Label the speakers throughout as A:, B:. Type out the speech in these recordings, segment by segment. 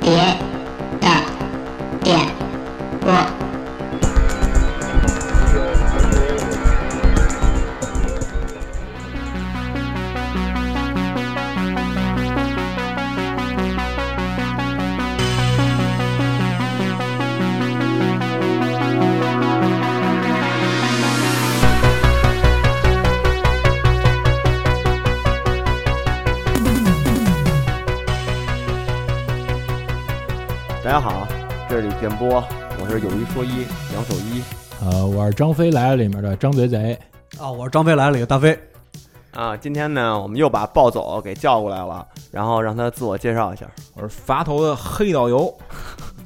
A: 别的点播。
B: 大家好，这里电波，我是有一说一杨守一
C: 呃，我是张飞来了里面的张嘴贼，
D: 啊、我是张飞来了，大飞。
B: 啊。今天呢，我们又把暴走给叫过来了，然后让他自我介绍一下。
E: 我是伐头的黑导游，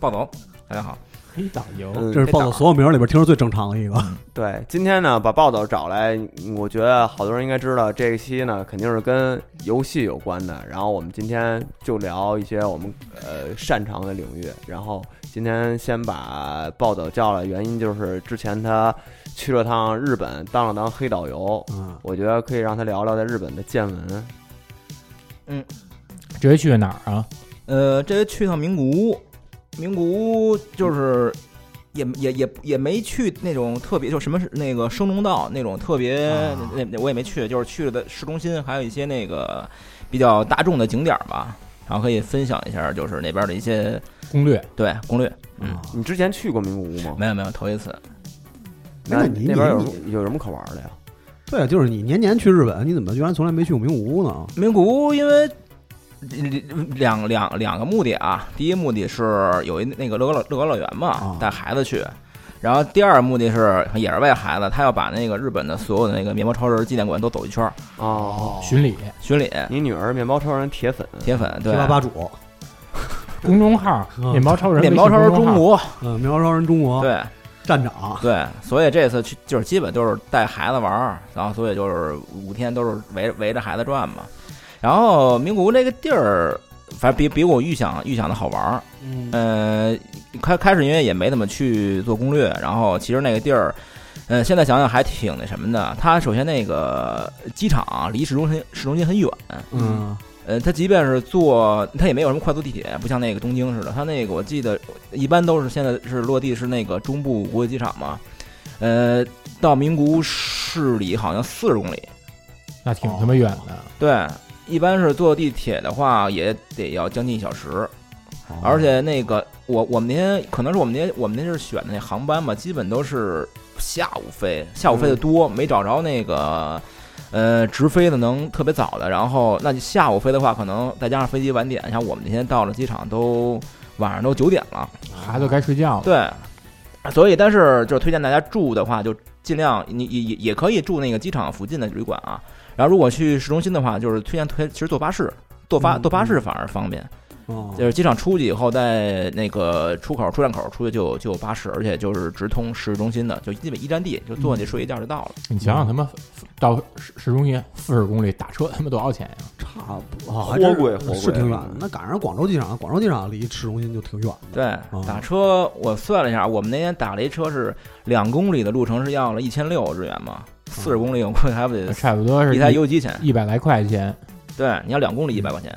E: 暴走，大家好。
C: 黑导游
B: 嗯
D: 哦这是暴走
B: 这
D: 所有名儿里边听着最正常的一个。
B: 对，今天呢把暴走找来，嗯我觉得好多人应该知道，这一期呢肯定是跟游戏有关的。然后我们今天就聊一些我们呃擅长的领域。然后今天先把暴走叫来，原因就是之前他去了趟日本，当了当黑导游。
D: 嗯，
B: 我觉得可以让他聊聊在日本的见闻。
C: 这回去哪儿啊？
E: 呃，这回去趟名古屋，名古屋就是也也也也没去那种特别，就什么是那个升龙道那种特别，
D: 啊
E: 那那我也没去，就是去了的市中心，还有一些那个比较大众的景点儿吧。然后可以分享一下，就是那边的一些
C: 攻略
E: 对攻略。嗯
D: 啊
B: 你之前去过名古屋吗？
E: 没有没有，头一次。
D: 那你
B: 那边有
D: 你
B: 什么有什么可玩的呀？
D: 对啊，就是你年年去日本，你怎么居然从来没去过名古屋呢？
E: 名古屋因为两两两个目的啊，第一目的是有一那个乐高乐乐高乐园嘛
D: 啊，
E: 带孩子去。然后第二目的是也是为孩子，他要把那个日本的所有的那个面包超市、纪念馆都走一圈儿，
B: 哦，
C: 巡礼，
E: 巡嗯礼、
B: 你女儿面包超人铁粉，
E: 铁粉，对
D: 贴，吧吧主，
C: 公众号
D: 嗯
C: 面包超人，
E: 面包超市
C: 微信公啊
E: 中
C: 众号，
E: 国，
D: 嗯，面包超人中国
E: 对
D: 站长，
E: 对，所以这次去就是基本都是带孩子玩儿，然后所以就是五天都是围围着孩子转嘛。然后名古屋这个地儿，反正比比我预想预想的好玩儿，
D: 嗯
E: 呃，开开始因为也没怎么去做攻略，然后其实那个地儿，呃，现在想想还挺那什么的。它首先那个机场离市中心市中心很远，
D: 嗯
E: 呃，它即便是坐，它也没有什么快速地铁，不像那个东京似的。它那个我记得一般都是现在是落地是那个中部国际机场嘛，呃，到名古屋市里好像四十公里，
C: 那挺他妈远
E: 哦
C: 的。
E: 对。一般是坐地铁的话，也得要将近一小时，而且那个我我们那天可能是我们那天我们那阵儿选的那航班吧，基本都是下午飞，下午飞的多，没找着那个呃直飞的能特别早的。然后那你下午飞的话，可能再加上飞机晚点，像我们那天到了机场都晚上都九点了，
C: 孩子该睡觉了，
E: 对。所以，但是就是推荐大家住的话，就尽量你也也也可以住那个机场附近的旅馆啊。然后，如果去市中心的话，就是推荐推其实坐巴士，坐巴
D: 嗯
E: 坐巴士反而方便。
D: 哦
E: 就是机场出去以后，在那个出口出站口出去就有就有巴士，而且就是直通市中心的，就基本一站地，就坐那睡一觉就到了。
C: 你想想他妈到市市中心四十公里打车他妈多少钱呀？
D: 差不多，
B: 货
D: 还真是
B: 柜货柜
D: 是挺远的。那赶上广州机场，广州机场离市中心就挺远的。
E: 对，打车我算了一下，我们那天打了一车是两公里的路程是要了一千六日元嘛，四十公里我估计还不得
C: 差不啊多是
E: 一台游机钱。
C: 一百来块钱，
E: 对，你要两公里一百块钱。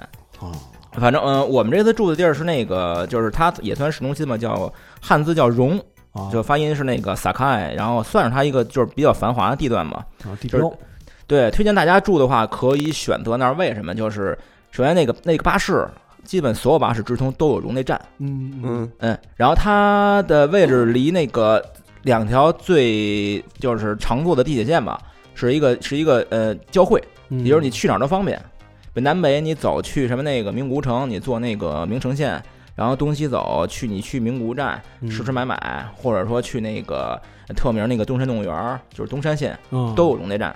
D: 啊，
E: 反正嗯、呃我们这次住的地儿是那个，就是它也算市中心嘛，叫汉字叫荣，
D: 啊
E: 就发音是那个萨开，然后算是它一个就是比较繁华的地段嘛。
D: 啊地
E: 就
D: 标
E: 是对，推荐大家住的话，可以选择那儿。为什么？就是首先那个那个巴士，基本所有巴士直通都有容内站，
D: 嗯
B: 嗯，
E: 嗯，然后它的位置离那个两条最就是常坐的地铁线吧，是一个是一个呃交汇，
D: 嗯
E: 也就是你去哪儿都方便。北南北你走去什么那个名古屋城，你坐那个名城线，然后东西走去你去名古屋站
D: 嗯
E: 吃吃买买，或者说去那个特名那个东山动物园儿，就是东山线
D: 嗯
E: 都有容内站。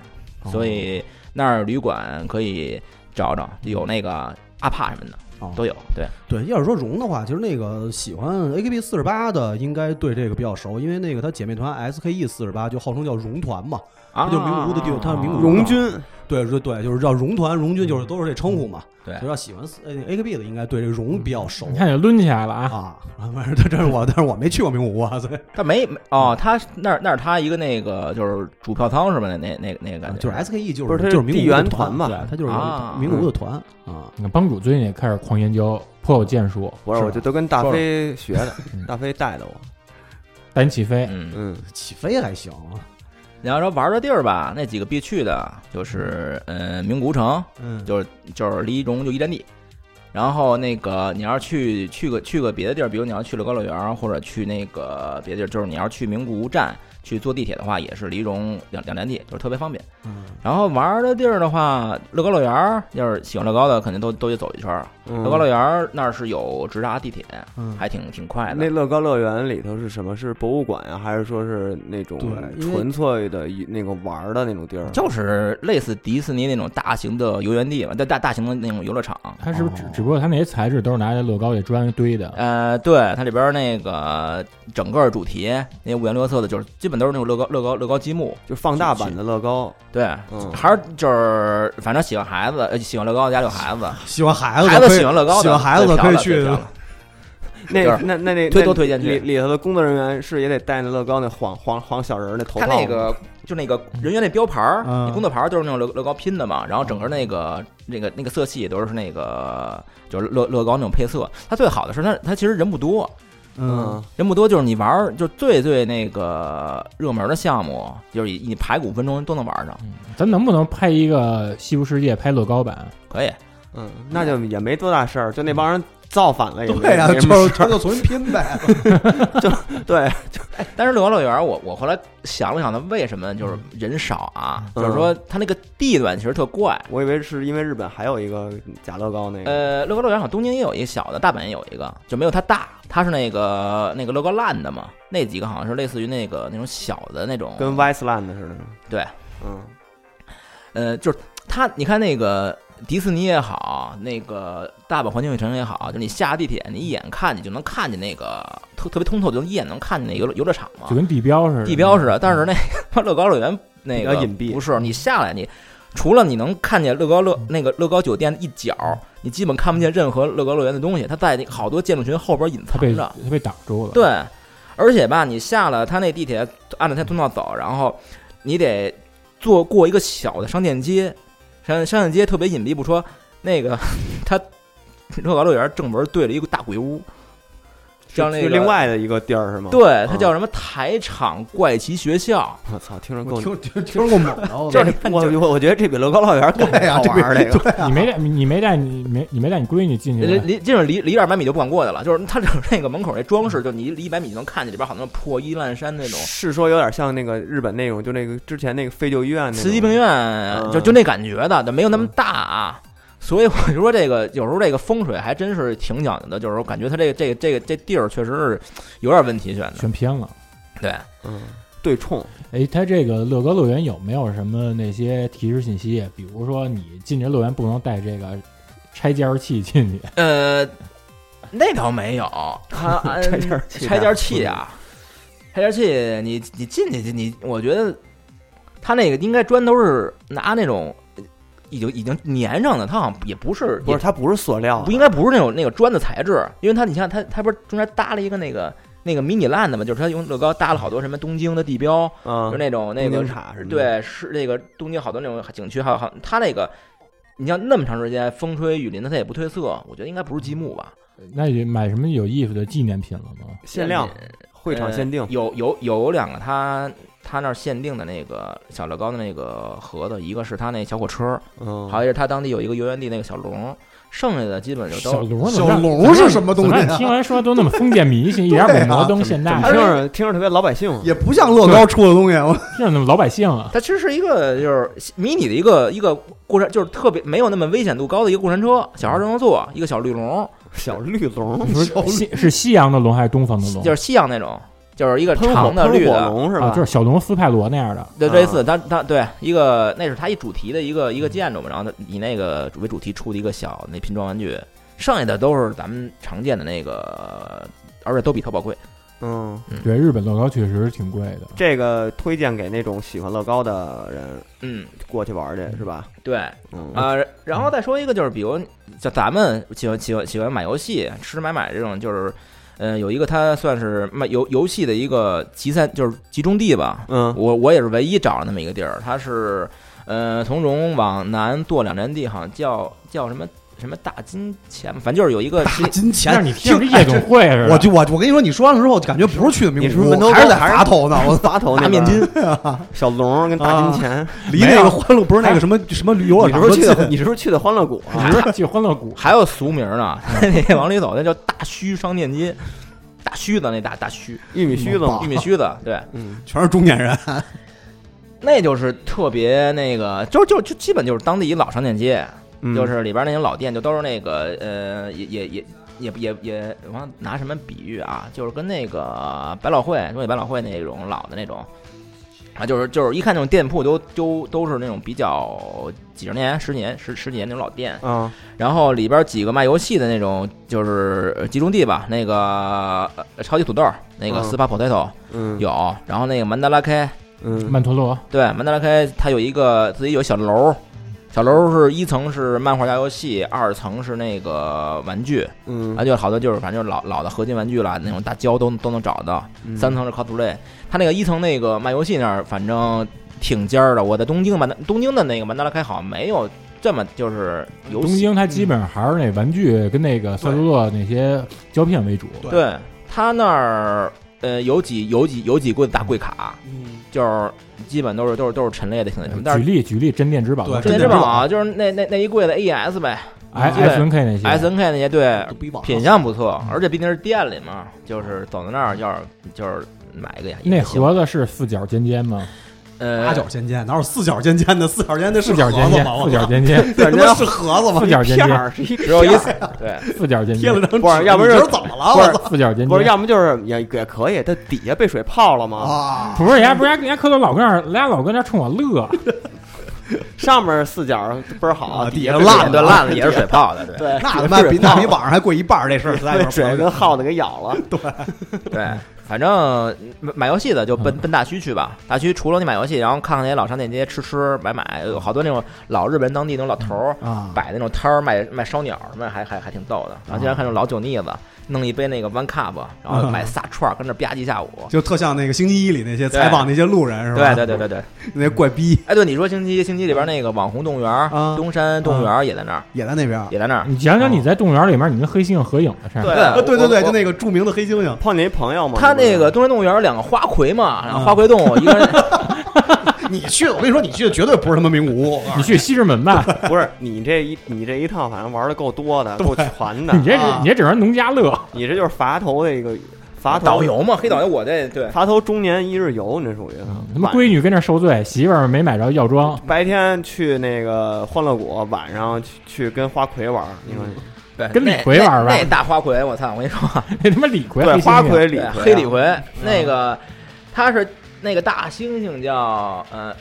D: 哦
E: 所以那儿旅馆可以找找，有那个阿帕什么的
D: 哦
E: 都有。对，
D: 对，要是说容的话，其实那个喜欢 AKB 四十八的，应该对这个比较熟，因为 E 那个他姐妹团 SKE 四十八就号称叫容团嘛，
E: 啊嗯
B: 啊
D: 它就名古屋的地方，它是名古屋
B: 荣军
D: 对对对，就是叫荣团、荣军，就是都是这称呼嘛。
E: 嗯对嗯
D: 所以要喜欢呃 AKB 的，应该对这荣比较熟
C: 你看也抡起来了
E: 哦
C: 啊！
D: 啊。反正这是我，但是我没去过名古屋啊，所以
E: 他没没哦，他那儿那是他一个那个就是主票仓是吧？那那那那个感
D: 啊
E: 觉
D: 就是 SKE 就
B: 不是它
D: 就是是名古屋
B: 地
D: 的
B: 缘团嘛
D: 对，它就是
E: 啊
D: 名古屋的团啊。
C: 你看帮主最近也开始狂研究，颇有建树。
B: 不是，我就都跟大
E: 说
B: 飞学的
C: 嗯，
B: 大飞带的我。
C: 带你起飞，
E: 嗯，
B: 嗯，
D: 起飞还行，
E: 你要说玩的地儿吧，那几个必去的就是嗯名古屋城，
D: 嗯，
E: 就是就是离荣就一站地。然后那个你要是去去个去个别的地儿，比如你要去了高乐园或者去那个别的地儿，就是你要去名古屋站去坐地铁的话，也是离荣两两站地，就是特别方便。
D: 嗯
E: 然后玩的地儿的话，乐高乐园儿要是喜欢乐高的，肯定都都得走一圈儿。
B: 嗯
E: 乐高乐园儿那儿是有直达地铁，
D: 嗯，
E: 还挺挺快
B: 那
E: 的。
B: 乐高乐园里头是什么？是博物馆呀、还是说是那种
D: 对因为
B: 纯粹的一那个玩儿的那种地儿？
E: 就是类似迪士尼那种大型的游园地吧，大大大型的那种游乐场。
C: 它是不是只
D: 哦
C: 只不过它那些材质都是拿这乐高给砖堆的？
E: 呃，对，它里边儿那个整个主题那五颜六色的，就是基本都是那种乐高乐高乐高积木。
B: 就放大版的乐高，
E: 对，
B: 嗯，
E: 还是就是反正喜欢孩子，呃喜欢乐高的家里有孩子，
D: 喜欢孩子的
E: 孩子
D: 可以
E: 喜欢乐高的，
D: 喜欢孩子的
E: 最
D: 可
E: 漂
D: 以
E: 亮最
D: 去
E: 漂亮
B: 那
E: 就是
B: 那那那
E: 推
B: 那
E: 都推荐去
B: 里里头的工作人员是也得戴那乐高那晃晃晃小人儿那头
E: 他
B: 套吗，
E: 那个就那个人员那标牌儿，
D: 嗯
E: 那工作牌儿都是那种乐乐高拼的嘛，然后整个那个那个那个色系也都是那个就是乐乐高那种配色。它最好的是它它其实人不多，
D: 嗯
B: 嗯，
E: 人不多就是你玩儿就最最那个热门的项目，就是你你排个五分钟都能玩上，
C: 咱能不能拍一个《西部世界》拍乐高版？
E: 可以。
B: 嗯，那就也没多大事儿，就那帮人造反了也
E: 嗯
B: 没
D: 对呀，啊
B: 没什
D: 就
B: 么
D: 是
B: 事儿
D: 他就重新拼呗，
B: 对，
E: 哎，但是乐高乐园我我后来想了想，它为什么就是人少啊？
B: 嗯
E: 就是说它那个地段其实特怪。
B: 我以为是因为日本还有一个假乐高那个，
E: 呃，乐高乐园好像东京也有一个小的，大阪也有一个，就没有它大。它是那个那个乐高烂的嘛，那几个好像是类似于那个那种小的那种，
B: 跟 Westland 似的，
E: 对，
B: 嗯，
E: 呃，就是它，你看那个迪士尼也好，那个大阪环球影城也好，就你下地铁，你一眼看你就能看见那个特特别通透，就能一眼能看见那游乐游乐场嘛
C: 就，跟地标似的，嗯
E: 地标似的。但是那个乐高 乐园那
B: 嗯
E: 个
B: 比较隐蔽嗯
E: 不是你下来你。除了你能看见乐高乐那个乐高酒店的一角，你基本看不见任何乐高乐园的东西。它在那个好多建筑群后边隐
C: 它
E: 藏
C: 被
E: 着。
C: 它被挡住了。，
E: 对，而且吧，你下了他那地铁，按照他通道走，然后你得坐过一个小的商店街，商商店街特别隐蔽不说，那个他乐高乐园正门对了一个大鬼屋，
B: 哦
E: 像那
B: 是
E: 个
B: 另外的一个地儿是吗？，
E: 对，它叫什么台场怪奇学校，
B: 我操，听着够
D: 我听听听够猛 的，我
E: 就是
B: 我我我觉得这比乐高乐园更
D: 对呀
B: 好玩 儿，这个。
E: 啊
C: 你没带你没带你没你没带你闺女进
E: 离
C: 去吧，
E: 离就是离离二百米就不敢过去了，就是它整个那个门口那装饰，就你离一百米就能看见里边好多破衣烂衫那种。
B: 是说有点像那个日本那种，就那个之前那个废旧医院那种
E: 慈济病院
B: 嗯
E: 就就那感觉的，但没有那么大啊。所以我就说这个有时候这个风水还真是挺讲究的，就是我感觉它这个这个这个这地儿确实是有点问题选的。
C: 选偏了。
E: 对，
B: 嗯，对冲，
C: 哎，它这个乐高乐园有没有什么那些提示信息？啊比如说你进这乐园不能带这个拆件儿器进去，
E: 呃，那倒没有，它
B: 嗯拆件儿器
E: 拆件儿器啊，拆件儿器，你你进去你我觉得它那个应该砖都是拿那种已经已经粘上的，它好像也不是
B: 不是它不是塑料的，
E: 不应该不是那种那个砖的材质，因为它你像它它不是中间搭了一个那个那个迷你烂的嘛，就是它用乐高搭了好多什么东京的地标，
B: 嗯
E: 就是那种那
B: 东
E: 个
B: 京塔什么的
E: 对是那个东京好多那种景区，还有好它那个。你像那么长时间风吹雨淋的，它也不褪色，我觉得应该不是积木吧？
C: 那你买什么有意思的纪念品了吗？
B: 嗯限量会场限定
E: 嗯呃，有有有两个它它那儿限定的那个小乐高的那个盒子，一个是它那小火车，
B: 嗯，
E: 还有一个是它当地有一个游园地那个小龙，剩下的基本就
C: 小
E: 都
C: 龙
D: 小龙是什么东西啊
C: 听完说都那么封建迷 信，一点
D: 对
C: 儿
D: 啊
C: 不摩登现代
B: 听，着听着特别老百姓，
D: 也不像乐高出的东西，啊我
C: 听着那么老百姓 啊。
E: 它其实是一个就是迷你的一个一个过山，就是特别没有那么危险度高的一个过山车，小孩都能坐，一个小绿龙，
B: 小绿龙，
C: 你说西是西洋的龙还是东方的龙？
E: 就是西洋那种，就是一个
B: 喷火
E: 长的
B: 喷
E: 绿
B: 火
E: 的，
B: 龙是
C: 啊，
B: 吧？
C: 就是小龙斯派罗那样的。
E: 对，
B: 啊
E: 类似它它对一个那是它一主题的一个一个建筑嘛，然后它以那个为主题出的一个小那拼装玩具，剩下的都是咱们常见的那个，而且都比淘宝贵。
B: 嗯，
C: 对，日本乐高确实挺贵的。
B: 这个推荐给那种喜欢乐高的人
E: 嗯，
B: 过去玩去，是吧？
E: 对
B: 嗯
E: 啊、然后再说一个就是，比如像咱们喜欢喜欢喜欢买游戏、吃吃买买这种，就是嗯，有一个它算是卖游游戏的一个集散，就是集中地吧。
B: 嗯
E: 我我也是唯一找着那么一个地儿，它是呃从容往南跺两站地，好像叫叫什么什么大金钱，反正就是有一个
D: 大金钱
C: 但是你听着夜总会似的，
D: 我就我我跟你说，你说完了之后，感觉不是去的名
B: 你是
D: 古
B: 不是门头
D: 屋，
B: 沟
D: 还是在垡头呢？我
B: 砸头那
E: 大面
B: 边
E: 筋
B: 儿，小龙跟大金钱，
D: 离那个欢乐不是那个什么什么旅游
B: 你是不是去的？你是不是去的欢乐谷啊？
D: 哎
C: 你是去欢乐谷，
E: 还有俗名呢， 那天往里走，那叫大须商店街，大须子那大大须
B: 玉米须子
E: 玉
B: 吗？
E: 米须子，对，
B: 嗯，
D: 全是中年人，
E: 那就是特别那个，就就就基本就是当地一老商店街，
B: 嗯
E: 就是里边那些老店就都是那个呃，也也也。也也也，我忘拿什么比喻啊？就是跟那个百老汇，中野百老汇那种老的那种，啊，就是就是一看那种店铺都都都是那种比较几十年、十几年、十十几年那种老店，
B: 啊，
E: 然后里边几个卖游戏的那种，就是呃集中地吧，那个呃超级土豆，那个
B: 嗯
E: 斯帕 potato
B: 嗯，
E: 有，然后那个曼达拉开，
B: 嗯
C: 曼陀罗，
E: 对，曼达拉开它有一个自己有小楼，小楼是一层是漫画加游戏，二层是那个玩具，
B: 嗯
E: 啊，就好多就是反正就是老老的合金玩具啦，那种大胶都都能找到，
B: 嗯
E: 三层 是 cosplay，它那个一层那个卖游戏那儿，反正挺尖儿的。我在东京曼达东京的那个曼达拉开好像没有这么就是游
C: 东
E: 戏。
C: 京它基本上还是那玩具跟那个赛璐珞那些胶片为主。
D: 对
E: 对他那儿，呃，有几有几有几柜大柜卡，就是基本都是都是都是陈列的，现在什么，但
C: 举
E: 是
C: 例举例，镇店之宝、
D: 对
E: 这
D: 镇
E: 些
D: 店
E: 之
D: 之
E: 宝
D: 宝
E: 啊就是那那那一柜的 AES 呗
C: I
E: 对
C: S N K 那些
E: ，SNK 那些对
B: 哎
D: 都，逼网
E: 品相不错，而且毕竟是店里嘛，就是走到那儿要是就是买一个呀，也
C: 那
E: 行
C: 盒子是四角尖尖吗？
E: 呃
D: 八角尖尖，哪有四角尖尖的？四角尖的是
C: 四角尖
D: 盒子
C: 尖，
D: 吗
C: 四角尖尖，
D: 这他妈是盒子吗
C: 四？角尖
B: 片
C: 尖，
B: 儿是一
E: 只有一
B: 片儿
E: 次，对，
C: 四角尖
D: 贴
C: 尖
D: 了，张纸，
B: 不是要不然
D: 你
B: 就
D: 今儿怎么了？
B: 不是
D: 我操
C: 四角尖
B: 不是，
C: 尖。
B: 要么就是也也可以，它底下被水泡了嘛，
D: 啊！
C: 不是，人家不是人家蝌蚪老跟那儿，人家老跟那儿冲我 乐，
B: 上面四角倍儿好，
D: 啊
B: 底下
D: 底下烂
B: 被水
E: 对
D: 的
E: 烂的也是水泡的，对
B: 对，
D: 那
B: 底
D: 他
B: 下
D: 妈
B: 被
D: 比
B: 水
D: 那
B: 泡
D: 比网上还贵一半儿，这事儿实在
B: 被
D: 是
B: 水
D: 不
B: 跟
D: 能
B: 耗子给咬了，
E: 对，反正买买游戏的就奔
C: 嗯
E: 奔大区去吧。大区除了你买游戏，然后看看那些老商店街，吃吃买买，有好多那种老日本当地那种老头儿嗯
D: 啊！
E: 摆那种摊儿卖卖烧鸟什么的，还还还挺逗的。然后经常看那种老酒腻子，弄一杯那个 one cup，然后买仨串儿，跟那吧唧一下午。
D: 就特像那个星期一里那些采访那些路人是吧？
E: 对对对对对，
D: 那些怪逼
E: 哎，对你说星期一星期里边那个网红动物园儿，
D: 啊
E: 东山动物园儿也在那儿，
D: 也在那边儿。
E: 也在那儿。
C: 你讲讲你在动物园里面你跟黑猩猩合影的事儿。
B: 对
D: 啊，对对对，
E: 我
D: 就那个著名的黑猩猩，
B: 碰见一朋友嘛，
E: 他
B: 不是
E: 那个东山动物园儿两个花魁嘛，然后花魁动物，一个人
D: 你去，我跟你说，你去的绝对不是他妈名古屋，
C: 你去西直门吧，
B: 不是你这一你这一趟，反正玩的够多的，够全的，
C: 你这
D: 啊
C: 你这只能农家乐。
B: 你这就是伐头的一个伐头
E: 导游嘛，黑导游，我这对。
B: 伐头中年一日游，你这属于
D: 嗯
C: 嗯他妈闺女跟那儿受罪，媳妇儿没买着药妆，
B: 白天去那个欢乐谷，晚上去去跟花魁玩，你说
C: 嗯
E: 对，
C: 跟李
E: 那
C: 逵玩儿吧
E: 那那大花魁，我操！我跟你说，
C: 那他妈李逵
B: 对
C: 黑
B: 花
C: 猩猩
B: 魁李
E: 对
B: 逵啊
E: 黑李逵，那个他是那个大猩猩叫呃，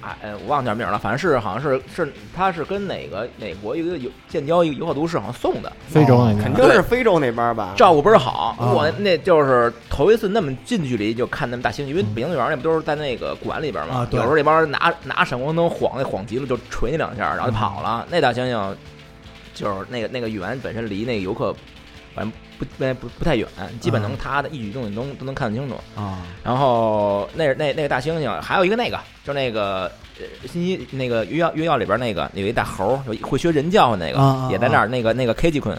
E: 哎哎，我忘叫名儿了，反正是好像是是他是跟哪个哪国一个游建交一个友好都市好像送的，
C: 非洲啊那
B: 哦肯
E: 嗯
C: 个，
B: 定是非洲那边吧？
E: 照顾倍儿好。
D: 啊
E: 我那就是头一次那么近距离就看那么大猩猩，因为北京动物园那不都是在那个馆里边嘛
D: 嗯啊，对
E: 有时候那帮人拿拿闪光灯晃，那晃急了就捶你两下，然后就跑了。
D: 嗯
E: 那大猩猩就是那个那个园本身离那个游客反正不不不不太远，基本能他的一举一动都能都能看得清楚。
D: 啊，
E: 然后那那那个大猩猩，还有一个那个，就那个呃，新一那个约药约药里边那个有一大猴儿，有一会学人叫唤那个，
D: 啊啊
E: 也在那儿。那个那个 K G 坤，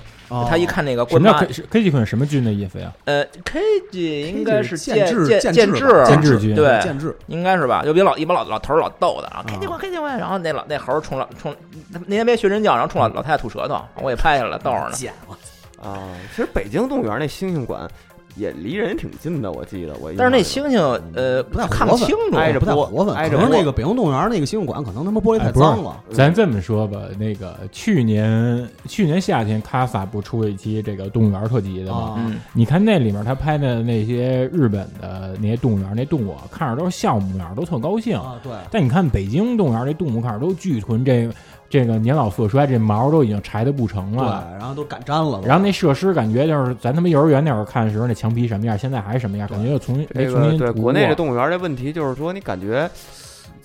E: 他一看那
D: 哦
C: 什
E: 个棍
C: 么叫
E: 妈
C: K K G 坤什么军的意思呀？
E: 呃 K G
D: 哦
E: 应该是
D: 建制
E: 建
D: 建
E: 建
D: 制吧
C: 建
E: 制，
C: 制军，
E: 对
D: 建制
E: 应该是吧？就比老一帮老老头儿老逗的，然后 K
D: 啊
E: G 坤 K G 坤，然后那老那猴儿冲老冲那天别学人叫，然后冲老老太太吐舌头，我也拍下来逗着呢。
D: 见了，
B: 啊，其实北京动物园那猩猩馆也离人挺近的，我记得我印象中。
D: 嗯
E: 但是那猩猩呃
D: 不太
E: 看不
D: 活泛
E: 清楚，
B: 挨着
D: 不太
B: 播
D: 活泛，
B: 挨
D: 可
B: 着
D: 能
B: 播
D: 那个北京动物园那个猩猩馆可能他妈玻璃
C: 哎
D: 太
C: 不是
D: 脏了。
C: 咱这么说吧，那个去年去年夏天，卡萨不出一期这个动物园特辑的
B: 哦
C: 吗？
D: 啊
E: 嗯，
C: 你看那里面他拍的那些日本的那些动物园，那动物啊
B: 哦
C: 看着都是像模样，都特高兴。
D: 啊，对，
C: 但你看北京动物园这动物看着都巨豚，这这个年老色衰，这毛都已经柴的不成
D: 对，
C: 了。
D: 然后都敢粘了，
C: 然后那设施感觉就是咱他妈幼儿园那会儿看的时候，那墙皮什么样，现在还是什么样，感觉又重新没
B: 这
C: 重
B: 个
C: 新
B: 对
C: 涂过
B: 国内这动物园这问题就是说，你感觉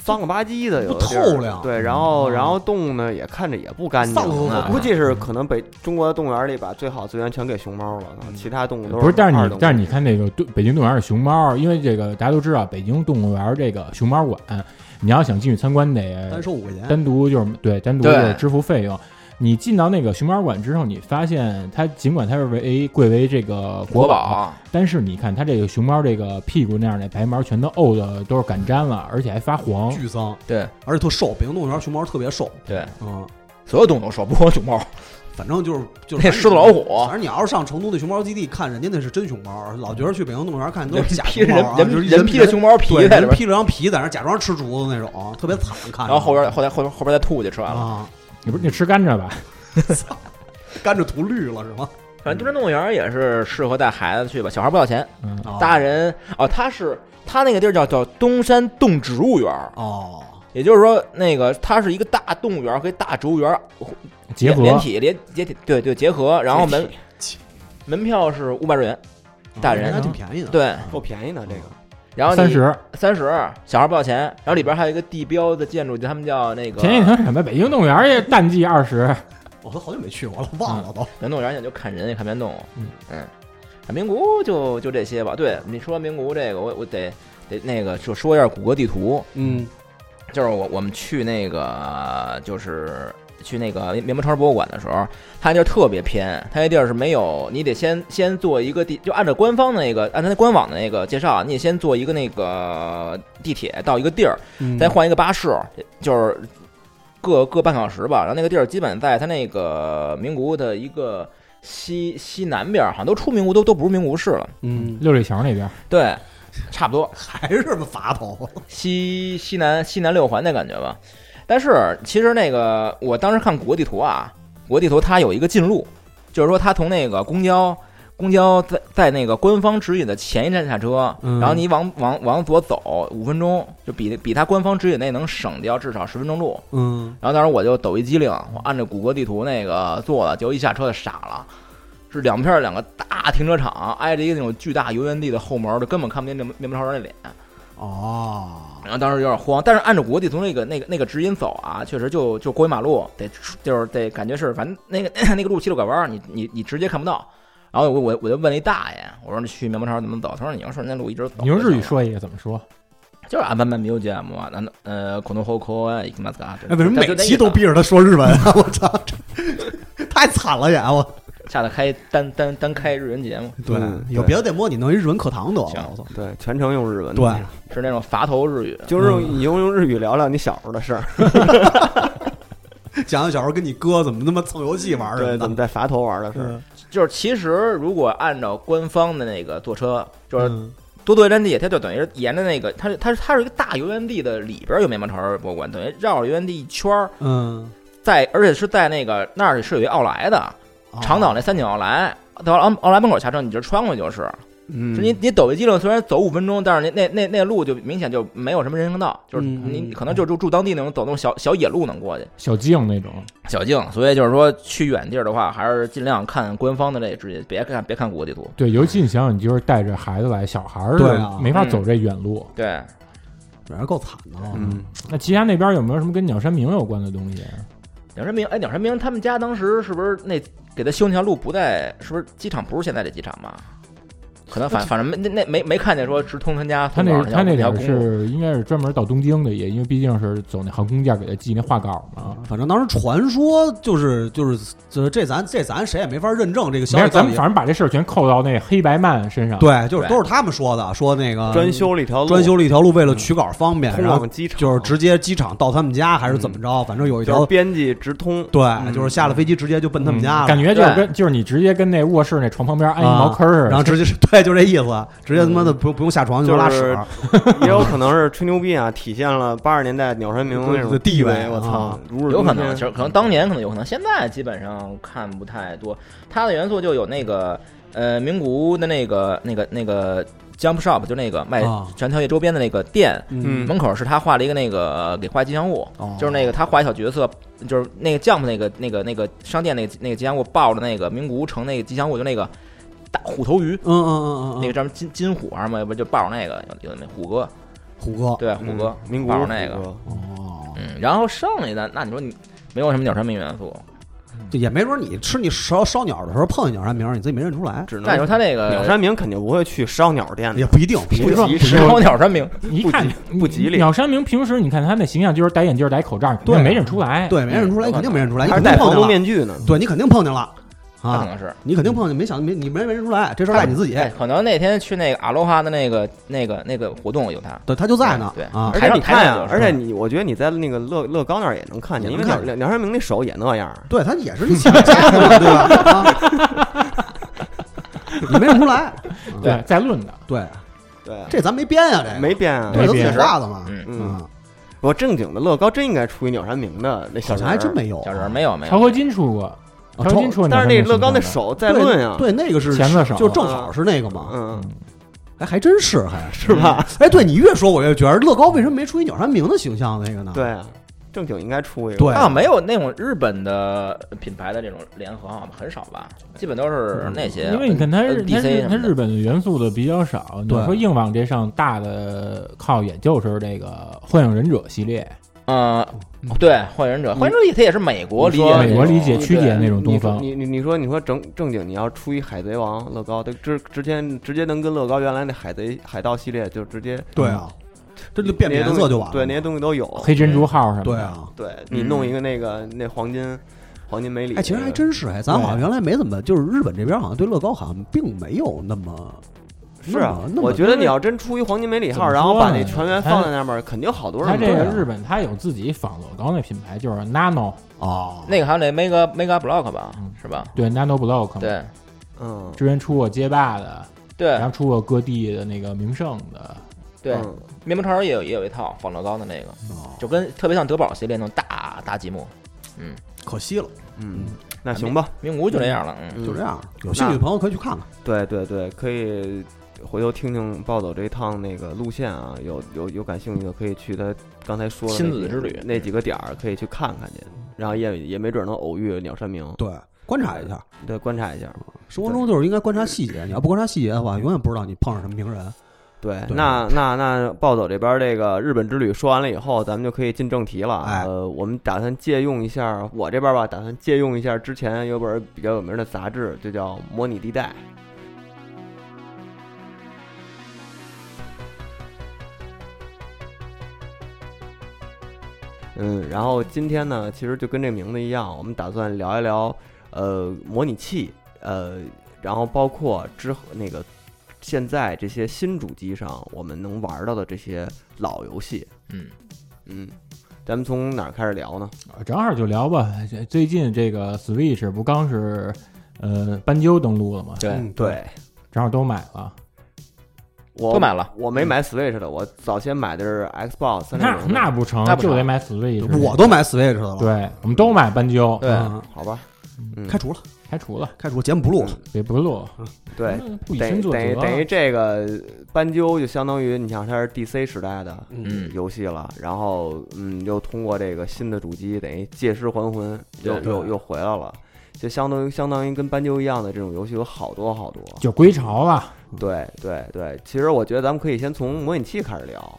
B: 脏了吧唧的，有的地儿
D: 不透亮
B: 对，然后
D: 嗯
B: 然后动物呢也看着也不干净。
D: 丧乎乎
B: 我估计是可能北中国的动物园里把最好的资源全给熊猫了，其他动物都
C: 不是，但是
B: 二
C: 你
B: 等
C: 但是你看那个对北京动物园的熊猫，因为这个大家都知道，北京动物园这个熊猫馆，你要想进去参观
D: 单
C: 得
D: 收五块钱，
C: 单独就是对单独就是
E: 对
C: 支付费用。你进到那个熊猫馆之后，你发现它尽管它是为贵为这个
E: 国
C: 国
E: 宝，
D: 啊
C: 但是你看它这个熊猫这个屁股那样的白毛全都沤的都是敢粘了，而且还发黄。
D: 巨脏，
E: 对
D: 而且特瘦。北京动物园熊猫特别瘦，
E: 对，
D: 嗯，
E: 所有动物都瘦，不光熊猫，
D: 反正就是就是
E: 那狮子老虎
D: 反，正你要是上成都那熊猫基地看，人家那是真熊猫，老觉得去北京动物园看都
E: 人
D: 是假
E: 披
D: 熊猫
E: 人
D: 啊，就
E: 人
D: 是
E: 人披着熊猫皮
D: 对
E: 在里
D: 人
E: 边，
D: 披着张皮在那儿假装吃竹子那种，特别惨看着。
E: 然后后边后来后边后边再吐去吃完了。
D: 啊，
C: 你不是你吃甘蔗吧？
D: 甘蔗涂绿了是吗？
E: 反正中山动物园也是适合带孩子去吧，小孩不要钱，
C: 嗯，
D: 啊
E: 大人哦，他是他那个地儿叫叫东山动植物园儿，
D: 哦，
E: 也就是说，那个它是一个大动物园儿和一大植物园儿
C: 结
E: 连
C: 合
E: 连体连解体，对对结合，然后门
D: 解
E: 门票是五百日元，大人
D: 哦还挺便宜的。，
E: 对，
B: 够便宜呢，这个
E: 然后
C: 三十。
E: 三十，小孩不要钱，然后里边还有一个地标的建筑，就他们叫那个
C: 前几天什么北京动物园也淡季二十。
D: 我都好久没去过了，忘了都。
E: 人动物园也就看人也看不见动物，
C: 嗯
E: 嗯，啊名古屋就就这些吧。对你说名古屋这个，我我得得那个就说一下谷歌地图，
D: 嗯，
E: 就是我我们去那个就是去那个面包超市博物馆的时候，它那地儿特别偏，它那地儿是没有，你得先先做一个地，就按照官方那个按它那官网的那个介绍，啊你得先做一个那个地铁到一个地儿，再换一个巴士，就是各各半小时吧。然后那个地儿基本在它那个名古屋的一个西西南边儿，好像都出名古屋都都不是名古屋市了，
D: 嗯，
C: 六里桥那边，
E: 对，差不多。
D: 还是这么乏头。
E: 西西南西南六环的感觉吧。但是其实那个我当时看国地图啊，国地图它有一个近路，就是说它从那个公交公交在在那个官方指引的前一站下车，
D: 嗯
E: 然后你往往往左走五分钟，就比比它官方指引那能省掉至少十分钟路。
D: 嗯，
E: 然后当时我就抖一机灵，我按照谷歌地图那个做的，结果一下车就傻了。是两片儿两个大停车场，挨着一个那种巨大油烟地的后门儿，就根本看不见面面包超人的脸。
D: 哦，
E: 然后当时有点慌，但是按照国际从那个那个那个指引走啊，确实就就过一马路得出就是得感觉是反正那个 那个路七六拐弯儿，你你你直接看不到。然后我我我就问了一大爷，我说你去面包超怎么走？他说你要顺着那路一直走。
C: 你用日语，说一个怎么说？
E: 就是阿曼曼米欧节目啊，那呃，可能后口啊，伊克马斯嘎。
D: 哎，为什么
E: 就
D: 每
E: 那
D: 期
E: 意思
D: 都逼着他说日文 啊？我操，这太惨了也我。
E: 下次开单单单开日文节目，
D: 对
B: 嗯，
D: 有
B: 对
D: 别的得摸你弄一日文课堂得
E: 行
D: 了，我操。
B: 对全程用日文。
D: 对，
E: 是那种伐头日语。
B: 就是用你用用日语聊聊你小时候的事儿，
D: 讲讲小时候跟你哥怎么他妈蹭游戏玩儿
B: 对，
D: 什
B: 怎么
D: 么的。
B: 在垡头玩的事儿。
D: 嗯
E: 就是其实如果按照官方的那个坐车，就是
D: 嗯
E: 多多油烟地，它就等于是沿着那个，它是它是它是一个大油烟地的里边有面包超人博物馆，等于绕着油烟地一圈儿，
D: 嗯，
E: 在而且是在那个那儿是有一奥莱的，
D: 哦
E: 长岛那三井奥莱，到奥奥莱门口下车，你直穿过去就是。
B: 嗯
E: 就你你抖一机灵，虽然走五分钟，但是那那那那路就明显就没有什么人行道，就是
D: 嗯
E: 你可能就住住当地那种走那种小小野路能过去
C: 小静那种，
E: 小径，所以就是说去远地儿的话，还是尽量看官方的这个指引，别看别看谷歌地图。
C: 对，尤其你想想，你就是带着孩子来，小孩儿
D: 对啊
C: 是没法走这远路。
E: 对，
D: 反正够惨的啊。
B: 嗯，
C: 那其他那边有没有什么跟鸟山明有关的东西？
E: 鸟山明，哎，鸟山明他们家当时是不是那给他修那条路不在？是不是机场不是现在这机场吧？可能反反正没那那没没看见说直通他家
C: 他
E: 从哪
C: 那
E: 儿
C: 他那
E: 条
C: 点
E: 公路。
C: 是应该是专门到东京的，也因为毕竟是走那航空架给他寄那画稿嘛。
D: 反正当时传说就是就是这这咱这咱谁也没法认证这个消
C: 没
D: 息
C: 事，咱
D: 到底
C: 们反正把这事儿全扣到那黑白漫身上。，
D: 对，就是
E: 对
D: 都是他们说的，说那个嗯
B: 专修了一条路，
D: 专修了一条路，为了取稿方便，
B: 通
D: 然后
B: 往机场，
D: 就是直接机场到他们家还是怎么着，
E: 嗯
D: 反正有一
B: 就
D: 条
B: 是编辑直通。
D: 对，就是下了飞机直接就奔他们家了，
C: 嗯感觉就是
E: 对
C: 跟就是你直接跟那卧室那床旁边安一茅坑儿似的。
D: 然后直接 对，就这意思，直接他
E: 嗯
D: 妈的不用不用下床就拉屎，
B: 也有可能是吹牛逼啊，体现了八十年代鸟山明那种
D: 对地位
B: 我操
D: 啊，
B: 如日
E: 有
B: 中
E: 可
B: 天
E: 能，其实可能当年可能有可能，现在基本上看不太多。它的元素就有那个呃名古屋的那个那个那个 Jump Shop，就那个卖
D: 啊
E: 全条叶周边的那个店，
B: 嗯
E: 门口是他画了一个那个给画吉祥物，
D: 哦
E: 就是那个他画一小角色，就是那个 Jump 那个那个那个商店那个那个吉祥物抱着那个名古屋城那个吉祥物，就那个大虎头鱼。
D: 嗯嗯嗯嗯嗯，
E: 那个专门金金虎还是什么，不就抱着那个有有那虎哥，
D: 虎哥，
E: 对虎哥
B: 嗯民
E: 抱
B: 国
E: 着那个，
D: 哦，
E: 嗯，然后剩下的那你说你没有什么鸟山明元素，
D: 这也没准你吃你烧烧鸟的时候碰见鸟山明，你自己没认出来，
C: 嗯
B: 只能呃
E: 那你说他那个
B: 鸟 山明肯定不会去烧鸟店
D: 也
B: 的，
D: 不一定，不一
B: 不
D: 定
B: 吉
E: 石
B: 时
E: 头鸟山明，
C: 一看
B: 不吉不吉利
C: 鸟山明平时你看他那形象，就是戴眼镜、戴口罩，你
D: 对
C: 没认出来。，
D: 对，没认出来，你肯定没认出来，你
B: 还是
D: 肯
B: 戴
D: 定碰
B: 防毒
D: 见了，
B: 面具呢。
D: 对你肯定碰见了
E: 他可
D: 啊，
E: 能是。
D: 你肯定碰见，没想没你没没认出来，这事儿赖你自己，
E: 哎，可能那天去那个阿罗哈的那个、那个、那个活动有他，
D: 对，他就在呢，
E: 对
D: 啊
B: 而
E: 台
B: 且
E: 上
B: 你看
E: 台上有
B: 啊，
E: 时候
B: 而且你，我觉得你在那个乐乐高那儿也能看见，
D: 也
B: 因
D: 能
B: 为鸟
D: 看
B: 鸟山明那手也那样儿。
D: 对他也是你想家的嘛，对吧？啊，你没认出来，
C: 对，在论的，
D: 对，
B: 对啊，
D: 这咱没编啊，这个
B: 没变啊。
D: 对，
C: 没
D: 咱自己
C: 编
D: 画的嘛，
E: 嗯，
B: 嗯，
D: 啊，
B: 我正经的乐高真应该出一鸟山明的那小
D: 好
B: 人
D: 像
B: 儿
D: 还真。没有，啊
E: 小人儿没有没
C: 曹
E: 有，
C: 和金出过，曹和金出过鸟
B: 但
C: 山
B: 是
C: 明
B: 那
C: 形象的，
B: 乐高那手在
D: 对
B: 论啊，
D: 对，那个是
C: 钳子手
D: 就正好是那个嘛，
B: 嗯，
D: 哎，还真是，还
B: 是吧？
D: 哎，对你越说，我越觉得乐高为什么没出一鸟山明的形象那个呢？
B: 对啊，正经应该出一个。
D: 对啊
E: 好像啊没有那种日本的品牌的这种联合，好像很少吧，基本都是
D: 嗯
E: 那些。
C: 嗯因为你看他日他
E: DC
C: 日
E: 什
C: 他
E: 么的
C: 日本的元素的比较少，你
D: 对
C: 说硬往这上大的靠，也就是这个《幻影忍者》系列，
E: 呃，对，火影忍者，火影忍者它也是美国理解，
B: 你说
C: 嗯美国理解
E: 对
C: 曲解那种
B: 哦你
C: 东
B: 说
C: 方，
B: 你你你说你说正正经，你要出一海贼王乐高，对，直之前直接能跟乐高原来那海贼海盗系列就直接
D: 对啊，这就变
B: 那些
D: 颜
B: 东西
D: 色就完
B: 嗯
D: 了，
B: 对，那些东西都
E: 哦
B: 有。
C: 黑珍珠号什么的。
D: 对啊。
B: 对你弄一个那个那黄金黄金梅里，
D: 哎，其实还真是哎，咱好像原来没怎么，就是日本这边好像对乐高好像并没有那么
B: 是啊
D: 那么那，么
B: 我觉得你要真出一黄金梅里号，
C: 怎么说呢
B: 然后把那全员放在那边，肯定好多
C: 他
B: 人
C: 这
B: 买
C: 个
B: 啊。
C: 日本，他有自己仿乐高那品牌，就是 Nano，
D: 哦，
E: 那个还有那 mega mega block 吧
C: 嗯，
E: 是吧？
C: 对 Nano Block，嘛，
E: 对
B: 嗯，
C: 之前出过街霸的，
E: 对
C: 然后出过各地的那个名胜的，
E: 对，
B: 嗯
E: 面包超人也有也有一套仿乐高的那个，
D: 哦
E: 就跟特别像德宝系列那种大大积木，
D: 可惜了，
B: 嗯，那行吧，
E: 名古屋就这样了，嗯。
B: 嗯
D: 就这。样。有兴趣的朋友可以去看看。
B: 对对对，可以回头听听暴走这一趟那个路线啊，有有有感兴趣的可以去他刚才说的那
E: 亲子之旅嗯
B: 那几个点儿，可以去看看去，然后也也没准能偶遇鸟山明，
D: 对，观察一下，
B: 对，观察一下。
D: 生活中就是应该观察细节。你要不观察细节的话，永远不知道你碰上什么名人。
B: 对，
D: 对
B: 那那那暴走这边这个日本之旅说完了以后，咱们就可以进正题了。
D: 哎
B: 呃，我们打算借用一下我这边吧，打算借用一下之前有本比较有名的杂志，就叫《模拟地带》。嗯，然后今天呢，其实就跟这名字一样，我们打算聊一聊，呃，模拟器，呃，然后包括之后那个现在这些新主机上我们能玩到的这些老游戏，
E: 嗯
B: 嗯，咱们从哪儿开始聊呢？
C: 呃正好就聊吧。这最近这个 Switch 不刚是呃斑鸠登陆了吗？
E: 对
D: 嗯，，，
C: 正好都买了。
B: 我
E: 都买嗯了，
B: 我没买 Switch 的，我早先买的是 Xbox 三六
C: 那
B: 零。
C: 那不成
E: 那，不成
C: 就得买 Switch。
D: 我都买 Switch 的了。
C: 对，我们都买斑鸠，
E: 对
D: 嗯，
B: 好吧，嗯
D: 开除了，
C: 开除啊了，
D: 开除，节目不录了。
C: 别不录，
B: 对，
C: 嗯不以
B: 等于
C: 身作
B: 等于
C: 则。
B: 等于这个斑鸠就相当于你想它是 DC 时代的
E: 嗯
B: 游戏了，然后嗯又通过这个新的主机等于借尸还魂又
E: 对
B: 又又回来了，就相当于相当于跟斑鸠一样的这种游戏有好多好多。
C: 就归巢了，
B: 对对对，其实我觉得咱们可以先从模拟器开始聊，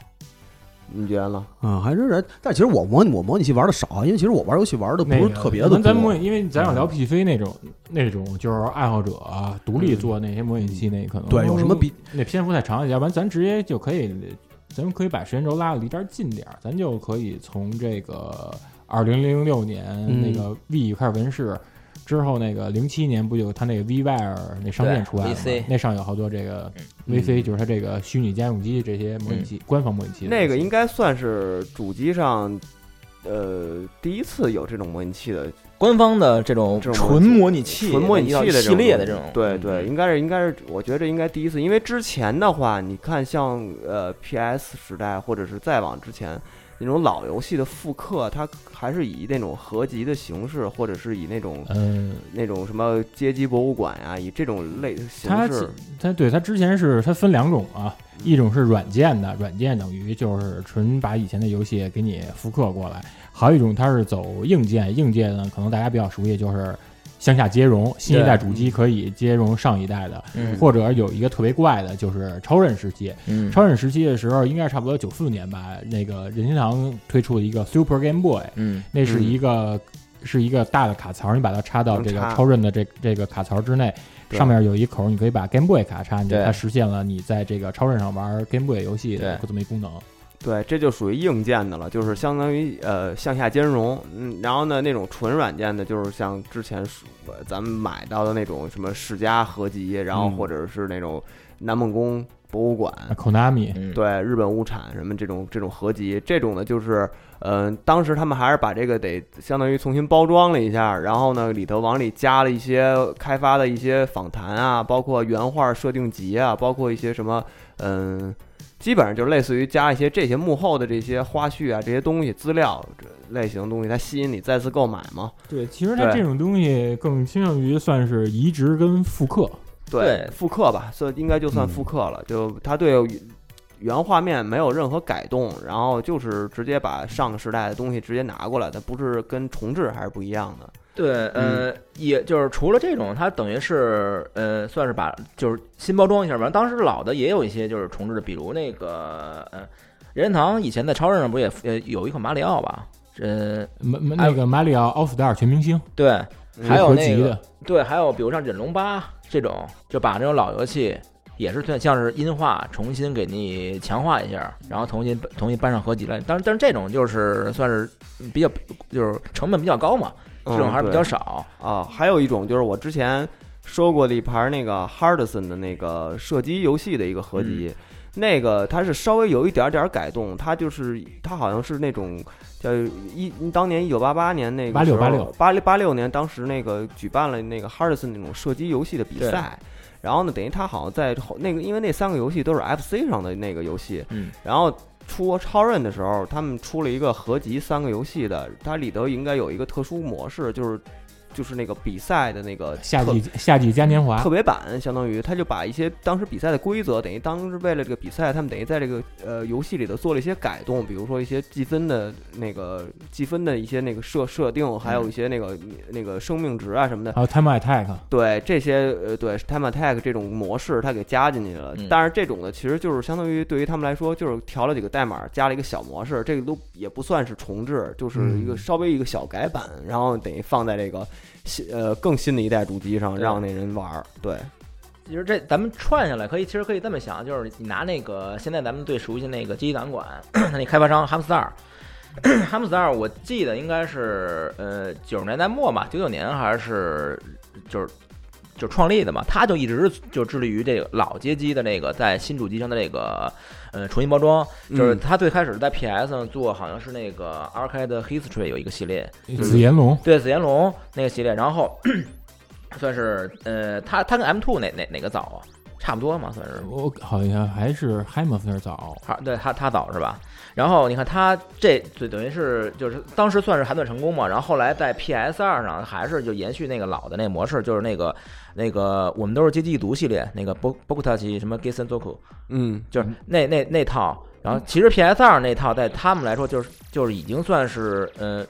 B: 你觉得呢？
D: 啊，还真是。但其实我模拟我模拟器玩的少，啊因为其实我玩游戏玩的不是
C: 那个
D: 特别的
C: 咱
D: 多。嗯
C: 咱模拟，因为咱要聊 PC 那种那种就是爱好者啊独立
B: 嗯
C: 做那些模拟器，那可能嗯
D: 对有什么比
C: 那篇幅太长，要不然咱直接就可以，咱们可以把时间轴拉的离这儿近点儿，咱就可以从这个二零零六年
D: 嗯
C: 那个 V 开始问世。之后那个零七年不有他那个 VWire 那商店出来了吗
E: 对，VC
C: 那上有好多这个
D: 嗯
C: VC，就是它这个虚拟家用机这些模拟器，官方模拟器的东西。
B: 那个应该算是主机上呃第一次有这种模拟器的
E: 官方的这种
B: 这种
E: 纯模拟器、
B: 纯模拟器的
E: 一
B: 这种
E: 系列的这种，嗯
B: 对对，应该是应该是，我觉得这应该第一次，因为之前的话，你看像呃 PS 时代，或者是再往之前那种老游戏的复刻，它还是以那种合集的形式，或者是以那种
C: 嗯，
B: 那种什么街机博物馆呀、以这种类
C: 它
B: 形式，
C: 它对它之前是它分两种啊，一种是软件的，软件等于就是纯把以前的游戏给你复刻过来；还有一种它是走硬件，硬件呢可能大家比较熟悉，就是向下兼容，新一代主机可以兼容上一代的，
E: 嗯
C: 或者有一个特别怪的，就是超任时期。
E: 嗯
C: 超任时期的时候应该是差不多九四年吧，那个任天堂推出的一个 Super Game Boy，
E: 嗯
C: 那是一个、是一个大的卡槽，你把它插到这个
B: 能插
C: 超韧的这这个卡槽之内，
B: 对
C: 上面有一口，你可以把 Game Boy 卡插进去，
E: 对
C: 它实现了你在这个超韧上玩 Game Boy 游戏的这么一功能。
E: 嗯
B: 对，这就属于硬件的了，就是相当于呃向下兼容。嗯，然后呢，那种纯软件的，就是像之前说呃咱们买到的那种什么世嘉合集，然后
E: 嗯
B: 或者是那种南梦宫博物馆，
C: 啊 Konami，
E: 嗯，
B: 对日本物产什么这种这种合集，这种呢就是，嗯、当时他们还是把这个得相当于重新包装了一下，然后呢里头往里加了一些开发的一些访谈啊，包括原画设定集啊，包括一些什么，嗯、基本上就是类似于加一些这些幕后的这些花絮啊，这些东西资料这类型的东西，它吸引你再次购买嘛。
C: 对，其实
B: 它
C: 它
B: 这
C: 这种东西更倾向于算是移植跟复刻。
E: 对
B: 复刻吧，算应该就算复刻了，就它对原画面没有任何改动，然后就是直接把上个时代的东西直接拿过来的，不是跟重置还是不一样的。
E: 对，呃，也就是除了这种，它等于是呃，算是把就是新包装一下吧。当时老的也有一些就是重置的，比如那个呃，任天堂以前在超市上不也呃有一款马里奥吧？呃，
C: 马马
E: 哎
C: 嗯那个马里奥奥斯达尔全明星
E: 对，
B: 嗯
E: 还有
C: 合
E: 那
C: 集
E: 个
C: 的，
E: 对，还有比如像忍龙八这种，就把这种老游戏也是算像是音化重新给你强化一下，然后重新重新搬上合集来。当然，但是这种就是算是比较就是成本比较高嘛，这种还是比较
B: 嗯
E: 少。
B: 对啊。还有一种就是我之前说过的一盘那个 Hardison 的那个射击游戏的一个合集。那个它是稍微有一点点改动，它就是它好像是那种叫一当年一九八八年那个
C: 86
B: 八
C: 86
B: 八六八六年，当时那个举办了那个 Hardison 那种射击游戏的比赛。然后呢，等于它好像在后那个，因为那三个游戏都是 FC 上的那个游戏，
E: 嗯，
B: 然后出超任的时候，他们出了一个合集三个游戏的，它里头应该有一个特殊模式，就是就是那个比赛的那个
C: 夏
B: 特
C: 季夏季嘉年华
B: 特，别版，相当于他就把一些当时比赛的规则，等于当时为了这个比赛，他们等于在这个呃游戏里头做了一些改动，比如说一些计分的呃那个计分的一些那个设设定，还有一些那个、那个生命值啊什么的。
C: 还有 Time Attack，
B: 对这些呃，对 time attack 这种模式，它给加进去了。
E: 嗯
B: 但是这种呢，其实就是相当于对于他们来说，就是调了几个代码，加了一个小模式，这个都也不算是重置，就是一个
C: 嗯
B: 稍微一个小改版，然后等于放在这个新呃更新的一代主机上，
E: 对
B: 让那人玩儿。对，
E: 其实这咱们串下来，可以其实可以这么想，就是你拿那个现在咱们最熟悉那个街机档管， 那开发商 Hamstar。Hamstar，我记得应该是呃九十年代末吧，九九年还是就是就创立的嘛，他就一直就致力于这个老街机的那个在新主机上的那个呃重新包装，就是
B: 嗯
E: 他最开始在 PS 上做好像是那个 Arcade History 有一个系列，
C: 紫炎龙，
E: 对紫炎龙那个系列，然后 算是呃，他他跟 M two 哪哪哪个早啊？差不多嘛，算是。
C: 我好像还是 h a m e r 那儿早，
E: 他对他他早是吧？然后你看他这就等于是就是当时算是寒算成功嘛，然后后来在 PS 二上还是就延续那个老的那模式，就是那个那个我们都是街机地毒系列，那个波波库特奇什么 g a s o n Zoku，
B: 嗯，
E: 就是那那那套。然后其实 PS 二那套在他们来说就是就是已经算是呃，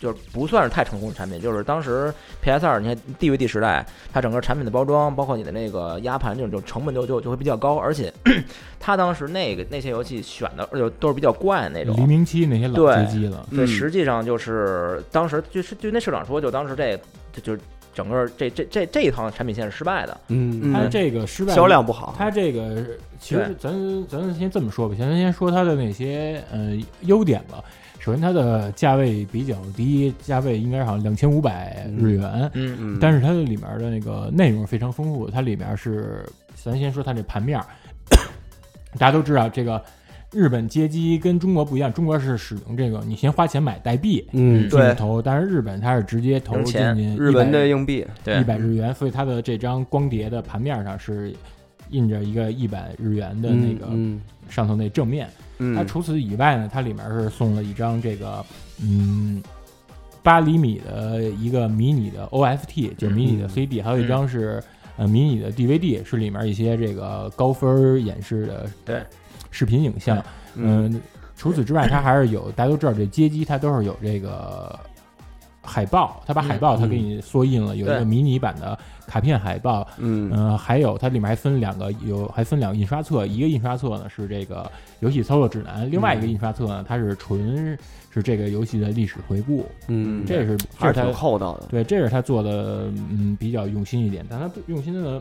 E: 就是不算是太成功的产品。就是当时 PS 二，你看 DVD 时代，它整个产品的包装，包括你的那个压盘这种，就成本就就就会比较高，而且 它当时那个那些游戏选的就都是比较怪的那种。
C: 黎明期那些老
E: 对
C: 街机了，
E: 对，
B: 嗯
E: 实际上就是当时就是就那社长说，就当时这就就整个这这这这一套产品线是失败的。
B: 嗯
C: 它这个失败
B: 销量不好。
C: 它这个是其
E: 对
C: 实咱咱先这么说吧，先先说它的那些呃优点吧。首先，它的价位比较低，价位应该好像两千五百日元，
E: 嗯
B: 嗯，
C: 但
B: 是
C: 是它的里面的那个内容非常丰 富。它里面是咱先说它这盘面儿，大家都知道这个日本街机跟中国不一样，中国是使用这个你先花钱买代币
D: 嗯
C: 去
B: 对
C: 投，但是日本它是直接投
E: 扔
C: 进
E: 钱
C: 去
B: 日文的硬币，
E: 对
C: 一百日元，所以它的这张光碟的盘面上是印着一个一百日元的那个
D: 嗯
C: 上头那正面。它
B: 嗯，
C: 除此以外呢，它里面是送了一张这个嗯八厘米的一个迷你的 OFT，就是迷你的
D: 嗯
C: CD，、还有一张是、呃迷你的 DVD，是里面一些这个高分演示的
E: 对
C: 视频影像。
B: 嗯，
C: 嗯，除此之外，它还是有大家都知道这街机它都是有这个海报，它把海报它给你缩印了，有一个
B: 对
C: 迷你版的卡片海报，
B: 嗯，
C: 嗯、还有它里面还分两个有还分两个印刷册，一个印刷册呢是这个游戏操作指南，另外一个印刷册呢它是纯是这个游戏的历史回顾，
D: 嗯
C: 这是
B: 还是
C: 这是
B: 挺
C: 它
B: 厚道的。
C: 对这是它做的嗯比较用心一点，但它用心的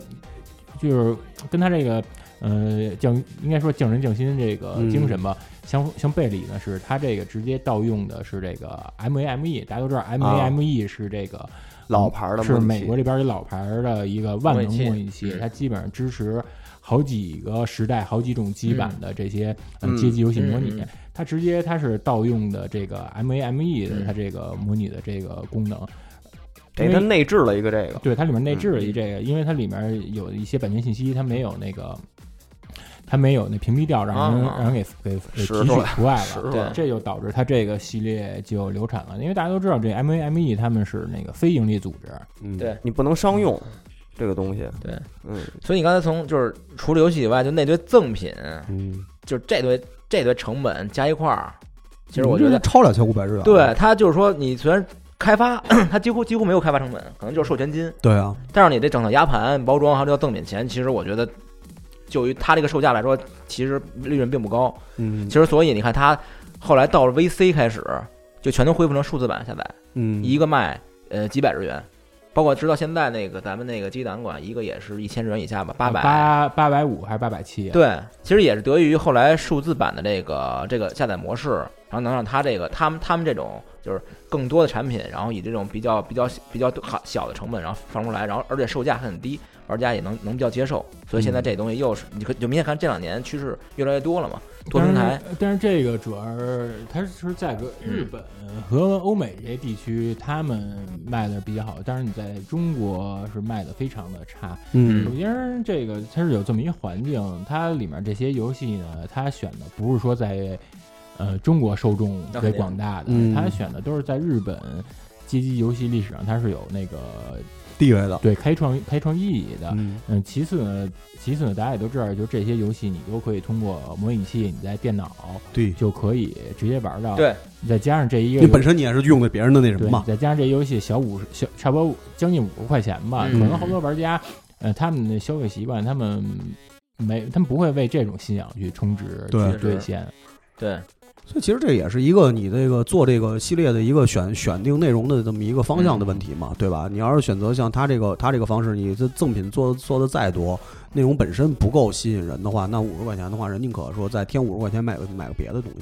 C: 就是跟它这个呃匠应该说匠人匠心这个
D: 嗯
C: 精神吧，相相背离呢是它这个直接盗用的是这个 M A M E，大家都知道 M A M E 是这个。
B: 老牌儿的
C: 是
B: 模拟
C: 美
B: 器
C: 国这边儿老牌儿的一个万能
E: 模拟器
C: 模拟器
E: 嗯，
C: 它基本上支持好几个时代、好几种基板的这些呃
B: 嗯
C: 街机游戏模拟
E: 嗯嗯。
C: 它直接它是盗用的这个 MAME E 的
E: 嗯
C: 它这个模拟的这个功能，
B: 哎，
C: 因
B: 它
C: 为
B: 内置了一个这个，
C: 对它里面
E: 嗯
C: 内置了一这个，因为它里面有一些版权信息，它没有那个。它没有那屏蔽掉，让人
E: 啊
C: 让人给给给
B: 识
C: 提取
B: 出来
C: 除外
E: 识
C: 了，
E: 出
B: 来
C: 对，这就导致它这个系列就流产了。因为大家都知道，这 MAME 他 E 们是那个非盈利组织，
D: 嗯
E: 对
B: 你不能商用这个东西。
E: 对，
B: 嗯，
E: 所以你刚才从就是除了游戏以外，就那堆赠品，
D: 嗯，
E: 就是这堆这堆成本加一块儿，其实我
D: 你嗯
E: 觉
D: 这
E: 得
D: 是超两千五百日啊元，
E: 对它就是说，你虽然开发 它几乎几乎没有开发成本，可能就是授权金，
D: 对啊，
E: 但是你这整套压盘、包装还有这个赠品钱，其实我觉得。就于它这个售价来说，其实利润并不高。
D: 嗯
E: 其实，所以你看，它后来到了 VC 开始，就全都恢复成数字版下载。
D: 嗯
E: 一个卖呃几百日元，包括直到现在那个咱们那个鸡蛋馆一个也是一千日元以下吧，八
D: 啊
E: 百。
C: 八八百五还是八百七？啊
E: 对，其实也是得益于后来数字版的这个这个下载模式，然后能让它这个他们他们这种就是更多的产品，然后以这种比较比较比较好小的成本，然后放出来，然后而且售价很低，玩家也能能比较接受，所以现在
D: 嗯
E: 这东西又是你可就明显看这两年趋势越来越多了嘛，多平台，嗯
C: 但是但是这个主要是它是在个日本和欧美这些地区，他们卖的比较好，但是你在中国是卖的非常的差。
D: 嗯
C: 首先，这个它是有这么一环境，它里面这些游戏呢，它选的不是说在呃中国受众最
E: 那肯定
C: 广大的，
D: 嗯
C: 它选的都是在日本街机游戏历史上它是有那个
D: 地位的，
C: 对开创开创意义的。
D: 嗯
C: 嗯，其次呢，其次呢，大家也都知道，就这些游戏你都可以通过模拟器，你在电脑
D: 对，
C: 就可以直接玩到。，
E: 对，
C: 再加上这一个
D: 你
C: 游
D: 本身你也是用的别人的那什
C: 对
D: 么嘛，
C: 再加上这游戏小五十小差不多将近五十块钱吧，
E: 嗯
C: 可能好多玩家，呃，他们的消费习惯，他们没，他们不会为这种信仰去充值
D: 对
C: 去兑现。
E: 对，
D: 所以其实这也是一个你这个做这个系列的一个选选定内容的这么一个方向的问题嘛，对吧？你要是选择像他这个他这个方式，你这赠品做做的再多，内容本身不够吸引人的话，那五十块钱的话，人宁可说再添五十块钱买个买个别的东西。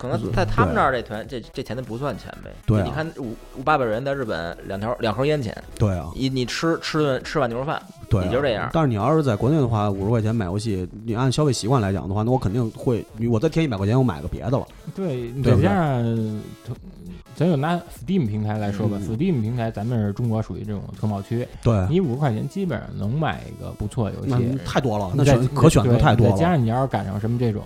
E: 可能在
D: 对
E: 他们那儿这团这这钱都不算钱呗。
D: 对啊
E: 你看五五八百元在日本两条两盒烟钱，
D: 对啊，
E: 你你吃吃顿吃碗牛肉饭，
D: 对啊
E: 也就这样
D: 但是你要是在国内的话，五十块钱买游戏，你按消费习惯来讲的话，那我肯定会，我再添一百块钱，我买个别的了。
C: 对，
D: 对不
C: 再
D: 对
C: 加上，咱就拿 Steam 平台来说吧、
D: 嗯啊
C: s t e a m 平台咱们是中国属于这种特贸区，
D: 对，
C: 你五十块钱基本上能买一个不错的游戏。
D: 那太多了，那
C: 你再
D: 选可选择
C: 对
D: 太多
C: 再加
D: 了。
C: 上你要是赶上什么这种，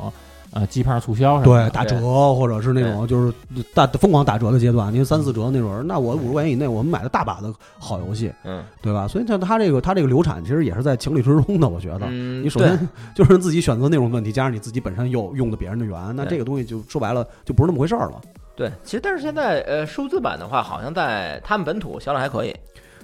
C: 呃，鸡胖促
E: 嗯
C: 销什么
D: 对，
C: 的，
D: 打折或者是那种就是大疯狂打折的阶段，您三
E: 嗯
D: 四折那种，那我五十块钱以内，我们买了大把的好游戏，
E: 嗯
D: 对吧？所以像他这个他这个流产，其实也是在情理之中的，我觉得。
E: 嗯，
D: 你首
E: 对
D: 先 就是自己选择内容问题，加上你自己本身又用的别人的源，那
E: 对
D: 这个东西就说白了就不是那么回事儿了。
E: 对，其实但是现在呃数字版的话，好像在他们本土销量还可以，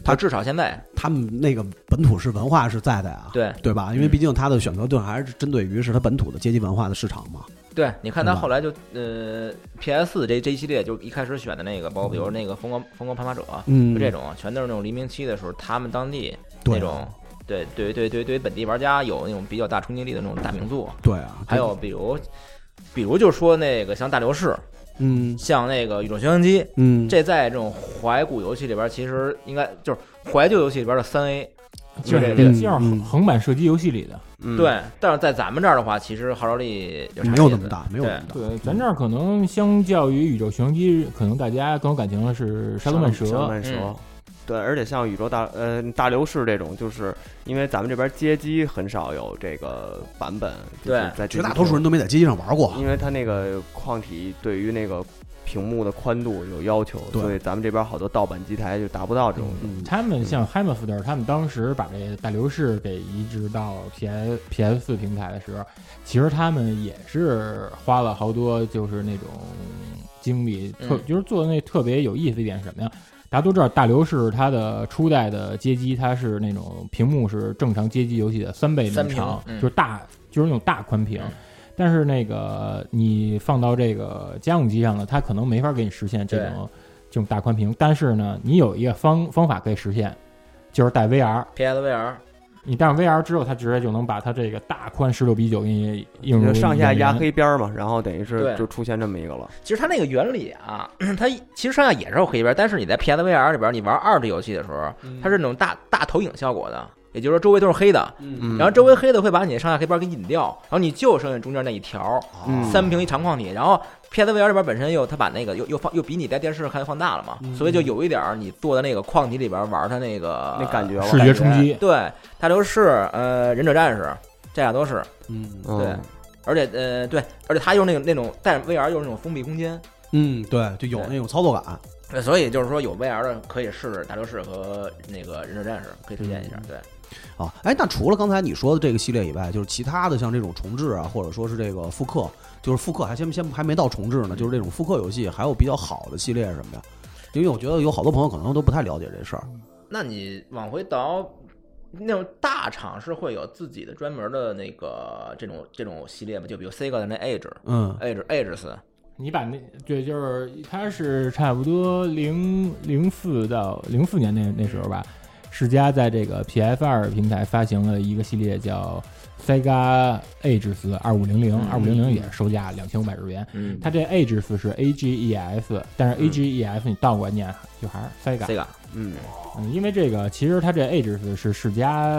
D: 他
E: 就至少现在
D: 他们那个本土是文化是在的呀，
E: 对嗯
D: 对吧？因为毕竟他的选择就还是针对于是他本土的阶级文化的市场嘛。
E: 对，你看他
D: 对吧
E: 后来就呃 PS 这这一系列就一开始选的那个，包括比如那个疯狂疯狂攀爬者，
D: 嗯
E: 就这种全都是那种黎明期的时候，他们当地
D: 对
E: 那种对对对对对于本地玩家有那种比较大冲击力的那种大名作，
D: 对啊，
E: 还有比如，比如就说那个像大流士，
D: 嗯
E: 像那个宇宙巡洋机，
D: 嗯，
E: 这在这种怀古游戏里边，其实应该就是怀旧游戏里边的三 A，就
C: 就是是
E: 这个
D: 嗯
C: 就是横横版射击游戏里的。
B: 嗯，
E: 对，但是在咱们这儿的话，其实号召力就差
D: 没有
E: 意
D: 那
E: 思
D: 么大，没有那么大。
C: 对，咱这儿可能相较于宇宙雄鸡，可能大家更有感情的是沙
B: 沙
C: 鲁曼
B: 沙鲁
C: 蛇。
B: 曼
E: 嗯
B: 蛇。对，而且像宇宙大呃大流士这种，就是因为咱们这边街机很少有这个版本，就是
E: 对
B: 在
D: 绝大多数人
B: 都，
D: 都没在街机上玩过。
B: 因为它那个矿体对于那个屏幕的宽度有要求，
D: 对
B: 所以咱们这边好多盗版机台就达不到这种。
D: 嗯，
C: 他们像海姆福德，他们当时把这大流士给移植到 P S P S 四平台的时候，其实他们也是花了好多就是那种精力，特、
E: 嗯
C: 就是做的那特别有意思一点是什么呀？大家都知道大流士它的初代的街机，它是那种屏幕是正常街机游戏的三倍那
E: 三
C: 么
E: 屏
C: 长，
E: 嗯
C: 就是大就是那种大宽屏。
E: 嗯
C: 但是那个你放到这个家用机上呢，它可能没法给你实现这种这种大宽屏。但是呢，你有一个方方法可以实现，就是带 VR。
E: PSVR
C: 你带上 VR 之后，它直接就能把它这个大宽十六比九给你映入
B: 就上下压
C: 眼帘。
B: 黑边儿嘛，然后等于是
E: 对
B: 就出现这么一个了。
E: 其实它那个原理啊，它其实上下也是有黑边，但是你在 PSVR 里边，你玩二 D 游戏的时候，它是那种大大投影效果的，也就是说周围都是黑的，
B: 嗯，
E: 然后周围黑的会把你的上下黑边给引掉，然后你就剩下中间那一条
D: 哦
B: 嗯
E: 三屏一长框体，然后 PSVR 里边本身又它把那个又又放又比你在电视上看放大了
D: 嗯
E: 嘛，所以就有一点儿你坐在那个框体里边玩它那个
B: 那感
E: 啊
B: 觉了，
C: 视觉冲击
E: 对，大流士呃忍者战士这俩都是，
D: 嗯
E: 对
B: 嗯，
E: 而且呃对，而且它又是那种那种但 VR 又是那种封闭空间。
D: 嗯，对，就有那种操作感。
E: 对，所以就是说有 VR 的可以试试大流士和那个忍者战士，可以推荐一下。对，
D: 啊，哎，那除了刚才你说的这个系列以外，就是其他的像这种重置啊，或者说是这个复刻，就是复刻还先先还没到重置呢，就是这种复刻游戏，还有比较好的系列是什么呀？因为我觉得有好多朋友可能都不太了解这事儿。
E: 那你往回倒，那种大厂是会有自己的专门的那个这种这种系列吧，就比如 Sega 的那 Age。
D: 嗯
E: Age Age 四，
C: 你把那对，就是它是差不多零零四到零四年那那时候吧，世嘉在这个 PS 二平台发行了一个系列叫 Sega Ages 二五零零，二五零零也是售价两千五百日元。
E: 嗯
C: 它这 Ages 是 A G E S，但是 A G E S 你倒过来念就还是 Sega，、
E: ，Sega，
B: 嗯，
C: 嗯、因为这个其实它这 Ages 是世嘉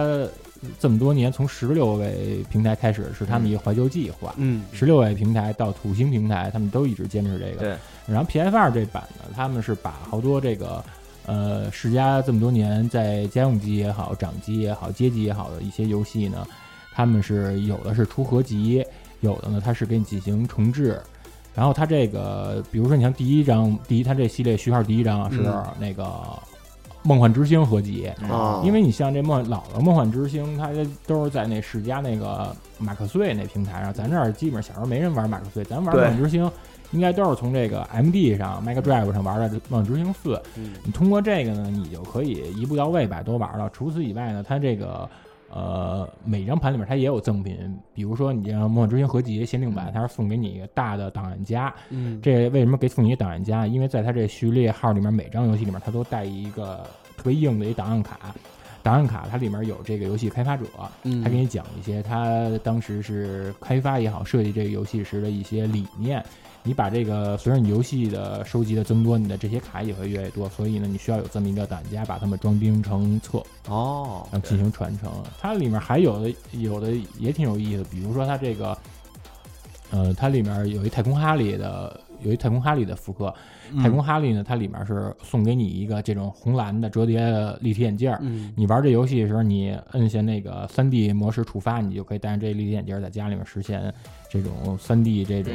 C: 这么多年从十六位平台开始是他们一个怀旧计划，
D: 嗯
C: 十六位平台到土星平台，他们都一直坚持这个。
E: 对，
C: 然后 PS 二这版呢，他们是把好多这个呃世嘉这么多年在家用机也好、掌机也好、街机也好的一些游戏呢，他们是有的是出合集，有的呢它是给你进行重置。然后它这个，比如说你像第一章，第一它这系列序号第一章是
D: 嗯
C: 那个《梦幻之星》合集，
E: 嗯
B: 啊，
C: 因为你像这梦老的梦幻之星，它都是在那世嘉那个马克穗那平台上，咱这儿基本上小时候没人玩马克穗，咱玩
B: 对
C: 梦幻之星应该都是从这个 MD 上 Mega Drive 上玩的《梦幻之星四》。
E: 嗯
C: 你通过这个呢，你就可以一步到位把都玩了。除此以外呢，它这个呃每张盘里面它也有赠品，比如说你像《梦幻之星》合集限定版，它是送给你一个大的档案夹。
D: 嗯
C: 这为什么给送你一档案夹？因为在它这序列号里面，每张游戏里面它都带一个特别硬的一档案卡，档案卡它里面有这个游戏开发者，
D: 嗯
C: 他给你讲一些他当时是开发也好，设计这个游戏时的一些理念。你把这个随着你游戏的收集的增多，你的这些卡也会越来越多，所以呢，你需要有这么一个档案夹，把它们装订成册，
D: 哦
C: 然后进行传承。它里面还有的有的也挺有意思，比如说它这个，呃，它里面有一太空哈利的，有一太空哈利的复刻。
D: 嗯
C: 太空哈利呢，它里面是送给你一个这种红蓝的折叠的立体眼镜儿。
D: 嗯
C: 你玩这游戏的时候，你摁下那个三 D 模式触发，你就可以带上这立体眼镜儿在家里面实现这种三 D 这种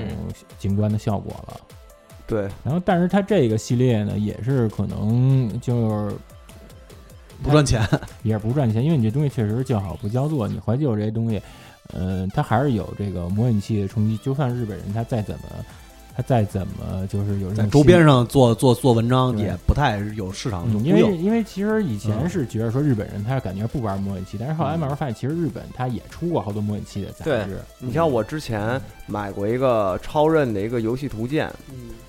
C: 景观的效果了。
B: 对，
C: 然后，但是它这个系列呢，也是可能就是
D: 不赚钱。
C: 也不赚钱，因为你这东西确实叫好不叫座，你怀旧这些东西，呃，它还是有这个模拟器的冲击。就算日本人他再怎么，他再怎么就是有这
D: 在
C: 种
D: 周边上做做做文章
C: 对
D: 也不太有市场，就
C: 嗯
D: 忽
C: 因为
D: 悠。
C: 因为其实以前
D: 嗯
C: 是觉得说日本人他感觉不玩模拟器，但是后来慢慢发现，其实日本他也出过好多模拟器的杂
E: 对
C: 志。
B: 你像我之前买过一个超任的一个游戏图鉴，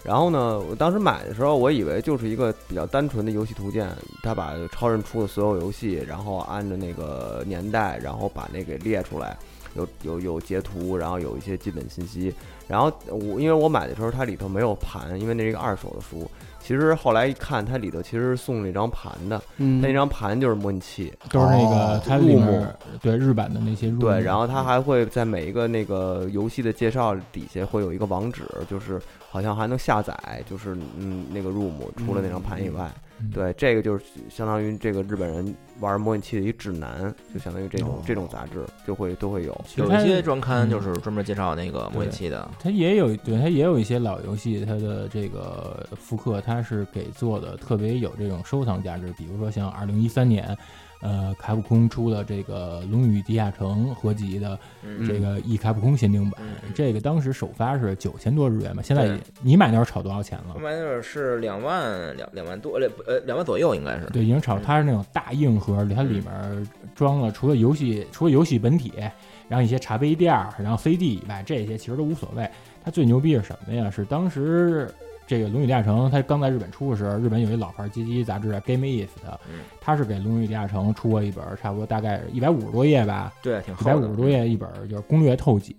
B: 然后呢，我当时买的时候，我以为就是一个比较单纯的游戏图鉴，他把超任出的所有游戏，然后按照那个年代，然后把那给列出来，有有有截图，然后有一些基本信息。然后我因为我买的时候它里头没有盘，因为那是一个二手的书，其实后来一看，它里头其实送了一张盘的，
D: 嗯
B: 那张盘就是模拟器，
C: 都是那个
D: 哦
C: 它里
B: 入目
C: 面对日版的那
D: 嗯
C: 些入
B: 对，
C: 目
B: 然后它还会在每一个那个游戏的介绍底下会有一个网址，就是好像还能下载，就是嗯那个 ROM 除了那张盘以外，
C: 嗯
B: 对，这个就是相当于这个日本人玩模拟器的一指南，就相当于这种、
D: 哦
B: 这种杂志就会都会有，
C: 其实
E: 有
C: 它嗯
E: 一些专刊就是专门介绍那个模拟器的，
C: 它也有对它也有一些老游戏，它的这个复刻它是给做的特别有这种收藏价值，比如说像二零一三年。呃，卡普空出了这个《龙与地下城》合集的
E: 嗯
C: 这个《一卡普空限定版》
E: 嗯，
C: 这个当时首发是九千多日元吧，现在
E: 对
C: 你买那会儿炒多少钱了
E: 他？买那会儿嗯是两万两两万多，两呃两万左右应该是。嗯
C: 对，已经炒，它是那种大硬盒，它里面装了除了游戏，除了游戏本体，然后一些茶杯垫儿，然后 CD 以外，这些其实都无所谓。它最牛逼是什么呀？是当时这个《龙与地下城》它刚在日本出的时候，日本有一老牌街机杂志啊《Game If》的
E: 嗯，
C: 它是给《龙与地下城》出过一本，差不多大概一百五十多页吧，
E: 对，挺
C: 一百
E: 厚
C: 五十
E: 的。
C: 多页一本，就是攻略透解。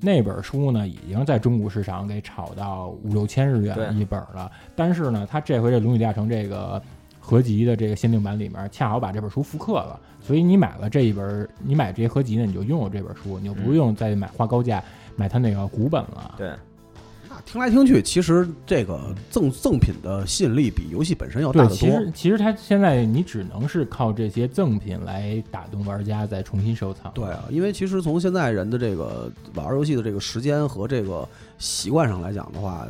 C: 那本书呢，已经在中国市场给炒到五六千日
E: 对
C: 元一本了。但是呢，他这回这《龙与地下城》这个合集的这个限定版里面，恰好把这本书复刻了。所以你买了这一本，你买这些合集呢，你就拥有这本书，你就不用再买花高价买它那个古本了。
E: 对，
D: 那听来听去，其实这个赠赠品的吸引力比游戏本身要大
C: 对，
D: 得
C: 其实
D: 多。
C: 其实它现在你只能是靠这些赠品来打动玩家，再重新收藏。
D: 对啊，因为其实从现在人的这个玩游戏的这个时间和这个习惯上来讲的话，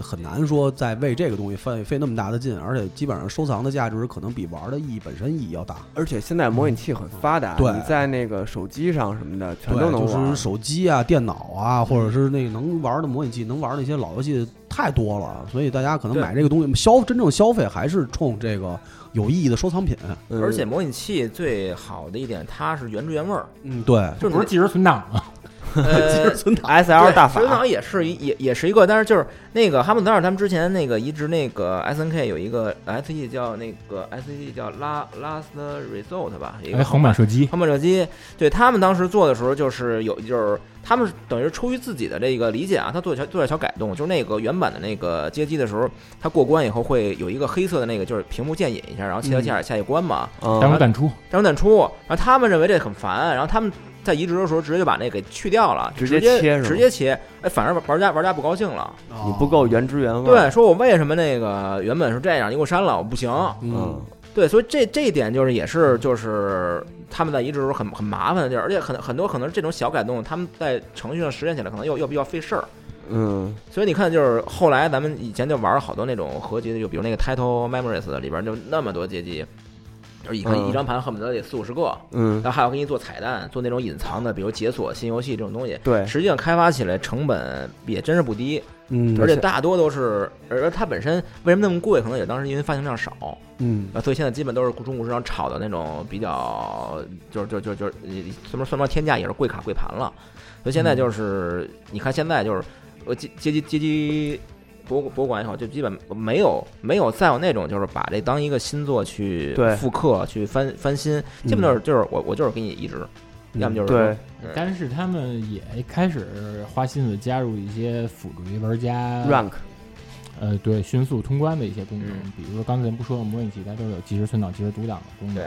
D: 很难说再为这个东西费费那么大的劲，而且基本上收藏的价值可能比玩的意义本身意义要大。
B: 而且现在模拟器很发达，
D: 嗯对
B: 你在那个手机上什么的全
D: 对，
B: 都能玩
D: 就是。手机啊、电脑啊，或者是那个能玩的模拟器，能玩的一些老游戏太多了，所以大家可能
E: 对
D: 买这个东西消真正消费还是冲这个有意义的收藏品。
B: 嗯
E: 而且模拟器最好的一点，它是原汁原味儿，
D: 嗯，对，
E: 就
C: 不是即时存档吗？
E: 呃
D: 存档
B: S L 大法
E: 水，党也是一也也是一个，但是就是那个哈姆德尔他们之前那个移植那个 S N K 有一个 S E 叫那个 S E 叫拉 Last Resort 吧，有一
C: 哎，
E: 个
C: 横版射击，
E: 横版射击。对他们当时做的时候，就是有就是他们是等于是出于自己的这个理解啊，他做小做点小改动，就是那个原版的那个街机的时候，他过关以后会有一个黑色的那个就是屏幕键引一下，然后切到下下一关嘛，
C: 弹
B: 嗯
C: 入弹出。
E: 然后淡出。然后他们认为这很烦，然后他们在移植的时候直接就把那给去掉了，
B: 直
E: 直
B: 接切是吗
E: 直接切，哎，反而玩家玩家不高兴了。
B: 你不够原汁原味。
E: 对，，说我为什么那个原本是这样，你给我删了，我不行。
D: 嗯
B: 嗯，，
E: 对，所以这这一点就是也是就是他们在移植的时候很很麻烦的地儿，而且很很多可能这种小改动，他们在程序上实现起来可能又又比较费事儿。
B: 嗯，
E: 所以你看，就是后来咱们以前就玩好多那种合集的，就比如那个 Title Memories 里边就那么多街机，就是一个
B: 嗯
E: 一张盘恨不得得四五十个，
B: 嗯，
E: 然后还要给你做彩蛋，做那种隐藏的，比如解锁新游戏这种东西。
B: 对，
E: 实际上开发起来成本也真是不低，
D: 嗯，
E: 而且大多都是，而而它本身为什么那么贵，可能也当时因为发行量少，
D: 嗯，
E: 啊，所以现在基本都是中国市场炒的那种比较，就是就就就是呃算不算不天价也是贵卡贵盘了，所以现在就是、你看现在就是呃街街机街机博物博物馆也好，就基本没有没有再有那种就是把这当一个新作去
B: 对嗯
E: 复刻去翻翻新，基本就是就是我我就是给你移植，要么就是
B: 对，
E: 嗯
C: 但是他们也开始花心思加入一些辅助于玩
D: 嗯
C: 家
B: rank，
C: 呃，对，迅速通关的一些功能，
E: 嗯
C: 比如说刚才咱不说的模拟器，它都有即时存档、即时读档的功能
E: 对。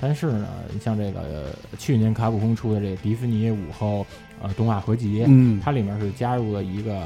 C: 但是呢，你像这个呃去年卡普空出的这个迪士尼午后呃动画合集，
D: 嗯，
C: 它里面是加入了一个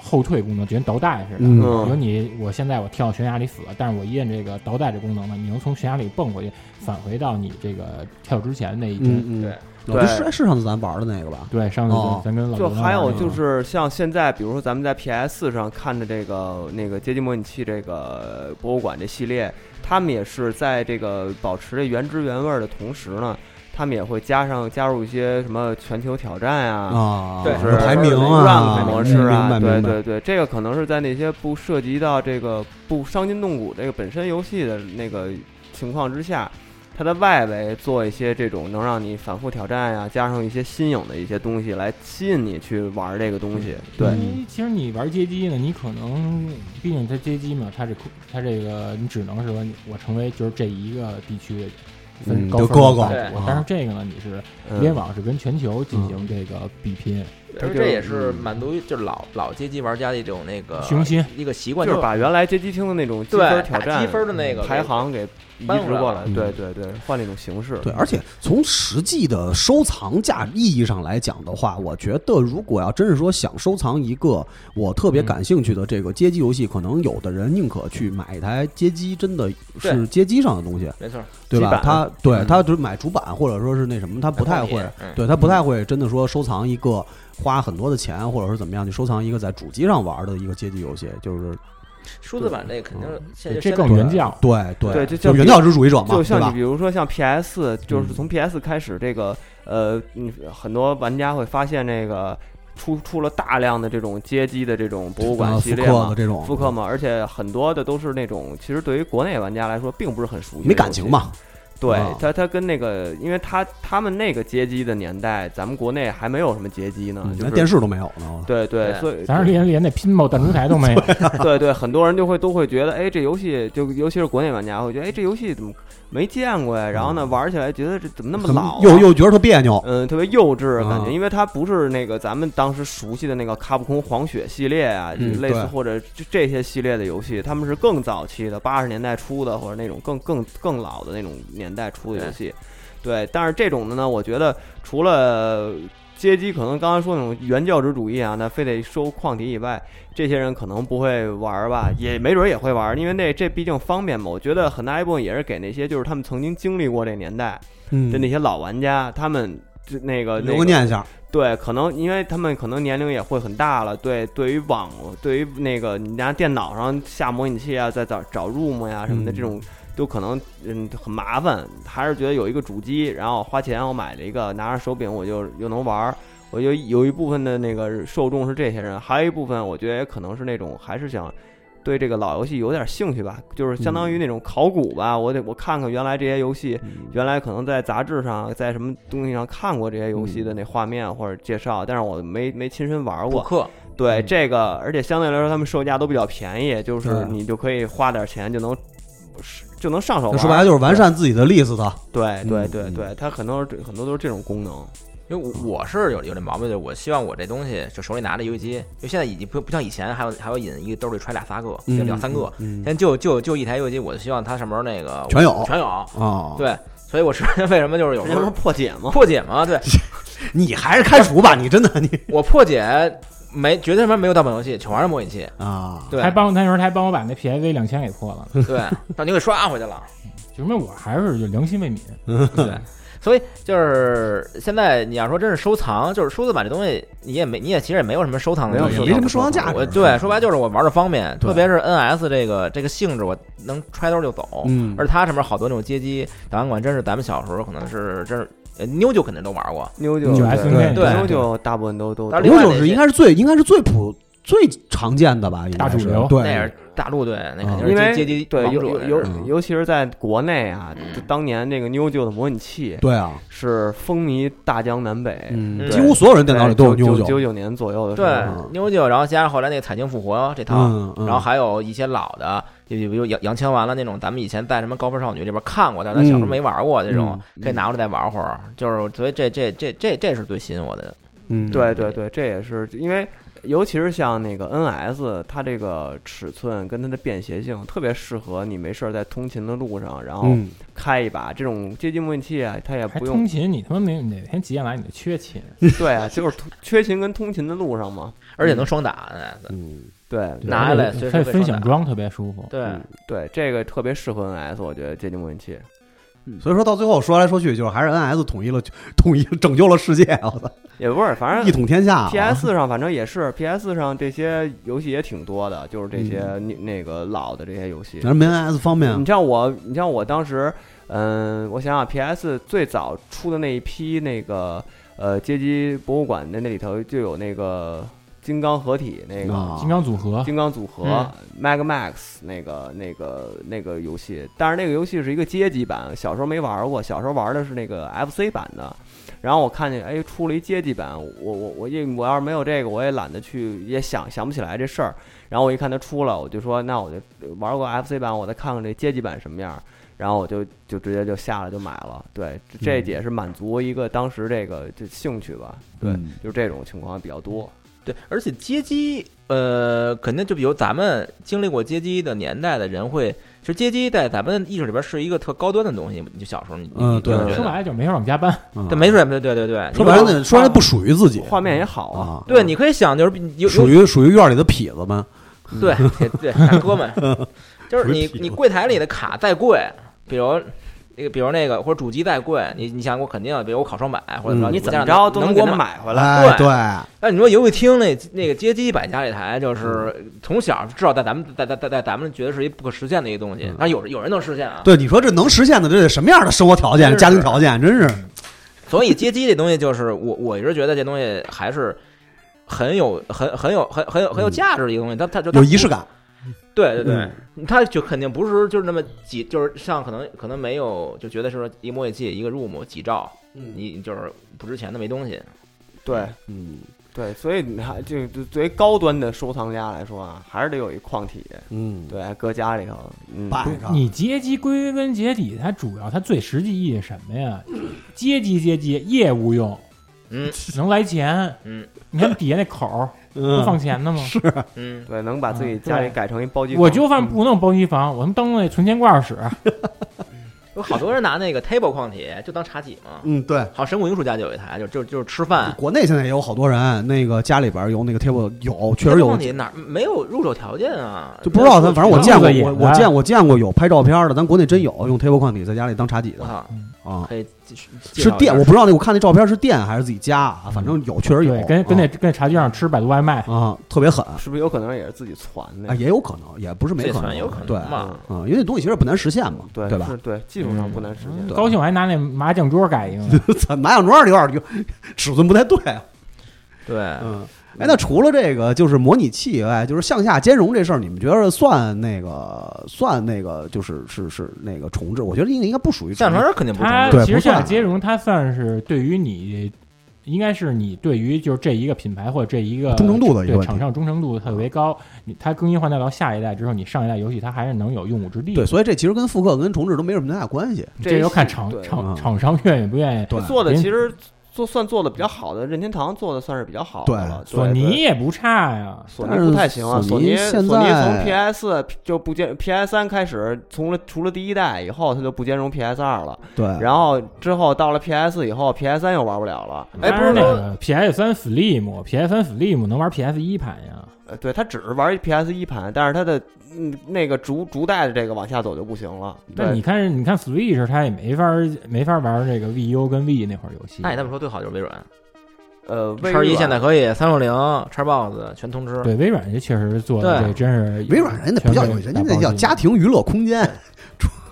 C: 后退功能，就跟倒带似的。
D: 嗯
C: 比如你，我现在我跳悬崖里死了，但是我一摁这个倒带这功能呢，你能从悬崖里蹦回去，返回到你这个跳之前那一帧。
D: 嗯嗯，
E: 对，
D: 我这是是上次咱玩的那个吧？
C: 对，上次
D: 哦
C: 咱跟老啊
B: 就
C: 刘
B: 还有
C: 聊的那
B: 就
C: 个
B: 是像现在，比如说咱们在 PS 上看的这个那个街机模拟器这个博物馆这系列，他们也是在这个保持这原汁原味儿的同时呢，他们也会加上加入一些什么全球挑战啊。
D: 啊，
E: 对
B: 是
D: 排名啊，
B: rank 模式啊，
D: 明白
B: 对
D: 明白。
B: 对对，这个可能是在那些不涉及到这个不伤筋动骨这个本身游戏的那个情况之下，它的外围做一些这种能让你反复挑战呀、加上一些新颖的一些东西来吸引你去玩这个东西。对，
C: 因
D: 嗯
C: 为其实你玩街机呢，你可能毕竟它街机嘛，它这它这个你只能是说你我成为就是这一个地区分
B: 嗯
C: 高
D: 就
C: 分
D: 高高
C: 的
D: 对
C: 但是这个呢，你是
B: 嗯
C: 联网是跟全球进行这个比拼，
E: 而这也是满足于就是老老街机玩家的一种那个
C: 虚荣心
E: 一个习
B: 就
E: 惯，
B: 是
E: 是
B: 把原来街机厅的那种积
E: 对
B: 分挑
E: 打
B: 战、
E: 积分的那个
B: 排行给移
E: 搬
B: 植
E: 过来
B: 过
E: 了
B: 来，对对对，换了一种形式。
D: 嗯对，而且从实际的收藏价意义上来讲的话，我觉得如果要真是说想收藏一个我特别感兴趣的这个街机游戏，可能有的人宁可去买一台街机，真的是
E: 对
D: 街机上的东西，
E: 没错，
D: 对
B: 基
D: 吧
B: 板？
D: 他对
E: 嗯
D: 他就是买主板或者说是那什么，他不太会，
E: 嗯
D: 对他不太会真的说收藏一个花很多的钱，或者是怎么样去收藏一个在主机上玩的一个街机游戏，就是
E: 数字版这肯定
D: 嗯
E: 是现在
C: 这
E: 现
C: 更
E: 在
C: 原教。
D: 对对
B: 对就
D: 就
B: 像
D: 原教旨主义者嘛，
B: 就
D: 对
B: 像你
D: 吧
B: 比？如说像 PS，就是
D: 嗯
B: 从 PS 开始，这个呃，嗯很多玩家会发现这个出出了大量的这种街机的这种博物
D: 啊
B: 馆
D: 复
B: 系列
D: 刻
B: 嘛
D: 的，这种
B: 复刻嘛，而且很多的都是那种其实对于国内玩家来说并不是很熟悉，
D: 没感情。嘛，
B: 对
D: 啊
B: 他，他跟那个，因为他他们那个街机的年代，咱们国内还没有什么街机呢
D: 嗯，
B: 就
D: 连
B: 是
D: 电视都没有呢。
B: 对对，
E: 对
B: 所以
C: 咱是连连那 Pinball 弹珠台都没有，
B: 对对，很多人就会都会觉得，哎，这游戏就尤其是国内玩家会觉得，哎，这游戏怎么没见过呀？然后呢，玩起来觉得这怎么那么
D: 很
B: 老、啊，
D: 又又觉得特别扭。
B: 嗯，特别幼稚的感
D: 啊
B: 觉，因为它不是那个咱们当时熟悉的那个卡普空黄血系列啊，
D: 嗯
B: 就类似
D: 对
B: 或者就这些系列的游戏，他们是更早期的八十年代初的，或者那种更更更老的那种年代出的游戏。对，但是这种的呢，我觉得除了街机，可能刚才说那种原教旨主义啊，那非得收矿体以外，这些人可能不会玩儿吧，也没准儿也会玩儿，因为那这毕竟方便嘛。我觉得很大一部分也是给那些就是他们曾经经历过这年代，
D: 嗯
B: 的那些老玩家，他们就那个那
D: 留个
B: 个
D: 念想，
B: 对，可能因为他们可能年龄也会很大了，对，对于网，对于那个你拿电脑上下模拟器啊，再找找 ROM 呀、什么的，
D: 嗯
B: 这种都可能嗯很麻烦，还是觉得有一个主机，然后花钱我买了一个，拿着手柄我就又能玩儿。我觉得有一部分的那个受众是这些人，还有一部分我觉得也可能是那种还是想对这个老游戏有点兴趣吧，就是相
D: 嗯
B: 当于那种考古吧，我得我看看原来这些游戏原来可能在杂志上，在什么东西上看过这些游
D: 嗯
B: 戏的那画面或者介绍，啊但是我没没亲身玩
E: 补
B: 过。
E: 课，
B: 对
D: 嗯
B: 这个，而且相对来说，他们售价都比较便宜，就是
D: 对
B: 你就可以花点钱就能就能上手
D: 那
B: 玩。
D: 说白了就是完。善自己的 list。
B: 对对
D: 嗯
B: 对
D: 嗯
B: 对，它很多很多都是这种功能。
E: 因为我我是有有这毛病，就是我希望我这东西就手里拿着游戏机，因为现在已经不不像以前还有还有引一个兜里揣俩仨个，就两三个，
D: 嗯
E: 现在就就就一台游戏机，我就希望它上面那个
D: 全有
E: 全有，
D: 啊，，
E: 对，所以我是 为什么就是有
B: 这
E: 时
B: 不是
E: 候
B: 破解吗？
E: 破解 嘛，对
D: 你还是开除吧，你真的你
E: 我破解没绝对他妈没有盗版游戏，全是模拟器，
D: 啊，
E: 对
C: 还帮那时候还帮我把那 PSV 两千给破了呢，
E: 对，但你给刷回去了，
C: 就说明我还是就良心未泯。
E: 对。所以就是现在，你要说真是收藏，就是数字版这东西，你也没，你也其实也没有什么收藏的
B: 没有
E: 东
D: 也
B: 收
E: 西，
D: 没什么收藏价
E: 我
D: 值。
E: 对，说白就是我玩的方便，
D: 对
E: 特别是 NS 这个这个性质，我能揣兜就走。
D: 嗯
E: 而且它上面好多那种街机档案馆，真是咱们小时候可能是真是呃妞就肯定都玩过，
B: 妞
C: 嗯
B: 九
D: 对
E: 对
B: 妞九大部分都都
E: 但是
D: 永
E: 另
D: 久
E: 外那
D: 是
E: 些
D: 应该是最应该是最普最常见的吧，应该
C: 大主
D: 是
C: 流
E: 那也
D: 对
E: 是，大陆队，那肯定
B: 因为
E: 是街街机
B: 对
E: 王
B: 尤
E: 者
B: 尤
E: 那是
B: 尤尤其是在国内啊，就当年那个妞九的模拟器
D: 对啊，
B: 是风靡大江南北。
D: 嗯，
E: 对
D: 几乎所有人电脑里都有嗯妞
B: 哎九九
D: 九，
B: 九年左右的时候，
E: 对妞就，然后加上后来那个彩晶复活这套，
D: 嗯，嗯
E: 然后还有一些老的，就比如杨杨千完了那种，咱们以前在什么高分少女里边看过，但是咱
D: 嗯
E: 小时候没玩过这种，可以拿过来再玩会儿。就是所以这这这这这是最吸引我的，
D: 嗯，
B: 对对对，这也是因为，尤其是像那个 NS，它这个尺寸跟它的便携性特别适合你没事儿在通勤的路上，然后
D: 嗯，
B: 开一把这种接近模拟器啊，它也
C: 还
B: 不
C: 通
B: 用
C: 勤，你他妈没哪天急眼来你就缺勤，
B: 对啊，就是通缺勤跟通勤的路上嘛，
E: 而且能双打。哎
D: 嗯，
B: 对嗯
D: 对
E: 拿下来随时
C: 它
E: 可以
C: 有分
E: 上
C: 享
E: 打
C: 装特别舒服。
E: 对，
B: 对，这个特别适合 NS，我觉得接近模拟器，
D: 所以说到最后说来说去就是 还是 NS 统一了，统一拯救了世界，我操，
B: 也不是，反
D: 一啊
B: 正。
D: 统天下。
B: P.S. 上反正也是，P.S. 上这些游戏也挺多的，就是这些那那个老的这些游戏。
D: 嗯咱没 NS 方便啊
B: 你，像我，你像我当时，嗯、我想想，PS 最早出的那一批那个呃街机博物馆的那里头就有那个金刚合体那个。
D: 啊
C: 金刚组合，
B: 金刚组合、Mag Max 那个、那个、那个游戏，但是那个游戏是一个街机版，小时候没玩过，小时候玩的是那个 FC 版的。然后我看见，哎，出了一街机版，我我我因为我要是没有这个，我也懒得去，也想想不起来这事儿。然后我一看它出了，我就说，那我就玩过 FC 版，我再看看这街机版什么样。然后我就就直接就下了就买了。对，这这也是满足一个当时这个这兴趣吧。对，
D: 嗯
B: 就是这种情况比较多。
E: 对，而且街机，呃，肯定就比如咱们经历过街机的年代的人会，其实街机在咱们艺术里边是一个特高端的东西。你就小时候你，你
D: 嗯对
E: 你
C: 说
E: 觉得
C: 白了就是没法往家搬，
D: 嗯
E: 对，没准对对对对，
D: 说白了
E: 你
D: 呢，说白了不属于自己
B: 画面也好啊，
D: 啊，
E: 对，你可以想就是比有有
D: 属于属于院里的痞子们。
E: 对对 对，大哥们，
D: 嗯
E: 就是你
D: 属于痞子
E: 你柜台里的卡再贵，比如。那个，比如那个，或者主机再贵，你你想我肯定，比如我考双百，或者说
D: 嗯
B: 你
E: 我
B: 怎
E: 家
B: 么
E: 长
B: 着都
E: 能
B: 能
E: 给
B: 给
E: 我
B: 他
E: 买
B: 买回来。
D: 哎，
E: 对
D: 对，
E: 那你说游戏厅那那个街机摆家里台，就是
D: 嗯
E: 从小至少在咱们在在在在咱们觉得是一不可实现的一个东西
D: 嗯，
E: 但有有人能实现啊。
D: 对，你说这能实现的，这得什么样的生活条
E: 是
D: 件、家庭条件，真是
E: 所以街机这东西，就是我我一直觉得这东西还是很有很很有很很有很有价值的一个东西，它它就
D: 嗯有仪式。感。
E: 对对对
D: 嗯，
E: 它就肯定不是就是那么几，就是像可能可能没有就觉得是说一模拟器一个 room 几兆，你就是不值钱的没东西。
B: 对
D: 嗯
B: 对，所以你还就就作为高端的收藏家来说啊，还是得有一矿体，
D: 嗯，
B: 对，搁家里头。嗯，
D: 摆上
C: 你街机归根结底，它主要它最实际意义是什么呀？街机街机业务用，
E: 嗯
C: 能来钱。
E: 嗯
C: 你看底下那口儿不放
D: 嗯，
C: 钱的吗？
E: 嗯，
B: 对，能把自己
C: 嗯
B: 家里
C: 对
B: 改成一包机房。嗯
C: 我就算不弄包机房，我能当那存钱罐使。
E: 有好多人拿那个 table 矿体就当茶几嘛。
D: 嗯，对。
E: 好，神谷艺术家就有一台，就就就是吃饭。
D: 国内现在也有好多人，那个家里边有那个 table 有，确实有
E: 问，题哪儿没有入手条件啊？
D: 就不知道他，反正我
C: 这
D: 见
C: 样
D: 过，
C: 子也
D: 我我
C: 来
D: 见我见过有拍照片的，咱国内真有用 table 框体在家里当茶几
E: 我
D: 的
E: 操，
D: 啊，
E: 可以继续介
D: 是
E: 绍一
D: 店，
E: 下
D: 我不知道那我看那照片是店还是自己家啊，反正有确实有
C: 对，，跟跟那
D: 啊
C: 跟那茶几上吃百度外卖，
D: 啊特别狠
B: 是不是有可能也是自己传的
D: 啊，？也有可能，也不是没
E: 这
D: 可
E: 算
D: 能，
E: 有可
D: 对
E: 能嘛？
D: 啊，因为那东西其实不难实现嘛，
B: 对
D: 对吧嗯
B: 是？对，技术上不难实现。
D: 对
C: 高兴我还拿那麻将桌改一个呢。
D: 咱 麻将桌有点有尺寸不太对，啊
E: 对，
D: 嗯。哎，那除了这个就是模拟器以外，就是向下兼容这事儿，你们觉得算那个算那个就是是是那个重置？我觉得应该应该不属于重
E: 相
D: 置
E: 声肯定不是
C: 它
E: 同
D: 对
E: 志，
D: 不
C: 其实像
D: 算
C: 接融，它算是对于你，应该是你对于就是这一个品牌或者这一个
D: 忠诚度的一个
C: 对
D: 问题
C: 厂。商忠诚度特别高。你它更新换代到下一代之后，你上一代游戏它还是能有用武之地。
D: 对，，所以这其实跟复刻跟重置都没什么太大关系。
B: 这
C: 这要看
B: 是
C: 厂
B: 对
C: 厂
D: 嗯
C: 厂商愿意不愿意。
D: 对
B: 哎做的
C: 人
B: 其实做算做的比较好的，任天堂做的算是比较好的
D: 对
B: 了。对
C: 索尼
B: 对
C: 也不差呀，
B: 索
D: 但
B: 尼
D: 是
B: 不太行啊，
D: 索
B: 索
D: 尼
B: 尼
D: 现
B: 索尼
D: 在
B: 从 PS 就不兼 PS 三开始，从了除了第一代以后，它就不兼容 PS 二了。
D: 对，
B: 然后之后到了 PS 以后，PS 三又玩不了了。哎，不
C: 当
B: 是
C: 然那
B: 说，
C: 个 PS 三 Slim，PS 三 Slim 能玩 PS 一盘呀。
B: 呃对，它只是玩 PS 一盘，但是它的嗯那个逐逐代的这个往下走就不行了。
C: 但你
B: 对，
C: 看，你看 Switch 它也没法没法玩这个 VU 跟 V 那会儿游戏。
B: 哎
E: 那你这么说最好就是微软，
B: 呃，微
E: 叉
B: 软
E: 一现在可以，三六零、叉 box 全通吃。
C: 对微软这确实做的
E: 对
C: 这真是
D: 微软人家不叫游戏，人家那叫家庭娱乐空间，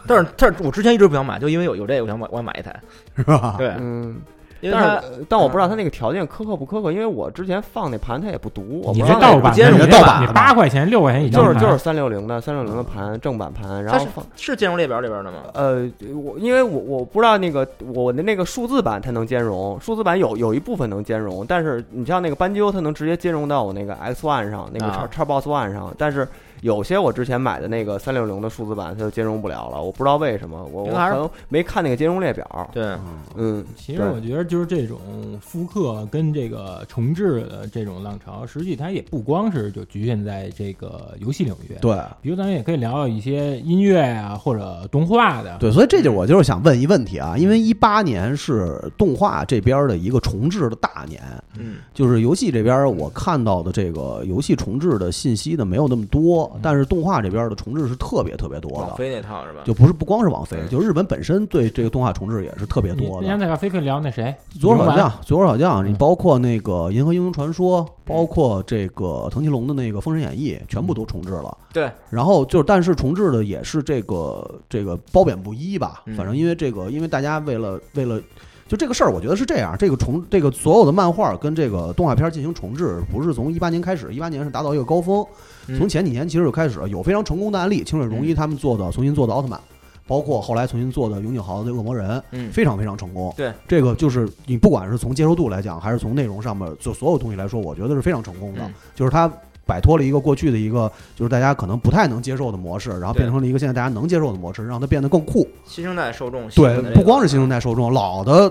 E: 但是但是我之前一直不想买，就因为有有这个，我想买我想买一台。
D: 是吧？
E: 对，
B: 嗯，
E: 因为
B: 但
E: 嗯它
B: 是呃但我不知道它那个条件苛刻不苛刻，因为我之前放那盘它也不读，我不
C: 你
B: 知
C: 这
B: 道
C: 盗
B: 那
C: 版
E: 不兼
C: 的，
E: 容
C: 你
D: 盗版
C: 你
D: 的
C: 八块钱六块钱一张
B: 就是
C: 盘，
B: 就是三六零的三六零的盘正版盘，然
E: 它
B: 后
E: 是
B: 放
E: 是兼容列表里边的吗？
B: 呃，我因为我我不知道那个我的那个数字版它能兼容，数字版有有一部分能兼容，但是你像那个斑鸠，它能直接兼容到我那个 X One 上，那个叉
E: 啊
B: 叉 Box One 上，但是有些我之前买的那个三六零的数字版它就兼容不了了，我不知道为什么，我我
E: 因为还
B: 可
E: 是
B: 能没看那个兼容列表，
E: 对，
B: 嗯，
C: 其实
B: 对
C: 我觉得就是这种复刻跟这个重置的这种浪潮，实际它也不光是就局限在这个游戏领域，，
D: 对
C: 比如咱们也可以聊聊一些音乐啊或者动画的，
D: 对，所以这就是我就是想问一问题啊，因为一八年是动画这边的一个重置的大年，
E: 嗯，
D: 就是游戏这边我看到的这个游戏重置的信息呢没有那么多，但是动画这边的重置是特别特别多
E: 网
D: 的，
E: 飞那套是吧？
D: 就不是不光是网飞，
E: 嗯
D: 就日本本身对这个动画重置也是特别
C: 你
D: 多
C: 之
D: 的
C: 前。在咖啡可以聊那谁，
D: 左手
C: 小
D: 小将，左手小将，你
C: 嗯
D: 包括那个《银河英雄传说》，包括这个藤崎龙的那个《封神演义》，全部都重置了。
E: 对，
D: 然后就是，但是重置的也是这个这个褒贬不一吧
E: 嗯。
D: 反正因为这个，因为大家为了为了就这个事儿，我觉得是这样。这个重这个所有的漫画跟这个动画片进行重置，不是从一八年开始，一八年是达到一个高峰。
E: 嗯
D: 从前几年其实就开始有非常成功的案例，清水荣一他们做的重新做的奥特曼，包括后来重新做的永井豪的恶魔人，
E: 嗯，
D: 非常非常成功。
E: 对，
D: 这个就是你不管是从接受度来讲，还是从内容上面，就所有东西来说，我觉得是非常成功的。
E: 嗯
D: 就是它摆脱了一个过去的一个就是大家可能不太能接受的模式，然后
E: 对
D: 变成了一个现在大家能接受的模式，让它变得更酷。
E: 新生代受众喜欢
D: 对
E: 的这，个嗯
D: 不光是新生代受众，老的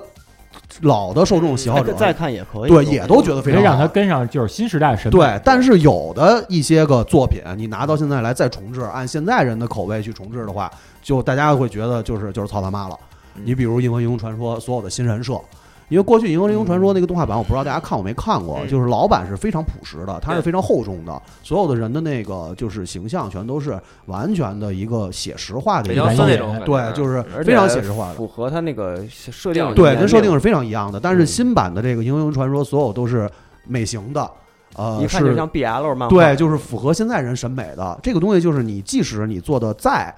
D: 老的受众喜好者
B: 再看也可以，
D: 对也都觉得非
C: 没
E: 嗯
D: 常
C: 让
D: 好
C: 他跟上就是新时代审美。
D: 对，但是有的一些个作品，你拿到现在来再重置，按现在人的口味去重置的话，就大家会觉得就是就是操他妈了。
E: 嗯
D: 你比如《银河英雄传说》所有的新人设，因为过去《银河英雄传说》那个动画版，我不知道大家看过没看过，
E: 嗯
D: 就是老版是非常朴实的，它是
E: 对
D: 非常厚重的，所有的人的那个就是形象全都是完全的一个写实化的
E: 北
D: 一个
E: 条
D: 东
E: 司
D: 西
E: 那
C: 也
E: 种感觉，
D: 对，就是
B: 而且
D: 非常写实化的。
B: 符合他那个设定，
D: 对，
E: 嗯
D: 跟设定是非常一样的，但是新版的这个《英雄传说》所有都是美型的，
E: 啊
D: 呃，
B: 一看
D: 是
B: 就像 BL 漫画，
D: 对，就是符合现在人审美的这个东西，就是你即使你做的再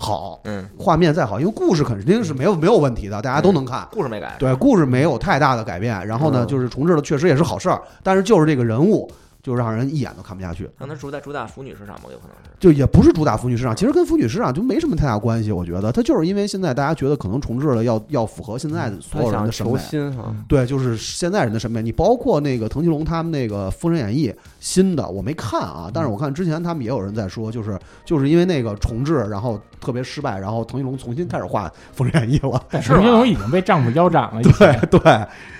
D: 好，
E: 嗯，
D: 画面再好，因为故事肯
B: 嗯
D: 定是没有没有问题的，大家都能看。
E: 故事没改，
D: 对，故事没有太大的改变，然后呢，
B: 嗯
D: 就是重置了，确实也是好事儿，但是就是这个人物，就让人一眼都看不下去。
E: 让他主打主打腐女市场吧，有可能是。
D: 就也不是主打腐女市场，其实跟腐女市场就没什么太大关系。我觉得它就是因为现在大家觉得可能重置了要要符合现在所
B: 嗯他
D: 有人
B: 想
D: 的审美
B: 求，新哈，
D: 对，就是现在人的审美。你包括那个藤崎龙他们那个《封神演义》新的，我没看啊，但是我看之前他们也有人在说，就是就是因为那个重置，然后特别失败，然后藤崎龙重新开始画《封神演义》了。
C: 但
E: 是
C: 是
E: 吧
C: 英龙已经被丈夫腰斩了，已经
D: 对对，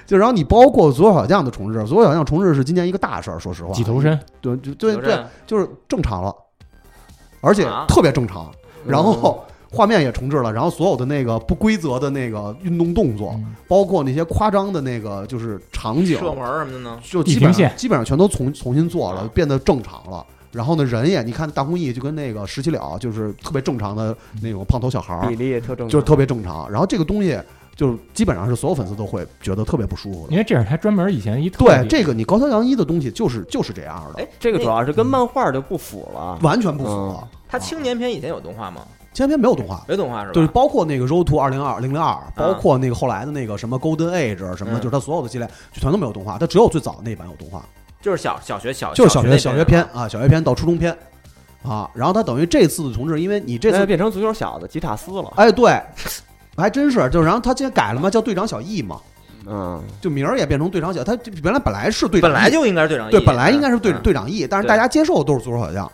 D: 就然后你包括左小将的重置，左小将重置是今年一个大事儿，说实话，
C: 几头啊身，
D: 对对对
E: 有
D: 对
E: 这，
D: 就是正常了，而且
E: 啊
D: 特别正常，
C: 嗯
D: 然后。画面也重置了，然后所有的那个不规则的那个运动动作，
C: 嗯
D: 包括那些夸张的那个就是场景，
E: 射门儿什么的呢？
D: 就
C: 地
D: 基本
C: 平
D: 上
C: 线
D: 基本上全都重重新做了
E: 啊，
D: 变得正常了。然后呢，人也你看大公益就跟那个十七了，就是特别正常的那种胖头小孩
B: 嗯比
E: 嗯
D: 儿，
B: 例也特正常，
D: 就是特别正常。然后这个东西就是基本上是所有粉丝都会觉得特别不舒服的
C: 因。为这是他专门以前一特
D: 对
C: 点
D: 这个你高桥阳一的东西就是就是这样的，
E: 哎，
B: 这个
E: 那
B: 主要是跟漫画就不符
E: 哎
B: 了，
D: 完全不符合。
E: 他青年片以前有动画吗？
D: 前篇没有动画。
E: 没动画嗯是吧？
D: 就是包括那个《Road to 二零二零零二》，包括那个后来的那个什么《Golden Age》什么的，就
E: 嗯
D: 是它所有的系列就全都没有动画，它只有最早那版有动画。
E: 就是小小学小
D: 就是小学
E: 学
D: 小学篇啊，小学篇到初中篇啊，然后他等于这次的重置，因为你这
B: 那就
D: 次
B: 变成足球小子吉塔斯了，
D: 哎对，还真是就然后他今天改了嘛，叫队长小易嘛，
B: 嗯，
D: 就名儿也变成队长小，他这原来本来是队长
E: 本
D: 易，
E: 来就应该是队长 E，
D: 对，本来应该是队
E: 嗯
D: 队长易，但是
E: 对
D: 大家接受的都是足球小将，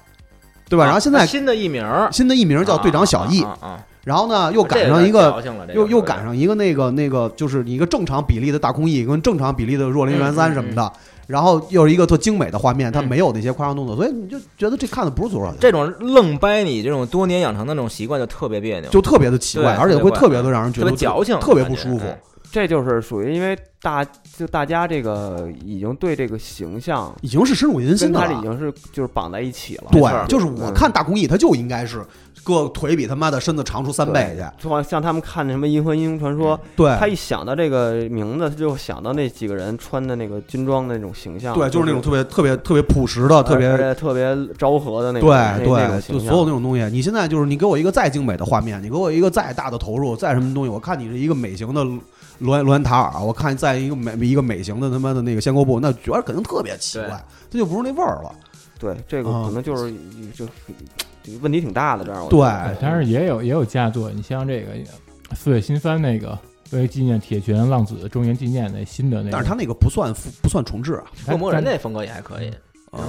D: 对吧？
E: 啊
D: 然后现在
E: 新的艺名
D: 新的艺名叫队长小易
E: 啊，啊啊啊
D: 然后呢又
E: 这
D: 赶上一
E: 有点
D: 个
E: 矫情了这
D: 又又
E: 有点
D: 赶上一个那个那个，就是你一个正常比例的大空翼跟正常比例的若林元三什么的，然后又是一个特精美的画面，它
E: 嗯
D: 没有那些夸张动作，所以你就觉得这看的不是足球小将。
E: 这种愣掰你这种多年养成的那种习惯就特别别扭，
D: 就特别的奇怪，
E: 对
D: 而且会特
E: 特别
D: 别
E: 怪
D: 的让人觉
E: 特
D: 得
E: 别矫情，
D: 特别不舒服
E: 感。觉哎
B: 这就是属于因为大就大家这个已经对这个形象
D: 已经是深入人心
B: 跟
D: 的
B: 他已
D: 了。
B: 经是就是绑在一起了，
E: 没错儿
D: 对，就是
B: 嗯
D: 我看大公益，他就应该是个腿比他妈的身子长出三倍去。
B: 就像他们看什么《银河英雄传说》，
D: 对，
B: 他一想到这个名字，他就想到那几个人穿的那个军装的那种形象，
D: 对，就是那种特别特别特别朴实
B: 而
D: 的，特别
B: 而且特别昭和的那种，那
D: 对
B: 那种
D: 对，就
B: 形象
D: 所有那种东西。你现在就是你给我一个再精美的画面，你给我一个再大的投入，再什么东西，我看你是一个美型的罗安罗安塔尔，啊我看再一个美一个美型的他妈的那个仙沟布，那觉得肯定特别奇
E: 对
D: 怪，它就不是那味儿了。
B: 对这个
D: 啊
B: 可能就是就就问题挺大的这样，我
D: 对
B: 觉得
C: 哎但是也有也有佳作，你像这个四月新番那个，为纪念铁拳浪子周年纪念那新的那个，
D: 但是他那个不算复不算重置啊，
E: 恶魔人那风格也还可以，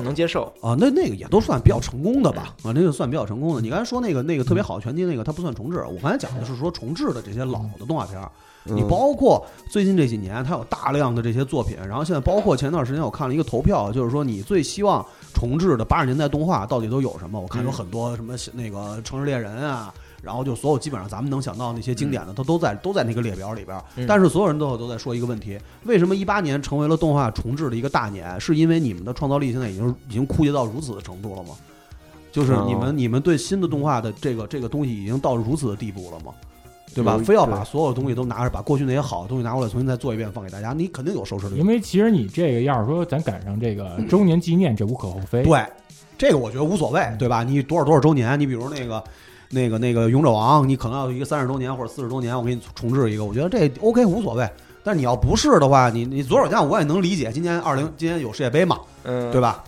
E: 能接受。
D: 啊，那那个也都算比较成功的吧？啊，那就算比较成功的。你刚才说那个那个特别好的拳击那个，它不算重置。我刚才讲的是说重置的这些老的动画片儿，你
B: 嗯
D: 包括最近这几年，它有大量的这些作品。然后现在包括前段时间我看了一个投票，就是说你最希望重置的八十年代动画到底都有什么？我看有
E: 嗯
D: 很多什么那个《城市猎人》啊。然后就所有基本上咱们能想到那些经典的，它都在都在那个列表里边儿
E: 嗯。
D: 但是所有人都有都在说一个问题：为什么一八年成为了动画重置的一个大年？是因为你们的创造力现在已经已经枯竭到如此的程度了吗？就是你们、
B: 哦
D: 你们对新的动画的这个这个东西已经到如此的地步了吗？对吧？
B: 嗯
D: 非要把
B: 对
D: 所有东西都拿着，把过去那些好的东西拿过来，重新再做一遍，放给大家，你肯定有收视率
C: 因。为其实你这个要是说咱赶上这个周年纪念，这无可厚非。
D: 嗯对，这个我觉得无所谓，对吧？你多少多少周年，你比如那个。那个那个勇者王，你可能要有一个三十周年或者四十周年，我给你重置一个，我觉得这 OK 无所谓。但是你要不是的话，你你左手将我也能理解。今年二零今年有世界杯嘛，
E: 嗯，
D: 对吧？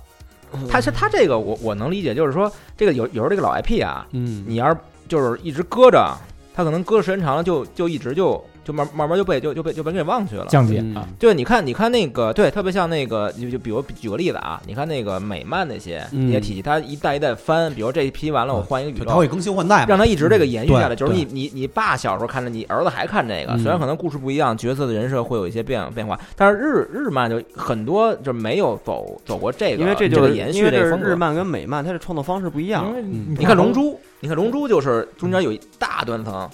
E: 他是他这个我我能理解，就是说这个有有时候这个老 IP 啊，
D: 嗯，
E: 你要是就是一直搁着，他可能搁时间长了就就一直就就慢慢慢就被就就被就被给忘去了。
C: 降解
B: 嗯
C: 啊，
E: 对，你看，你看那个，对，特别像那个，就就比如举个例子啊，你看那个美漫那些
D: 嗯
E: 那些体系，它一代一代翻，比如这一批完了，我换一个宇
D: 它会
E: 宙，
D: 更新换代嘛，
E: 让它一直这个延续下来。
D: 嗯对
E: 就是你你你爸小时候看着你儿子还看这个，
D: 嗯
E: 虽然可能故事不一样，角色的人设会有一些变变化，但是日日漫就很多就没有走走过这个，
B: 因为
E: 这
B: 这就是
E: 个延
B: 因
E: 续
B: 为
E: 这
B: 这
E: 个
B: 是
E: 风格
B: 日。漫跟美漫，它的创作方式不一样
C: 因。为
D: 嗯
E: 你看《龙
C: 珠。
E: 珠》，你看《龙珠》就是中间有一大断层，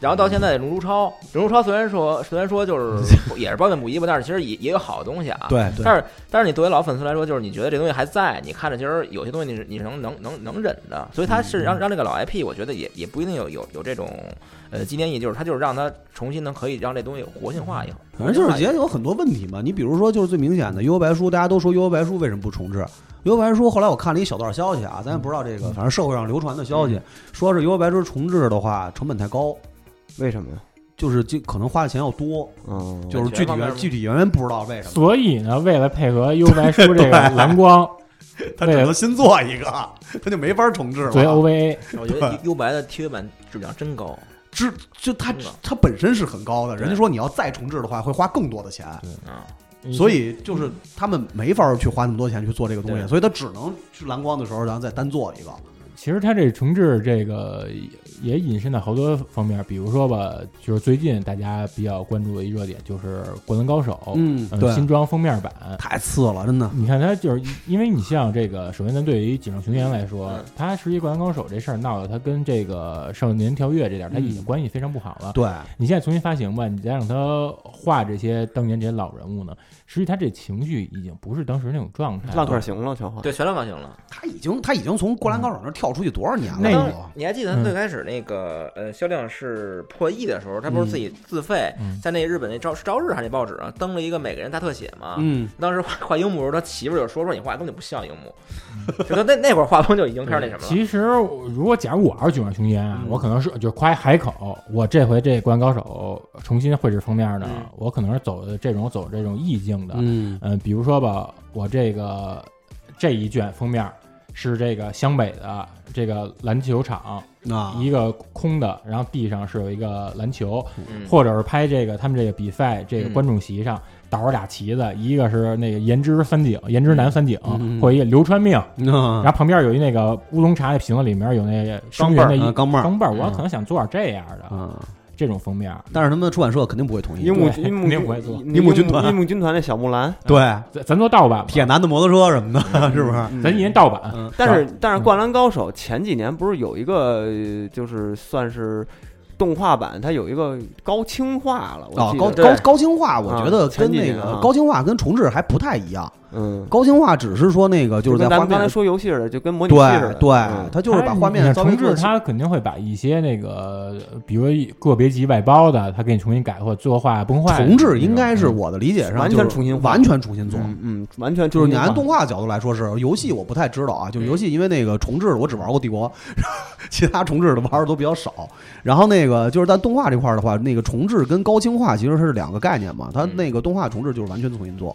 E: 然后到现在《龙珠超》，《龙珠超》虽然说虽然说就是 也是褒贬不一吧，但是其实也也有好东西啊。。
D: 对对，
E: 但是但是你作为老粉丝来说，就是你觉得这东西还在，你看着其实有些东西你是你是能能能能忍的，所以它是让让这个老 IP，我觉得也也不一定有有有这种呃纪念意义，就是它就是让它重新能可以让这东西活性化以后。
D: 反正就是也有很多问题嘛。你比如说，就是最明显的《幽游白书》，大家都说《幽游白书》为什么不重置？《幽游白书》后来我看了一小道消息啊，咱也不知道这个，反正社会上流传的消息，说是《幽游白书》重置的话成本太高，
B: 为什么呀？
D: 就是就可能花的钱要多，
B: 嗯，
D: 就是具体
E: 版权方面
D: 原
E: 吗
D: 具体原因不知道为什么，
C: 所以呢，为了配合《幽白书》 这个蓝光，
D: 他只能新做一个，他就没法重置
C: 作为
D: 了。
C: OVA，
E: 我觉得幽白的 TV 版质量真高，
D: 这就它
E: 真的
D: 它本身是很高的，人家
E: 对
D: 说你要再重置的话会花更多的钱，
E: 啊，
C: 嗯
D: 所以就是他们没法去花那么多钱去做这个东西，
E: 对
D: 所以他只能去蓝光的时候，然后再单做一个。
C: 其实它这重置这个也引申到好多方面，比如说吧，就是最近大家比较关注的一热点就是《灌篮高手》
D: 嗯
C: 呃
D: 对
C: 新装封面版。
D: 太次了，真的。
C: 你看它就是因为你像这个，首先咱对于井上雄彦来说
E: 嗯，
C: 他实际《灌篮高手》这事儿闹得他跟这个《少年跳跃》这点儿他已经
D: 嗯
C: 关系非常不好了。
D: 对，
C: 你现在重新发行吧，你再让他画这些当年这些老人物呢，实际他这情绪已经不是当时那种状态了。
B: 浪客行了，全换。
E: 对，全量发行了。
D: 他已经他已经从《灌篮高手》那儿跳出去多少年了？
C: 那
E: 当
B: 嗯
C: 个
D: 都
E: 你还记得他最开始那个、呃销量是破亿的时候，他不是自己自费、
C: 嗯
E: 在那日本那朝朝日还是那报纸上登了一个每个人大特写
B: 啊
E: 嘛？
D: 嗯，
E: 当时画画樱木的时候，他媳妇儿就说说你画根本就不像樱木，
D: 嗯
E: 就他那那会儿画风就已经开始那什么了。嗯
C: 其实我，如果假如我要是九万雄烟啊，我可能是就是夸海口，我这回这《灌篮高手》重新绘制封面呢，
E: 嗯
C: 我可能是走的这种走这种意境的。
D: 嗯
C: 嗯，比如说吧，我这个这一卷封面是这个湘北的这个篮球场，
D: 啊，
C: 一个空的，然后地上是有一个篮球，
E: 嗯，
C: 或者是拍这个他们这个比赛这个
E: 嗯
C: 观众席上倒着俩旗子，一个是那个颜值三井，颜值男三井
D: 嗯嗯，
C: 或者一个流川命，然
D: 那
C: 后旁边有一那个乌龙茶的瓶子，里面有那个生源的一
D: 啊钢镚儿
C: 钢镚儿，我
D: 嗯
C: 可能想做点这样的
D: 嗯，
C: 这种封面。
D: 但是他们出版社肯定不会同意
B: 樱。木
C: 对
B: 樱木
C: 那我也做
B: 樱
D: 樱木军团
B: 樱木军团那小木兰，
D: 对，
C: 咱咱做盗版吧，
D: 铁男的摩托车什么的， 是不是？
B: 嗯
C: 咱一人盗版。
D: 嗯
B: 但是但是《灌篮高手》前几年不是有一个呃就是算是动画版，它有一个高清化了，我
D: 啊，
B: 记
D: 高
B: 得。
D: 高
E: 对
D: 高清化，我觉得
B: 啊前
D: 跟
B: 几
D: 那
B: 年
D: 个
B: 啊
D: 高清化跟重置还不太一样。
B: 嗯，
D: 高清化只是说那个就是
B: 跟
D: 在
B: 咱
D: 画
B: 们刚才
D: 面，
B: 说游戏似的，就跟模拟器似
D: 对
B: 的。
D: 对，
B: 嗯
D: 他就是把画面
C: 它
D: 稍
C: 你
D: 微
C: 想重
D: 做
C: 置，它肯定会把一些那个，比如个别级外包的，它给你重新改或作画崩坏。
D: 重置应该是
C: 嗯
D: 我的理解上
B: 完
D: 就是
B: 全重新画
D: 完全重新做，
B: 嗯嗯，完全
D: 就是你按
B: 动
D: 动画角度来说是游戏，我不太知道啊。就是游
E: 嗯
D: 戏，因为那个重置的我只玩过帝国， 其他重置的玩的都比较少。然后那个就是在动画这块儿的话，那个重置跟高清化其实是两个概念嘛。它
E: 嗯
D: 那个动画重置就是完全重新做，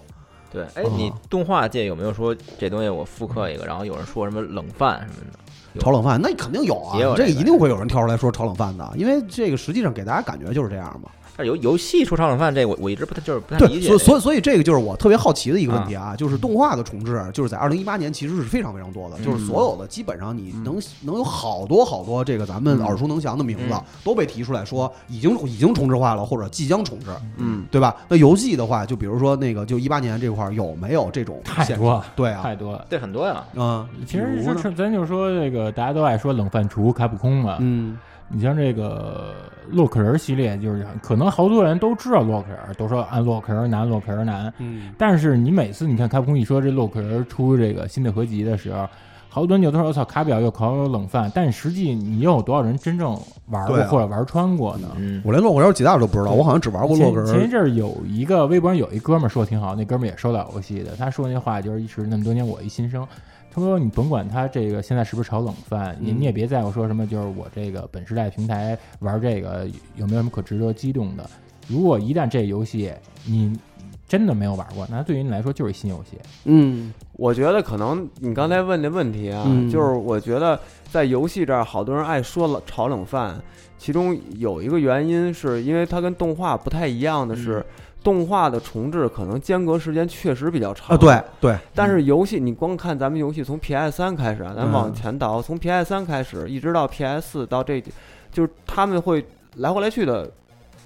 E: 对，哎
D: 哦，
E: 你动画界有没有说这东西我复刻一个？然后有人说什么冷饭什么的？有
D: 炒冷饭那肯定有啊，
E: 也有
D: 这个
E: 这个
D: 一定会有人跳出来说炒冷饭的，因为这个实际上给大家感觉就是这样嘛。
E: 但是游游戏说炒冷饭这我我一直不太就是不太
D: 对，
E: 理解
D: 所以
E: 这个。
D: 所以所以这个就是我特别好奇的一个问题啊，就是动画的重置，就是在二零一八年其实是非常非常多的，就是所有的基本上你能能有好多好多这个咱们耳熟能详的名字
E: 嗯
D: 都被提出来说已经已经重置化了，或者即将重置，
B: 嗯，
D: 对吧？那游戏的话，就比如说那个就一八年这块儿有没有这种
C: 太
D: 现
C: 多了，
D: 对啊，
C: 太多了。
E: 对很多呀，
D: 嗯
C: 其实
D: 比
C: 就
D: 如呢
C: 是咱就说这个，大家都爱说冷饭厨卡普空嘛，
D: 嗯
C: 你像这个洛克人系列，就是可能好多人都知道洛克人，都说按洛克人难，洛克人难。
D: 嗯，
C: 但是你每次你看开普空一说这洛克人出这个新的合集的时候，好多人就都说我操卡表又烤冷饭，但实际你又有多少人真正玩过
D: 对啊
C: 或者玩穿过呢？
E: 嗯，
D: 我连洛克人有几代我都不知道，我好像只玩过洛克
C: 前前一
D: 人。
C: 阵儿有一个微博上有一哥们儿说的挺好，那哥们儿也收到游戏的，他说那话就是一直那么多年我一新生。他说：“你甭管他这个现在是不是炒冷饭，你
D: 嗯
C: 你也别在乎说什么，就是我这个本时代平台玩这个有没有什么可值得激动的。如果一旦这游戏你真的没有玩过，那对于你来说就是一新游戏。
B: 嗯，我觉得可能你刚才问的问题啊，
D: 嗯
B: 就是我觉得在游戏这儿，好多人爱说冷炒冷饭，其中有一个原因是因为它跟动画不太一样的是，
E: 嗯
B: 动画的重置可能间隔时间确实比较长
D: 啊，对对，
B: 但是游戏，你光看咱们游戏从 PS 三开始啊，咱
D: 嗯
B: 往前倒，从 PS 三开始一直到 PS 四到这，就是他们会来回来去的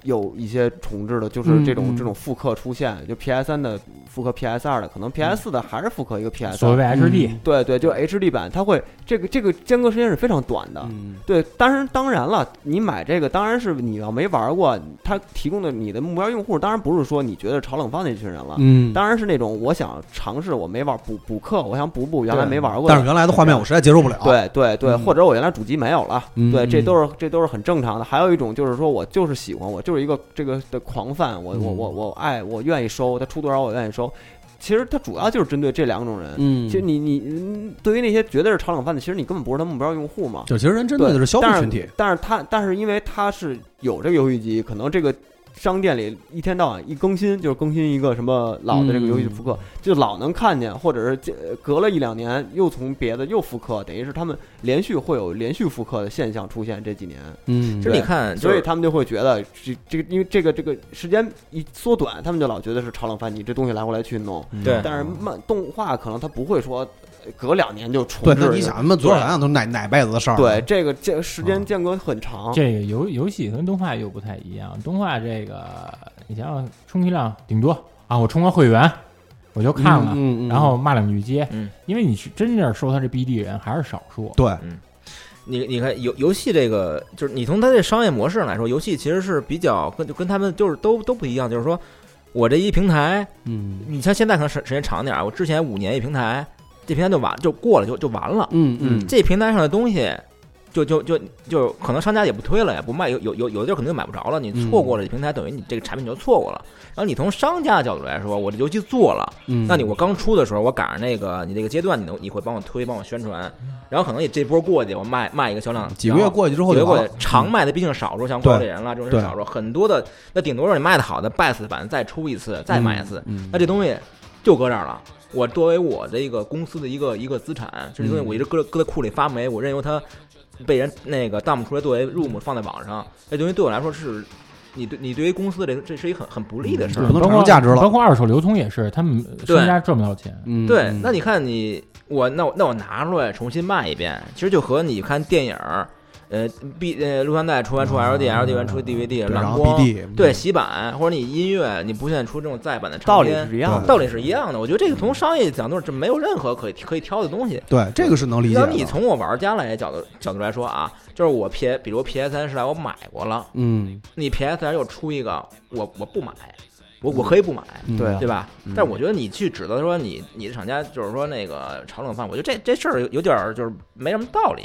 B: 有一些重置的，就是
D: 嗯
B: 这种、
D: 嗯
B: 这种复刻出现，就 PS 三的复刻 PS 二的，
D: 嗯
B: 可能 PS 四的还是复刻一个
D: 哎
B: PS
C: 所
B: 二、
C: 谓
D: 啊
C: HD，
B: 对对，就 HD 版，它会这个这个间隔时间是非常短的。
D: 嗯
B: 对，当然当然了，你买这个当然是你要没玩过，它提供的你的目标用户当然不是说你觉得炒冷饭那群人了，
D: 嗯，
B: 当然是那种我想尝试，我没玩补补课，我想补补原来没玩过
D: 但是
B: 的。
D: 原来的画面我实在接受不了。，
B: 对对对，
D: 嗯
B: 或者我原来主机没有了，
D: 嗯
B: 对，这
D: 嗯
B: 都是这都是很正常的。还有一种就是说我就是喜欢，我就是一个这个的狂fan，我我
D: 嗯
B: 我我爱，我愿意收，它出多少我愿意收。其实它主要就是针对这两种人。
D: 嗯，
B: 其实你你嗯对于那些绝对是炒冷饭的，其实你根本不是他目标用户嘛。
D: 就其实人针对的是消费群体，
B: 但是他但是因为他是有这个游戏机，可能这个商店里一天到晚一更新就是更新一个什么老的这个
D: 嗯
B: 游戏复刻，就老能看见，或者是这呃隔了一两年又从别的又复刻，等于是他们连续会有连续复刻的现象出现这几年，
D: 嗯
E: 其实你看，就
B: 所以
E: 是
B: 他们就会觉得这这个因为这个这个时间一缩短，他们就老觉得是炒冷饭，你这东西来回来去弄，
D: 嗯
E: 对
B: 但是漫动画可能它不会说呃隔两年就重
D: 对，
B: 置
D: 那
B: 一
D: 你
B: 个
D: 想，他妈多少想想都是哪哪辈子的事儿。嗯
B: 对，这个这时间间隔很长。
C: 这个游游戏跟动画又不太一样。动画这个，你想想，充其量顶多啊，我充个会员，我就看了，
D: 嗯嗯嗯
C: 然后骂两句街。
E: 嗯
C: 因为你是真正收他这 BD 人还是少数。
D: 对，
E: 你你看游游戏这个，就是你从它这商业模式上来说，游戏其实是比较跟就跟他们就是都都不一样，就是说我这一平台，
D: 嗯
E: 你像现在可能时时间长点儿，我之前五年一平台，这平台就完就过了就就完了，
D: 嗯嗯，
E: 这平台上的东西。就就就就可能商家也不推了，也不卖，有有有有的地儿可能就买不着了。你
D: 嗯
E: 错过了这平台，等于你这个产品就错过了。然后你从商家的角度来说，我这游戏做了，
D: 嗯
E: 那你我刚出的时候，我赶上那个你那个阶段，你能你会帮我推，帮我宣传，然后可能你这波过去，我卖卖一个销量，
D: 几个月过去之
E: 然
D: 后
E: 啊后几个
D: 就
E: 月
D: 完
E: 过
D: 了嗯
E: 去，常卖的毕竟少数，像怪物猎人啦这种
D: 对
E: 是少数，很多的那顶多是你卖的好的 best 版再出一次，再卖一次，
D: 嗯
E: 那这东西就搁这儿了。我作为我的一个公司的一个一个资产，这
D: 嗯
E: 东西我一直搁搁在库里发霉，我任由它被人那个 dump 出来作为 room 放在网上，这东西对我来说是，你对你对于公司的这这是一个很很不利的事儿
D: 不。能
C: 包
D: 产
C: 括
D: 生价值了
C: 包括二手流通也是，他们
E: 对
C: 商家赚不到钱。
D: 嗯
E: 对，那你看你我那我那我拿出来重新卖一遍，其实就和你看电影儿，呃 B 呃录像带出完出 LD、LD 完出 DVD
D: 啊对然
E: 蓝
D: 后嗯
E: 光
D: BD
E: 对洗版或者你音乐，你不现出这种再版的唱
B: 道理
E: 片
B: 是一样的。
E: 道理是一样的。我觉得这个从商业角度这没有任何可以可以挑的东西。
D: 对这个是能理解
E: 要
D: 的。
E: 你从我玩家来角度角度来说啊，就是我 P 比如 PS 三时代我买过了，
D: 嗯
E: 你 PS 三又出一个，我我不买，我我可以不买，
D: 嗯
B: 对啊
E: 对吧？但我觉得你去指责说你你的厂家就是说那个炒冷饭，我觉得这这事儿有有点儿就是没什么道理。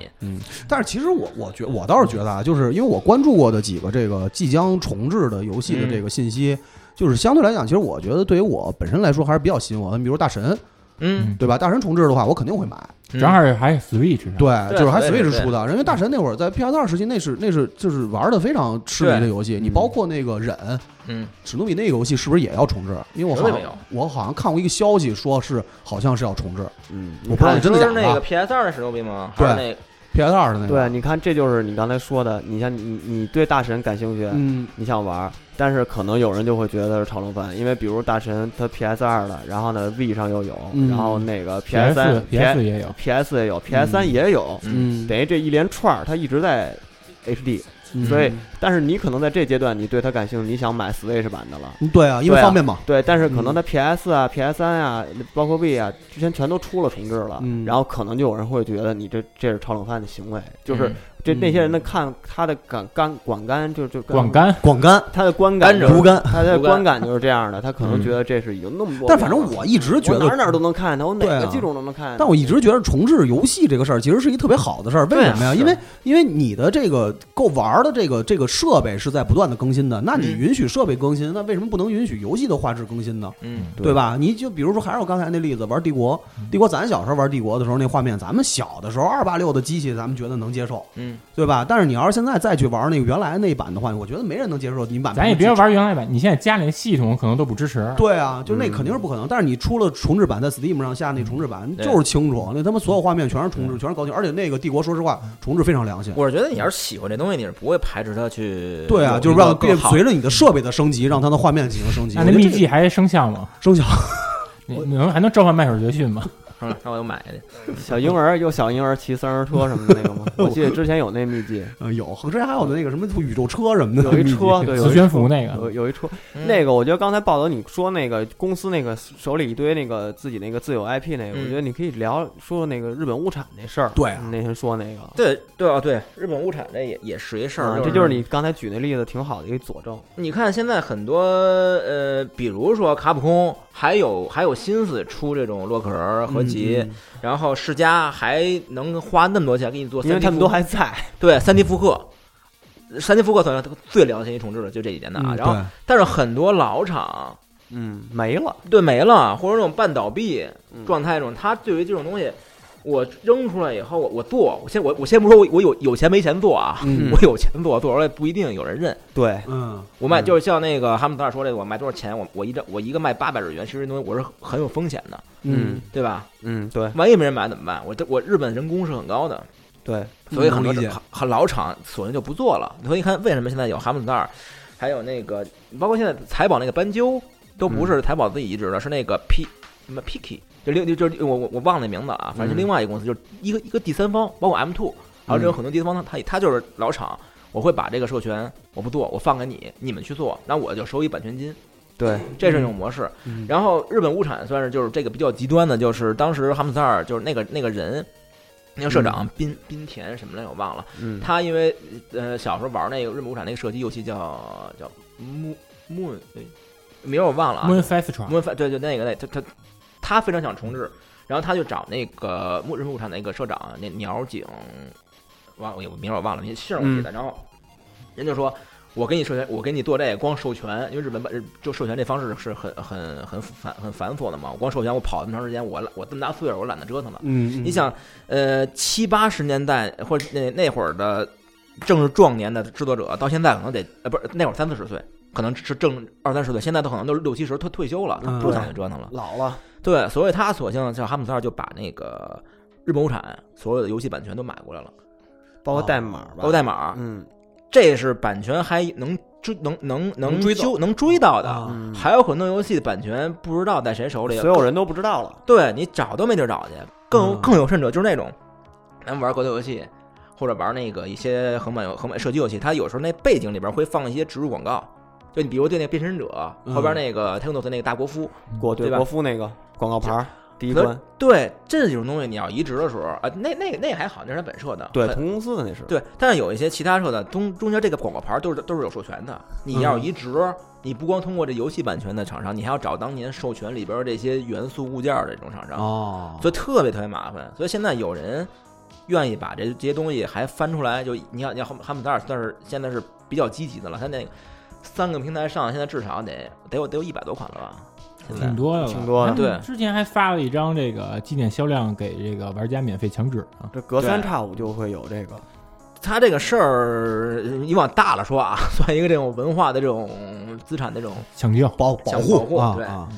D: 但是其实我我觉我倒是觉得啊，就是因为我关注过的几个这个即将重置的游戏的这个信息，
E: 嗯
D: 就是相对来讲，其实我觉得对于我本身来说还是比较吸引我的。比如大神，
E: 嗯，
D: 对吧？大神重置的话，我肯定会买。
E: 嗯
C: 正好还是 Switch 上，
D: 对，
E: 对
D: 就是还
E: 对
D: Switch
E: 对
D: 出的，因为大神那会儿在 PS 二时期，那是那是就是玩的非常痴迷的游戏。你包括那个忍，
E: 嗯，
D: 史努比那个游戏是不是也要重置？因为我好
E: 有有
D: 像
E: 有
D: 我好像看过一个消息，说是好像是要重置
B: 嗯，
D: 我不知道你真的假的
E: 哎
D: 啊
E: 是那个 PS 二的史努比吗？还是那个
D: PS 二的那个。
B: 对，，你看，这就是你刚才说的。你像你，你对大神感兴趣，
D: 嗯，
B: 你想玩儿，但是可能有人就会觉得是炒冷饭，因为比如大神他 PS 二的，然后呢 V 上又有，
D: 嗯
B: 然后那个 PS
C: ，PS
B: 三、
C: PS 也有。
B: PS 也有，PS 三也有，
D: 嗯，
B: 等于这一连串儿它一直在 HD。
D: 嗯
B: 所以但是你可能在这阶段你对它感兴趣，你想买 Switch 版的了。
D: 对啊，因为
B: 对啊
D: 方便嘛。
B: 对，但是可能
D: 嗯
B: 它 PS 啊、PS 三啊，包括 V 啊，之前全都出了重置了，
D: 嗯
B: 然后可能就有人会觉得你这这是炒冷饭的行为，就是
E: 嗯
B: 这
D: 嗯
B: 那些人的看他的感干管干就就
C: 广干，
D: 广干
B: 他的观感
E: 干
B: 就
E: 着
B: 是
D: 独干，
B: 他的
E: 不干
B: 观感就是这样的，他可能
C: 嗯
B: 觉得这是有那么多，
D: 但反正我一直觉
B: 我哪儿
D: 得。
B: 哪儿都能看见他，我哪
D: 对啊
B: 个剧种都能看见他，
D: 但我一直觉得重置游戏这个事儿其实是一特别好的事儿，为
E: 对啊
D: 什么呀？因为因为你的这个够玩儿的这个这个设备是在不断的更新的，那你
E: 嗯
D: 允许设备更新，那为什么不能允许游戏的画质更新呢？
E: 嗯
B: 对
D: 对吧？你就比如说，还是我刚才那例子，玩帝国，帝国，咱小时候玩帝国的时候，那画面，咱们小的时候，二八六的机器，咱们觉得能接受，
E: 嗯，
C: 嗯，
D: 对吧？但是你要是现在再去玩那个原来那一版的话，我觉得没人能接受你版。
C: 咱也别玩原来版，你现在家里的系统可能都不支持。
D: 对啊，就那肯定是不可能。但是你出了重置版，在 Steam 上下那重置版
E: 对
D: 就是清楚，那他妈所有画面全是重置，全是高清，而且那个帝国说实话重置非常良心。
E: 我是觉得你要是喜欢这东西，你是不会排斥它去
D: 对啊，
E: 有
D: 就是
E: 一个
D: 让
E: 更好
D: 随着你的设备的升级，让它的画面进行升级。
C: 那
D: 我
C: 那
D: 觉得
C: 秘
D: 这
C: 籍还生效吗？
D: 生效，
C: 你你能还能召唤麦手绝训 吗？
E: 上来让我又买去。
B: 小婴儿有小婴儿骑三轮车什么的那个 吗？我记得之前有那秘籍，
D: 呃，有之前还有那个什么宇宙车什么的，
B: 有一车，对，有
C: 磁
B: 一
C: 悬
B: 车
C: 浮那个
B: 有有一车，
E: 嗯
B: 那个我觉得刚才报德你说那个公司那个手里一堆那个自己那个自有 IP 那个，
E: 嗯
B: 我觉得你可以聊说说那个日本物产那事儿。嗯
D: 对啊
B: 你那天说那个，
E: 对对啊，对，日本物产这也也是一事儿
B: 嗯，，这就是你刚才举那例子挺好的一个佐证。
E: 你看现在很多呃，比如说卡普空，还有还有心思出这种洛克人合集，
D: 嗯
E: 然后世嘉还能花那么多钱给你做 3D 复，
B: 因为他们都还在，
E: 对三 D 复刻。三 D 复刻算是最了解一重置的，就这几年的啊。
D: 嗯
E: 然后，但是很多老厂
B: 嗯，没了。
E: 对没了，或者这种半倒闭
B: 嗯
E: 状态这种，他对于这种东西，我扔出来以后，我我做，我先我我先不说我我有有钱没钱做啊，
D: 嗯
E: 我有钱做，做出来不一定有人认。
B: 对，
D: 嗯，
E: 我卖
B: 嗯
E: 就是像那个哈姆斯尔说这个，我卖多少钱？我我一张我一个卖八百日元，其实这东西我是很有风险的，
B: 嗯
E: 对吧？
B: 嗯，对
E: 万一没人买怎么办？我这我日本人工是很高的，
B: 对，
E: 所以很多
D: 能理解
E: 很很老厂索性就不做了。所以你看为什么现在有哈姆斯尔，还有那个包括现在财宝那个斑鸠，都不
B: 嗯
E: 是财宝自己移植的，是那个 P 什么 Picky，就另就就我我我忘了那名字啊，反正就
B: 嗯
E: 另外一个公司，就是一个一个第三方，包括 M Two，还有这
B: 嗯
E: 种很多第三方，他他就是老厂。我会把这个授权我不做，我放给你，你们去做，那我就收一版权金。
B: 对，
E: 这是一种模式。
B: 嗯
E: 然后日本物产算是就是这个比较极端的，就是当时哈姆塞尔就是那个那个人，那个社长滨滨田什么来着我忘了，
B: 嗯，
E: 他因为呃小时候玩那个日本物产那个射击游戏叫叫 Moon Moon，哎名儿我忘了啊
C: ？Moon Festival，
E: ，Moon 对对那个那他他他非常想重置，然后他就找那个日本物产那个社长那鸟井，忘我名儿我忘了，那姓儿我记得，然后人就说。我给你授权，我给你做这个，光授权，因为日本本日就授权这方式是很很很繁很繁琐的嘛。我光授权，我跑那么长时间，我懒我这么大岁数，我懒得折腾了。
D: 嗯，
E: 你想，呃，七八十年代或者那那会儿的正是壮年的制作者，到现在可能得呃不是那会儿三四十岁，可能是正二三十岁，现在都可能都六七十，他退休了，他
D: 嗯
E: 不想再折腾了。
B: 老了，
E: 对，所以他索性像哈姆斯二就把那个日本无产所有的游戏版权都买过来了，
B: 啊包括代码吧，
E: 包括代码，
B: 嗯，
E: 这是版权还能追能能能
D: 能追到
E: 究能追到的。
D: 啊，
B: 嗯，
E: 还有很多游戏的版权不知道在谁手里，
B: 所有人都不知道了。
E: 对你找都没地儿找去。更有
D: 嗯
E: 更有甚者，就是那种咱们玩格斗游戏，或者玩那个一些横版游、横版射击游戏，它有时候那背景里边会放一些植入广告。就你比如对那变身者
D: 嗯
E: 后边那个 t e n d o 的那个大国夫，
B: 国
E: 对
B: 对
E: 吧
B: 国服那个广告牌儿第一
E: 可是
B: 关，
E: 对这种东西你要移植的时候啊，那那那还好，那是它本社的，
B: 对，
E: 很
B: 同公司的那是，
E: 对，但是有一些其他社的中中间这个广告牌都是都是有授权的，你
D: 嗯
E: 要移植，你不光通过这游戏版权的厂商，你还要找当年授权里边这些元素物件儿的这种厂商，
D: 哦，
E: 所以特别特别麻烦。所以现在有人愿意把这这些东西还翻出来，就你看，你看汉汉姆达尔算是现在是比较积极的了，他那三个平台上现在至少得得有得有一百多款了吧，
D: 嗯
E: 现在
C: 挺多的吧，
B: 挺多的
C: 他们
E: 对
C: 之前还发了一张这个纪念销量给这个玩家免费墙纸啊，
B: 这隔三
E: 对
B: 差五就会有这个，
E: 他这个事儿，你往大了说啊， 算一个这种文化的这种资产的这种
C: 抢救
D: 保
E: 想
D: 保
E: 保护
D: 护啊
E: 对
D: 啊，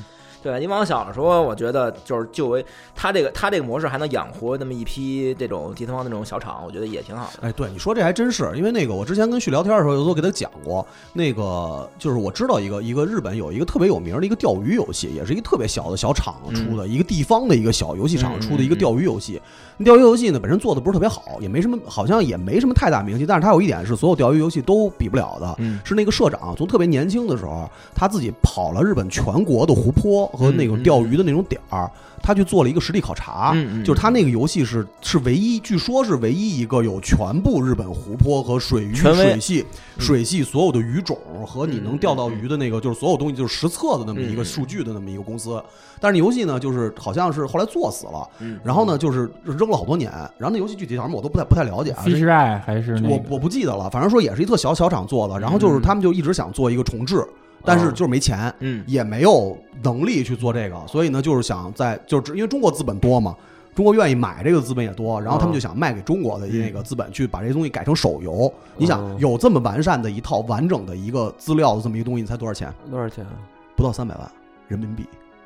E: 对你往小了说，我觉得就是就为他这个他这个模式还能养活那么一批这种第三方那种小厂，我觉得也挺好的。
D: 哎，对，你说这还真是，因为那个我之前跟旭聊天的时候，有时候给他讲过，那个就是我知道一个一个日本有一个特别有名的一个钓鱼游戏，也是一个特别小的小厂出的、一个地方的一个小游戏
E: 嗯
D: 厂
E: 嗯
D: 出的一个
E: 嗯
D: 钓鱼游戏。那钓鱼游戏呢，本身做的不是特别好，也没什么，好像也没什么太大名气，但是它有一点是所有钓鱼游戏都比不了的。
E: 嗯，
D: 是那个社长啊从特别年轻的时候，啊他自己跑了日本全国的湖泊和那种钓鱼的那种点儿，他去做了一个实地考察。
E: 嗯嗯嗯
D: 啊就是他那个游戏是是唯一，据说是唯一一个有全部日本湖泊和水域、
E: 权威嗯
D: 水系、水系所有的鱼种和你能钓到
E: 嗯嗯嗯
D: 鱼的那个，就是所有东西就是实测的那么一
E: 嗯嗯
D: 个数据的那么一个公司。但是游戏呢，就是好像是后来做死了，
E: 嗯
D: 然后呢就是扔了好多年，然后那游戏具体叫什么我都不太不太了解啊。
C: ，Fish Eye 还是那
D: 我
C: 个
D: 我不记得了，反正说也是一特小小厂做的，然后就是
E: 嗯
D: 他们就一直想做一个重置，但是
E: 哦
D: 就是没钱，
E: 嗯
D: 也没有能力去做这个，所以呢，就是想在就是只因为中国资本多嘛，中国愿意买这个资本也多，然后他
B: 嗯
D: 们就想卖给中国的那个资本去把这东西改成手游。
B: 嗯
D: 你想有这么完善的一套完整的一个资料的这么一个东西，你才多少钱？
B: 多少钱啊？
D: 不到三百万人民币，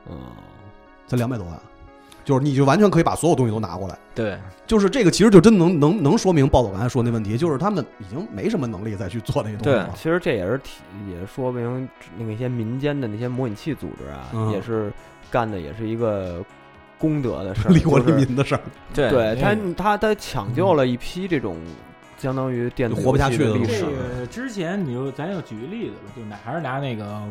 B: 嗯，
D: 才两百多万，就是你就完全可以把所有东西都拿过来。
E: 对，
D: 就是这个，其实就真能能能说明暴走刚才说那问题，就是他们已经没什么能力再去做那些东西了。
B: 其实这也是体，也是说明那个些民间的那些模拟器组织啊，
D: 嗯
B: 也是干的也是一个功德的 事儿，
D: 利国利
B: 就是
D: 民的事儿，
E: 对
B: 对他
C: 嗯，
B: 他他抢救了一批这种相当于电子
D: 活不下去
B: 游戏
D: 的
B: 历
D: 东西
B: 史
C: 这，个之前你就咱就举个例子吧，就拿还是拿那个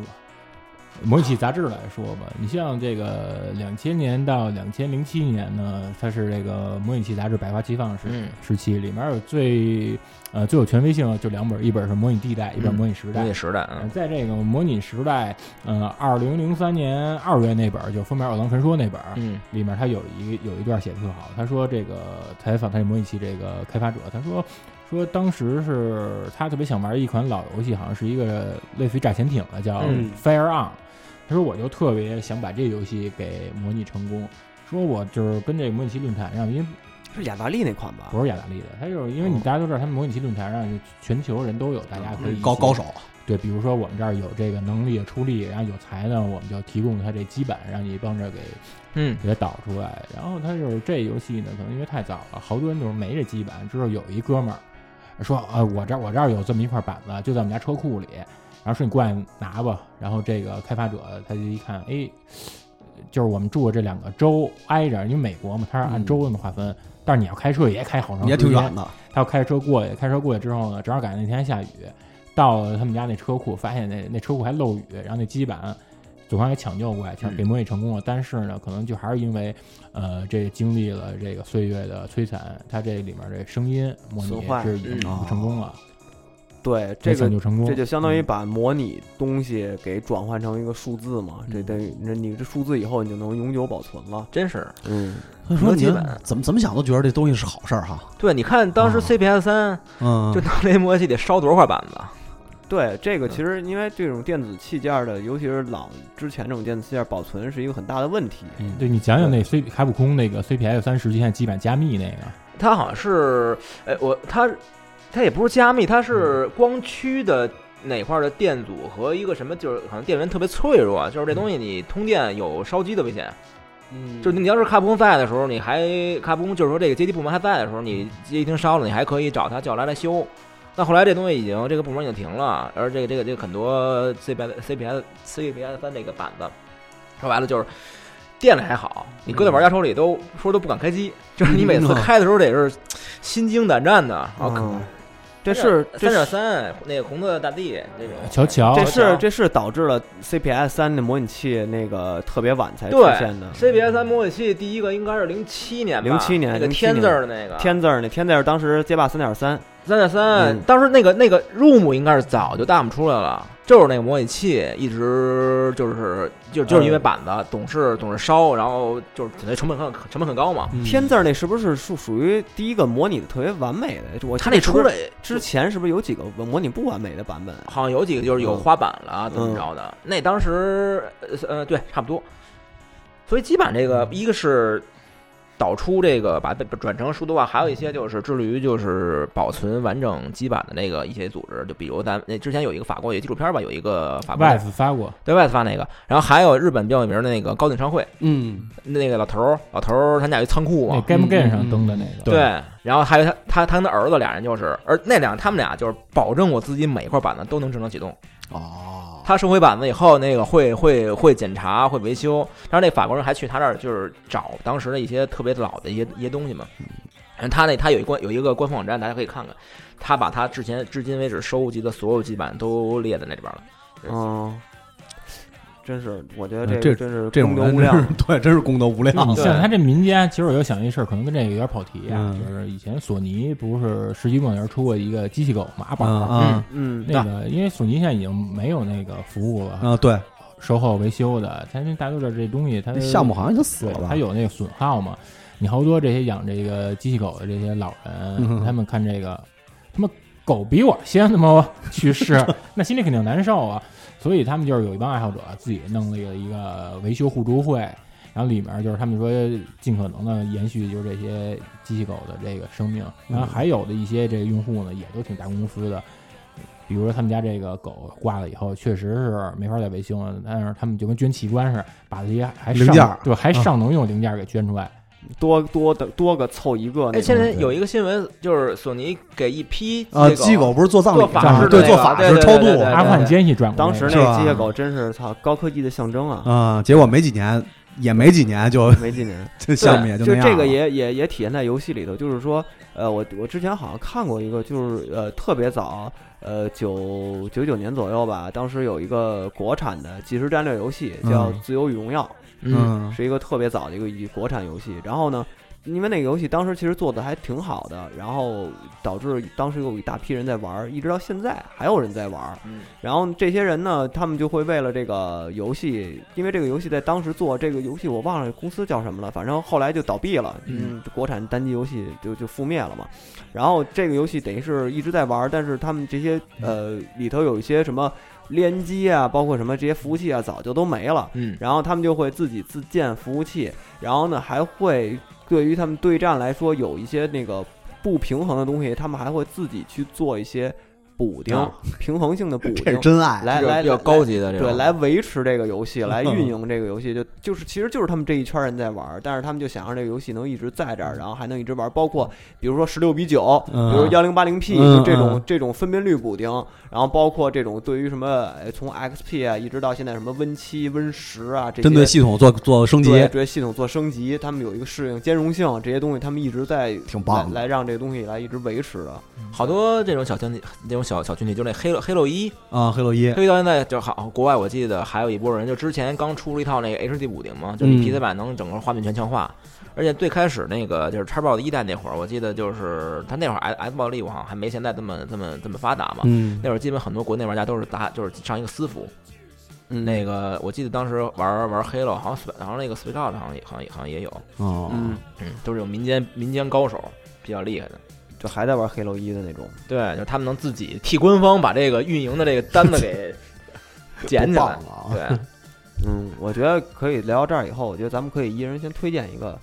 C: 模拟器杂志来说吧。你像这个两千年到两千零七年呢，它是这个模拟器杂志百花齐放的时
E: 嗯，
C: 时期，里面有最呃最有权威性的就两本，一本是模拟地带，一本
E: 嗯
C: 模拟时代
E: 工。业时代啊
C: 呃，在这个模拟时代，呃，二零零三年二月那本儿就《封面二郎传说》那本儿，
E: 嗯
C: 里面他有一有一段写的特好，他说这个采访他这模拟器这个开发者，他说说当时是他特别想玩一款老游戏，好像是一个类似于炸潜艇的，叫
E: 嗯
C: Fire On、他说我就特别想把这游戏给模拟成功，说我就是跟这个模拟器论坛上，因为
B: 是雅达利那款吧？
C: 不是雅达利的，他就是因为你大家都知道，他们模拟器论坛上全球人都有，大家可以一起
D: 嗯高高手，
C: 对，比如说我们这儿有这个能力出力，然后有才呢，我们就提供他这基板，让你帮着给
E: 嗯，
C: 给它导出来。然后它就是这游戏呢，可能因为太早了，好多人就是没这基板。之后有一哥们儿说，呃，我这儿我这儿有这么一块板子，就在我们家车库里，然后说你过来拿吧。然后这个开发者他就一看，哎，就是我们住的这两个州挨着，因为美国嘛，它是按州这么划分。但是你要开车也开好长时间，
D: 也嗯挺远的。
C: 他要开车过去，开车过去之后呢，正好赶上那天还下雨，到了他们家那车库，发现那那车库还漏雨，然后那基板总算给抢救过来，抢
E: 嗯
C: 给模拟成功了。但是呢，可能就还是因为，呃，这经历了这个岁月的摧残，它这里面这声音模拟
B: 损坏
C: 是已经
D: 嗯
C: 不成功了，
B: 对，
C: 没
B: 这个
C: 抢救成功，
B: 这就相当于
D: 嗯
B: 把模拟东西给转换成一个数字嘛，这
C: 嗯
B: 等于那你这数字以后你就能永久保存了。
E: 真是。
B: 嗯，
D: 所以说你
E: 基本
D: 怎么怎么想都觉得这东西是好事儿哈。
E: 对，你看当时
D: 啊
E: CPS 三
D: 嗯
E: 就，拿那模拟器得烧多少块板子？
B: 对，这个其实因为这种电子器件儿的，尤其是老之前这种电子器件儿保存是一个很大的问题。
C: 嗯对你讲讲那 C 海普空那个 CPS 三十现在基板加密那个，
E: 它好像是，哎，我它它也不是加密，它是光驱的哪块儿的电阻和一个什么，就是好像电源特别脆弱，就是这东西你通电有烧机的危险。
B: 嗯
E: 就是你要是卡普空在的时候，你还卡普空就是说这个接机部门还在的时候，你接机厅烧了，你还可以找他叫来来修。那后来这东西已经这个部门已经停了，而这个这个这个很多 CPS CPS CPS 三这个板子，说白了就是电了还好，你搁在玩家手里都说都不敢开机，就是你每次开的时候得是心惊胆战的。啊，
B: 嗯，这是
E: 三
B: 这是
E: 点三那个红色的大地那种
C: 乔乔
B: 这
E: 好
B: 是
E: 强
B: 这是导致了 CPS 三的模拟器那个特别晚才出
E: 对
B: 现的。
E: CPS 三模拟器第一个应该是零七年吧，
B: 07年
E: 那个
B: 07
E: 天
B: 年
E: 字儿的那个
B: 天字儿那天字儿当时街霸三点三，
E: 三点三
B: 嗯，
E: 当时那个那个 Room 应该是早就 DOM 出来了，就是那个模拟器一直就是就就是因
B: 嗯
E: 为板子总是总是烧，然后就是感觉成本很成本很高嘛。
D: 嗯
B: 天字儿那是不是属属于第一个模拟的特别完美的？我
E: 它那出
B: 来
E: 来
B: 之前是不是有几个模拟不完美的版本？啊
E: 好像有几个就是有花板了
B: 嗯
E: 怎么着的，那当时呃呃对差不多，所以基本上这
B: 嗯
E: 个一个是。导出这个把转成数字化，还有一些就是致力于就是保存完整基板的那个一些组织，就比如咱那之前有一个法国有一纪录片吧，有一个法国
C: Vive 发过，
E: 对外发那个，然后还有日本比较有名的那个高定商会，
D: 嗯，
E: 那个老头儿，老头儿他们家有一仓库
C: 那
E: 嘛，
C: Game
D: 嗯
C: Game
D: 嗯
C: 上登的
D: 嗯
C: 那个，
E: 对，然后还有他他他跟他儿子俩人就是，而那俩他们俩就是保证我自己每一块板子都能正常启动，
D: 哦，
E: 他收回板子以后，那个会会会检查会维修，然后那法国人还去他那儿就是找当时的一些特别老的一些一些东西嘛，然后他那他有一官有一个官方网站，大家可以看看，他把他之前至今为止收集的所有基板都列在那里边了，
B: 嗯，真是，我觉得
D: 嗯
B: 这
D: 哦这
B: 真是
D: 这种
B: 功德
D: 人
B: 无
D: 真
B: 量
D: 是。对，真是功德无量啊嗯
C: 那你
D: 的。
C: 哦像他这民间，啊其实我又想一事儿，可能跟这个有点跑题啊，
D: 嗯
C: 就是以前索尼不是十几广元出过一个机器狗马宝
D: 啊
C: 吗，
D: 啊
B: 嗯，
C: 那个因为索尼现在已经没有那个服务了，
D: 啊！对，
C: 售后维修的，它因为大家都知道这东西它
D: 那项目好像已经死
C: 对
D: 了吧？
C: 它有那个损耗嘛。你好多这些养这个机器狗的这些老人，
D: 嗯
C: 他们看这个，他妈狗比我先他妈去 世，那心里肯定啊难受啊。所以他们就是有一帮爱好者自己弄了一个一个维修互助会，然后里面就是他们说尽可能的延续就是这些机器狗的这个生命，然
D: 嗯
C: 后还有的一些这个用户呢也都挺大公司的，比如说他们家这个狗挂了以后，确实是没法再维修了，但是他们就跟捐器官似的，把这些还上
D: 零件儿
C: 对还
D: 啊
C: 上能用的零件儿给捐出来，
B: 多多的多个凑一哦个那种。
E: 哎，现在有一个新闻，就是索尼给一批
D: 啊，鸡狗不是做葬礼
E: 做法
D: 啊
E: 事的
D: 对
E: 那
D: 做
E: 个
D: 法
E: 对
D: 事
E: 对
D: 超
E: 对
D: 度
E: 对
C: 阿富汗
E: 对
C: 奸细转过来
B: 当时那
C: 的
D: 是吧
B: 个机械狗真是操高科技的象征啊，
D: 啊，结果没几年，也没几年就
B: 没几年。
D: 这
B: 对
D: 项目也
B: 就
D: 那样了。
B: 这个也也也体现在游戏里头，就是说，呃，我我之前好像看过一个，就是呃特别早，呃九九九年左右吧，当时有一个国产的即时战略游戏叫
D: 嗯
B: 《自由与荣耀》，
D: 嗯
B: 是一个特别早的一个一国产游戏。然后呢，因为那个游戏当时其实做的还挺好的，然后导致当时有一大批人在玩儿，一直到现在还有人在玩儿。
E: 嗯
B: 然后这些人呢，他们就会为了这个游戏，因为这个游戏在当时做这个游戏，我忘了公司叫什么了，反正后来就倒闭了，
C: 嗯，
B: 国产单机游戏就就覆灭了嘛。然后这个游戏等于是一直在玩儿，但是他们这些呃里头有一些什么联机啊，包括什么这些服务器啊，早就都没了。
E: 嗯，
B: 然后他们就会自己自建服务器，然后呢还会对于他们对战来说有一些那个不平衡的东西，他们还会自己去做一些补丁，
E: 啊
B: 平衡性的补
D: 这是
B: 丁，
D: 真爱，
B: 来
E: 比较
B: 来
E: 比较
B: 来
E: 高级的这种，
D: 啊
B: 对来维持这个游戏， 来运营这个游戏，就就是其实就是他们这一圈人在玩儿，但是他们就想让这个游戏能一直在这儿，然后还能一直玩儿，包括比如说十六比九，
D: 嗯
B: 比如幺零八零 P
D: 嗯
B: 就这种
D: 嗯
B: 这种分辨率补丁，然后包括这种对于什么呃从 XP 啊一直到现在什么 Win 七、Win 十啊这些
D: 针对系统做做升级，
B: 对对系统做升级，他们有一个适应兼容性，这些东西他们一直在
D: 挺棒的
B: 来来让这个东西来一直维持的。
E: 好多这种小群体，这种小小群体，就那黑黑洛伊，
D: 啊，黑洛伊
E: 黑洛伊到现在就好，国外我记得还有一波人，就之前刚出了一套那个 HD 补丁嘛，就是
D: 嗯
E: PC 版能整个画面全强化，而且最开始那个就是叉 box 一代那会儿，我记得就是他那会儿 S S 暴力我好像还没现在这么这么这么发达嘛，
D: 嗯
E: 那会儿基本很多国内玩家都是打就是上一个私服，
B: 嗯
E: 那个我记得当时玩玩黑了，好像 Sp- 好像那个 Switch 好像也好像也好像也有，
D: 哦，
B: 嗯，
E: 嗯，都是有民间民间高手比较厉害的。
B: 就还在玩黑楼一的那种。
E: 对，就是他们能自己替官方把这个运营的这个单 子给捡起
D: 多
E: 来
D: 棒。啊！
E: 对，
B: 嗯，我觉得可以聊到这儿以后，我觉得咱们可以一人先推荐一个，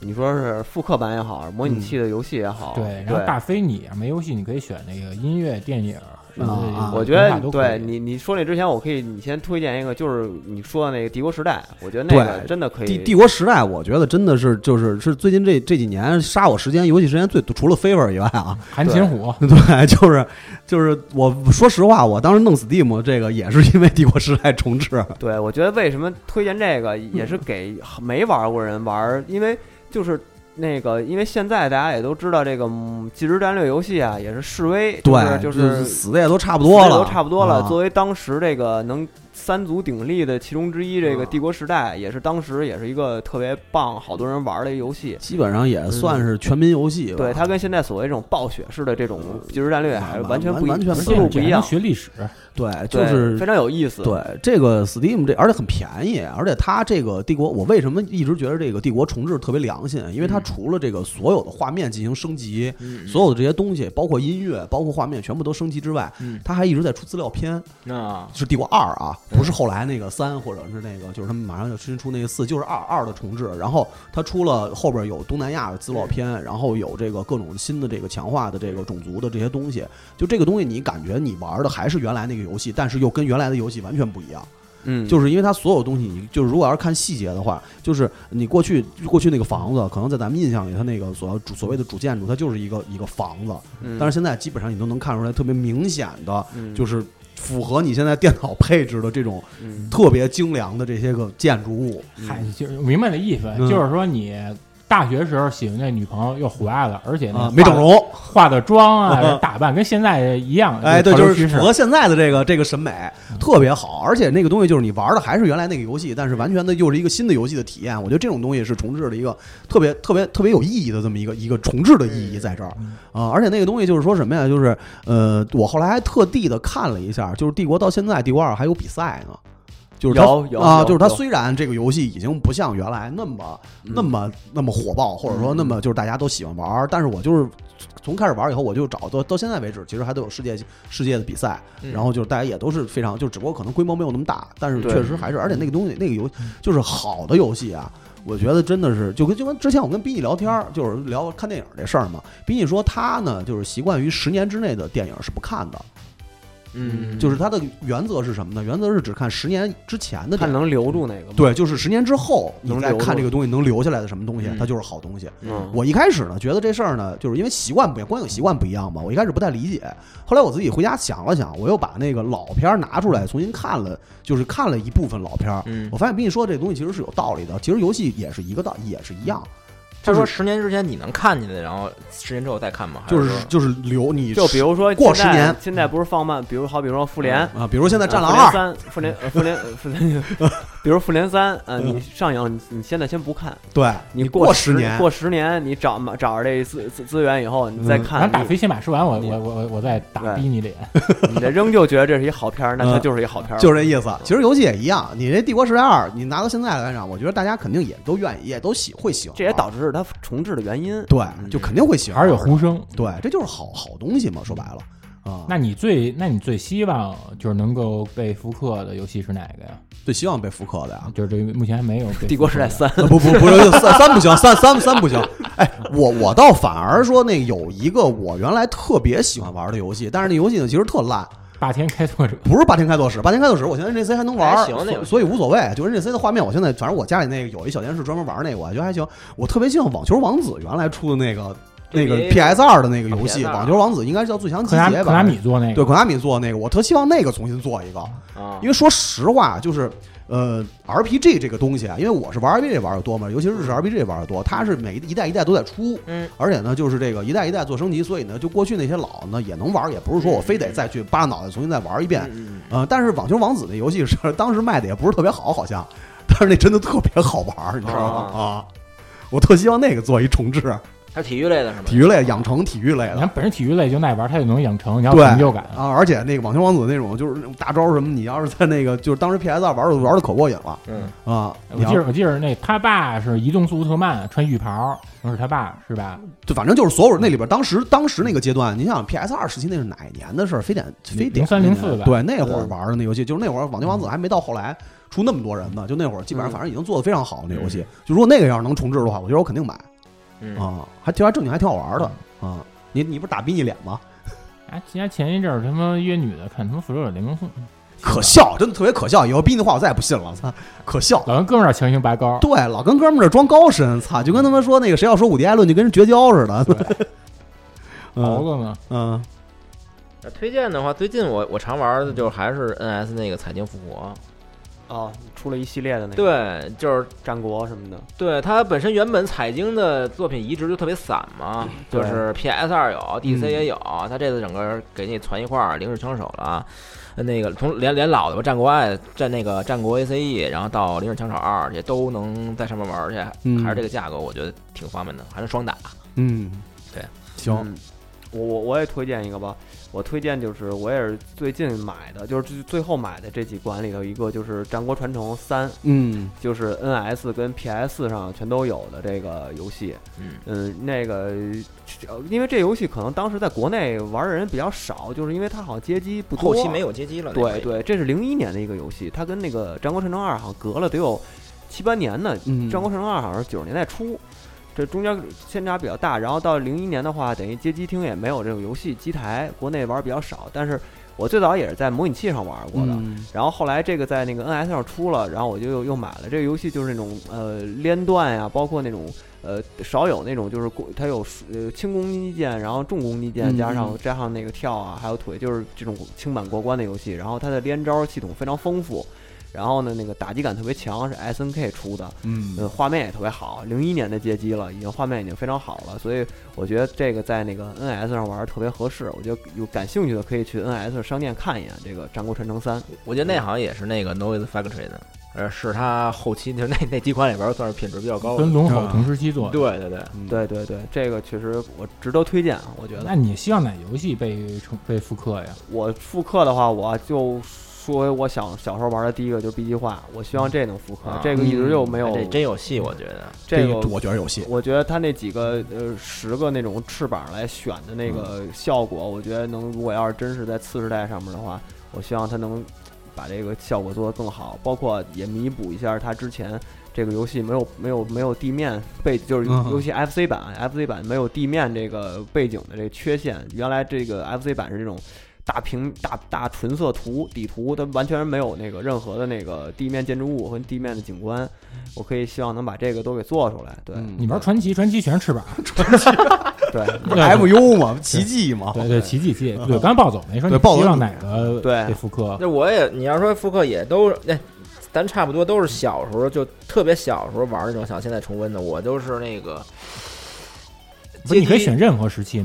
B: 你说是复刻版也好，模拟器的游戏也好，
C: 对，然后大飞你啊没游戏，你可以选那个音乐、电影，什么的
D: 啊啊
B: 我觉
C: 文化
B: 得
C: 都可
B: 对
C: 以
B: 你你说那之前，我可以你先推荐一个，就是你说的那个《帝国时代》，我觉得
D: 对
B: 那个真的可
D: 帝
B: 以。
D: 帝国时代，我觉得真的是就是是最近这这几年杀我时间游戏时间最除了 Favor 以外啊，
C: 韩擒虎，
D: 对，就是就是我说实话，我当时弄 Steam 这个也是因为帝国时代重置，
B: 对，我觉得为什么推荐这个，也是给没玩过人玩儿，因为就是那个，因为现在大家也都知道，这个嗯即时战略游戏啊，也是示威，
D: 对，
B: 就是是
D: 死的也都差不多了，
B: 都差不多了。
D: 啊
B: 作为当时这个能三足鼎立的其中之一，这
D: 啊
B: 个《帝国时代》也是当时也是一个特别棒，好多人玩儿的一个游戏。
D: 基本上也算是全民游戏吧，
B: 对，它跟现在所谓这种暴雪式的这种即时战略还是完全不一
D: 嗯完全
C: 而
B: 思
C: 且
B: 路
C: 你
B: 不
C: 这
B: 一
C: 还能
B: 样，
C: 学历史，
D: 对，就
B: 对
D: 是
B: 非常有意思。
D: 对这个 Steam 这，而且很便宜，而且它这个帝国，我为什么一直觉得这个帝国重置特别良心？因为它除了这个所有的画面进行升级，所有的这些东西，包括音乐、包括画面，全部都升级之外，
E: 嗯
D: 它还一直在出资料片，
E: 那
D: 是帝国二啊，不是后来那个三，或者是那个就是他们马上就新出那个四，就是二二的重置。然后它出了后边有东南亚的资料片，然后有这个各种新的这个强化的这个种族的这些东西。就这个东西，你感觉你玩的还是原来那个游戏，但是又跟原来的游戏完全不一样。
B: 嗯，
D: 就是因为它所有东西，你就是如果要是看细节的话，就是你过去过去那个房子，可能在咱们印象里，它那个所要主所谓的主建筑，它就是一个一个房子，
B: 嗯
D: 但是现在基本上你都能看出来特别明显的，
B: 嗯
D: 就是符合你现在电脑配置的这种
B: 嗯
D: 特别精良的这些个建筑物。
C: 嗨，就是我明白你的意思，
D: 嗯
C: 就是说你大学时候喜欢那女朋友又回来了，而且呢
D: 啊，没整，容，
C: 化化的妆啊
D: 嗯，
C: 打扮跟现在一样，
D: 哎，对，
C: 潮
D: 就
C: 流
D: 是
C: 趋势
D: 符合现在的这个这个审美，特别好。而且那个东西就是你玩的还是原来那个游戏，但是完全的又是一个新的游戏的体验。我觉得这种东西是重置的一个特别特别特别有意义的这么一个一个重置的意义在这儿
B: 嗯
D: 啊。而且那个东西就是说什么呀？就是呃，我后来还特地的看了一下，就是帝国到现在帝国二还有比赛呢。就是它
B: 有有
D: 啊，
B: 有
D: 就是它
B: 有嗯
D: 虽然这个游戏已经不像原来那么那么那么火爆，或者说那么就是大家都喜欢玩儿，但是我就是从开始玩以后，我就找到到现在为止，其实还都有世界世界的比赛，
E: 嗯
D: 然后就是大家也都是非常，就只不过可能规模没有那么大，但是
B: 对嗯
D: 确实还是，而且那个东西那个游就是好的游戏啊。我觉得真的是，就跟就跟之前我跟斌毅聊天儿，就是聊看电影这事儿嘛。斌毅说他呢，就是习惯于十年之内的电影是不看的，
B: 嗯，
D: 就是他的原则是什么呢？原则是只看十年之前的电
B: 看
D: 影。
B: 能留住哪个吗？，
D: 对，就是十年之后你
B: 能
D: 再
B: 留
D: 看
B: 住
D: 这个东西能留下来的什么东西
E: 嗯，
D: 它就是好东西。
B: 嗯，
D: 我一开始呢，觉得这事儿呢，就是因为习惯不一样，观影习惯不一样嘛。我一开始不太理解，后来我自己回家想了想，我又把那个老片儿拿出来重新看了，就是看了一部分老片儿。
E: 嗯
D: 我，发现跟你说这东西其实是有道理的，其实游戏也是一个道，也是一样，
E: 他说十年之前你能看见的，然后十年之后再看吗？还
D: 就是
E: 说
D: 就是留你
B: 就比如说
D: 过
B: 现在
D: 十年
B: 现在不是放慢，比如好比说复联。
D: 啊，比如现在《战狼
B: 呃
D: 二》
B: 复联三、复联、呃复联、 复联，比如复联三，呃，
D: 嗯
B: 你上映，你你现在先不看，
D: 对
B: 你
D: 过
B: 十
D: 年，
B: 过十年，你找嘛找着这资资资源以后，你
D: 嗯
B: 再
C: 然后
B: 看，
C: 打飞鞋马说完，我
B: 你
C: 我我我我再打
B: 对
C: 逼你脸。
B: 你你这仍旧觉得这是一好片儿，那它
D: 嗯
B: 就是一好片儿，
D: 就是这意思。
B: 啊
D: 其实游戏也一样，你这《帝国时代二》，你拿到现在来讲，我觉得大家肯定也都愿意，也都喜会喜欢玩。
B: 这也导致它重置的原因。
D: 对，就肯定会喜欢
C: 还
D: 玩
C: 是
D: 的。
C: 有呼声。
D: 对，这就是好好东西嘛，说白了
B: 嗯
D: 啊。
C: 那你最那你最希望就是能够被复刻的游戏是哪个呀？
D: 最希望被复刻的呀？
C: 就是这个目前还没有被复刻的。
B: 帝国时代三，
D: 啊不不不是三三不行，三三三不行。哎，我我倒反而说那有一个我原来特别喜欢玩的游戏，但是那游戏呢其实特烂，
C: 霸天开拓者，
D: 不是八天开拓史，八天开拓史我现在 NGC 还能玩，
E: 还行那
D: 所
E: 游戏
D: 所以无所谓。就 NGC 的画面，我现在反正我家里那个有一小电视专门玩那个，我觉得还行。我特别希望网球王子原来出的那个那个
E: NBA
D: PS 二的那个游戏，
E: 啊，PS2
D: 网球王子应该叫最强集
C: 克拉
D: 结吧？
C: 克拉米做那个，
D: 对，孔纳米做的那个，我特希望那个重新做一个。
E: 啊
D: 因，为说实话，就是呃，RPG 这个东西啊，因为我是玩 RPG 玩的多嘛，尤其是日式 RPG 玩的多，它是每一代一代都在出，
E: 嗯，
D: 而且呢，就是这个一代一代做升级，所以呢，就过去那些老呢也能玩，也不是说我非得再去扒脑袋重新再玩一遍，
E: 嗯
D: 呃，但是网球王子那游戏是当时卖的也不是特别好，好像，但是那真的特别好玩，你知道吗？啊。我特希望那个做一重置，
E: 还是体育类的是吗？
D: 体育类养成体育类
C: 你
D: 的
C: 看本身体育类就耐玩，它就能养成，你要有
D: 对
C: 成就感。
D: 啊，而且那个网球王子那种就是那种大招什么，你要是在那个就是当时 PS 二玩的玩的可过瘾了
E: 嗯，
D: 啊！
C: 哎我
D: 你要
C: 记得我记得那他爸是移动速度特慢，穿浴袍，那是他爸是吧？
D: 就反正就是所有那里边，当时当时那个阶段，你想 PS 二时期那是哪一年的事儿？非典非典
C: 03 04吧
D: 对，那会
E: 嗯
D: 儿玩的那游戏，就是那会儿《网球王子》还没到后来出那么多人呢，就那会儿基本
E: 嗯
D: 上反正已经做的非常好那游戏。就如果那个要是能重置的话，我觉得我肯定买
E: 嗯
D: 啊，还挺还正经，还挺好玩的啊。你你不是打逼你脸吗？
C: 啊，人家前一阵儿他妈约女的看他妈《复仇者联盟四》，
D: 可笑，真的特别可笑。以后逼你的话，我再也不信了。操，可笑。
C: 老跟哥们儿强行拔高，
D: 对，老跟哥们儿这装高深，操，就跟他们说那个谁要说伍迪·艾伦就跟人绝交似的。
C: 猴
D: 嗯
C: 子嘛，
D: 嗯，
E: 那推荐的话，最近我我常玩的
D: 嗯
E: 就是还是 NS 那个《彩晶复活
B: 哦，出了一系列的那》，
D: 嗯
B: 个
E: 对，就是
B: 战国什么的，
E: 对它本身原本彩晶的作品移植就特别散嘛，
B: 嗯对嗯
E: 就是 PS 二有，DC 也有，它这次整个给你攒一块儿零式枪手了。呃那个从连连老的吧，战国爱战那个战国 ACE，然后到零式枪手二，这都能在上面玩儿去，
D: 嗯
E: 还是这个价格，我觉得挺方便的，还是双打。
D: 嗯，
E: 对，
D: 行，
B: 嗯我我我也推荐一个吧，我推荐就是我也是最近买的，就是最最后买的这几款里头一个就是《战国传承三》，
D: 嗯
B: 就是 NS 跟 PS 上全都有的这个游戏。
E: 嗯
B: 嗯，那个呃因为这游戏可能当时在国内玩的人比较少，就是因为它好像街机不多，
E: 后期没。有街机了，那
B: 对
E: 个
B: 对，这是零一年的一个游戏，它跟那个《战国传承二》好像隔了得有七八年呢，
D: 嗯，
B: 《战国神话》好像是九十年代初，这中间偏差比较大。然后到零一年的话，等于街机厅也没有这种游戏机台，国内玩比较少。但是我最早也是在模拟器上玩过的。
D: 嗯
B: 然后后来这个在那个 NS 上出了，然后我就又又买了这个游戏，就是那种呃连段呀、包括那种呃少有那种就是过它有呃轻攻击键，然后重攻击键
D: 嗯
B: 加上
D: 嗯
B: 加上那个跳啊，还有腿，就是这种轻板过关的游戏。然后它的连招系统非常丰富，然后呢那个打击感特别强，是 SNK 出的。
D: 嗯
B: 呃，画面也特别好，零一年的街机了，已经画面已经非常好了，所以我觉得这个在那个 NS 上玩儿特别合适。我觉得有感兴趣的可以去 NS 商店看一眼这个《战国传承三》。
E: 我觉得
B: 嗯
E: 那好像也是那个 Noise Factory 的，呃，是它后期就是那那几款里边儿算是品质比较高的
C: 跟。龙
D: 是
C: 吼
D: 吧
C: 同时期做。
E: 对对对，
D: 嗯
B: 对对对，这个确实我值得推荐啊，
C: 哎
B: 我觉得
C: 那你希望哪游戏被重被复刻呀？
B: 我复刻的话，我就说我小小时候玩的第一个就是 B 计划，我希望这能复刻，
F: 啊
B: 这个一直就没有。
E: 哎这真有戏，我觉得。
B: 这
D: 个
B: 个
D: 我觉得有 戏。
B: 我觉得他那几个呃十个那种翅膀来选的那个效果，我觉得能，如果要是真是在次世代上面的话，我希望他能把这个效果做得更好，包括也弥补一下他之前这个游戏没有没有没有地面背，就是
D: 嗯
B: 尤其 FC 版、FC 版没有地面这个背景的这个缺陷，原来这个 FC 版是这种。大屏大大纯色图底图，它完全没有那个任何的那个地面建筑物和地面的景观，我可以希望能把这个都给做出来。对，
C: 你玩传奇，传奇全是翅膀，
B: 对
D: FU 嘛，奇迹嘛，
C: 对对，奇迹奇迹，对，刚才暴走没说，
D: 对
C: 你
D: 暴走
C: 希望哪个
B: 对
C: 被复刻？
E: 那我也，你要说复刻也都，哎，咱差不多都是小时候就特别小时候玩那种，想现在重温的，我就是那个。
C: 不是，你可以选任何时期，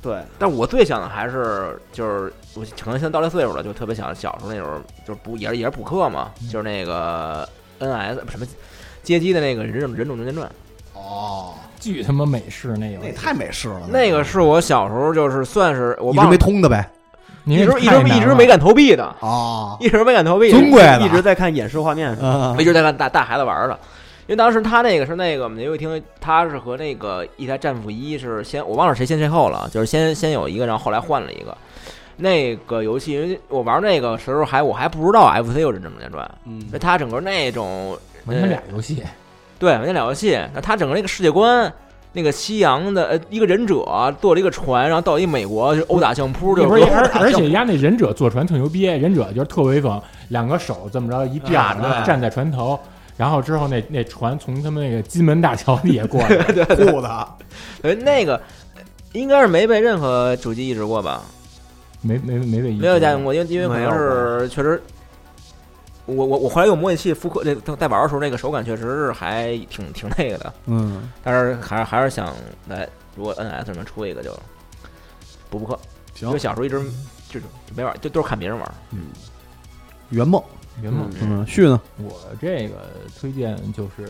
B: 对，
E: 但我最想的还是就是我可能现在到这岁数了，就特别想小时候那时候就是补也是也是补课嘛，就是那个 NS 不是什么街机的那个人种人种中间传，
C: 啊
D: 哦，
C: 巨他妈美式那游戏
D: 那也，太美式了，
E: 那个是我小时候就是算是我
D: 一直
E: 忘
D: 没
E: 了
D: 通的呗，
C: 你
E: 一
C: 这
E: 直一
C: 太
E: 直
C: 难
E: 一直
C: 了
E: 没敢投币的，
D: 啊，
E: 一直没敢投币的，
D: 尊贵的，
B: 一直在看演示画面，
D: 啊
E: 一直在看大大孩子玩儿的。因为当时他那个是那个我们游戏厅，他是和那个一台战斧一是先我忘了谁先谁后了，就是先先有一个，然后后来换了一个。那个游戏，因为我玩那个时候还我还不知道 FC 有真正连转，
D: 嗯
E: 那他整个那种呃
C: 完全俩游戏，
E: 对那俩游戏，那他整个那个世界观，那个西洋的呃一个忍者坐了一个船，然后到一美国就殴打相扑，就
C: 不是，而
E: 殴打
C: 而
E: 相
C: 且人家那忍者坐船特牛逼，忍者就是特威风，两个手这么着一吊，
D: 啊
C: 然后站在船头，然后之后那那船从他们那个金门大桥底下过来，
D: 酷的，
E: 呃那个呃应该是没被任何主机移植过吧？
C: 没没没被移
E: 没有家用过，因为因为可
B: 没
E: 能
B: 有
E: 是确实，我我我后来用模拟器复刻这在玩的时候，那个手感确实是还挺挺那个的，
D: 嗯，
E: 但是还是还是想来，如果 NS 里面出一个就补补课，
D: 行
E: 因为，小时候一直就就没玩，就都是看别人玩。
D: 圆梦，
C: 圆梦。
D: 嗯，续呢，
C: 我这个推荐就是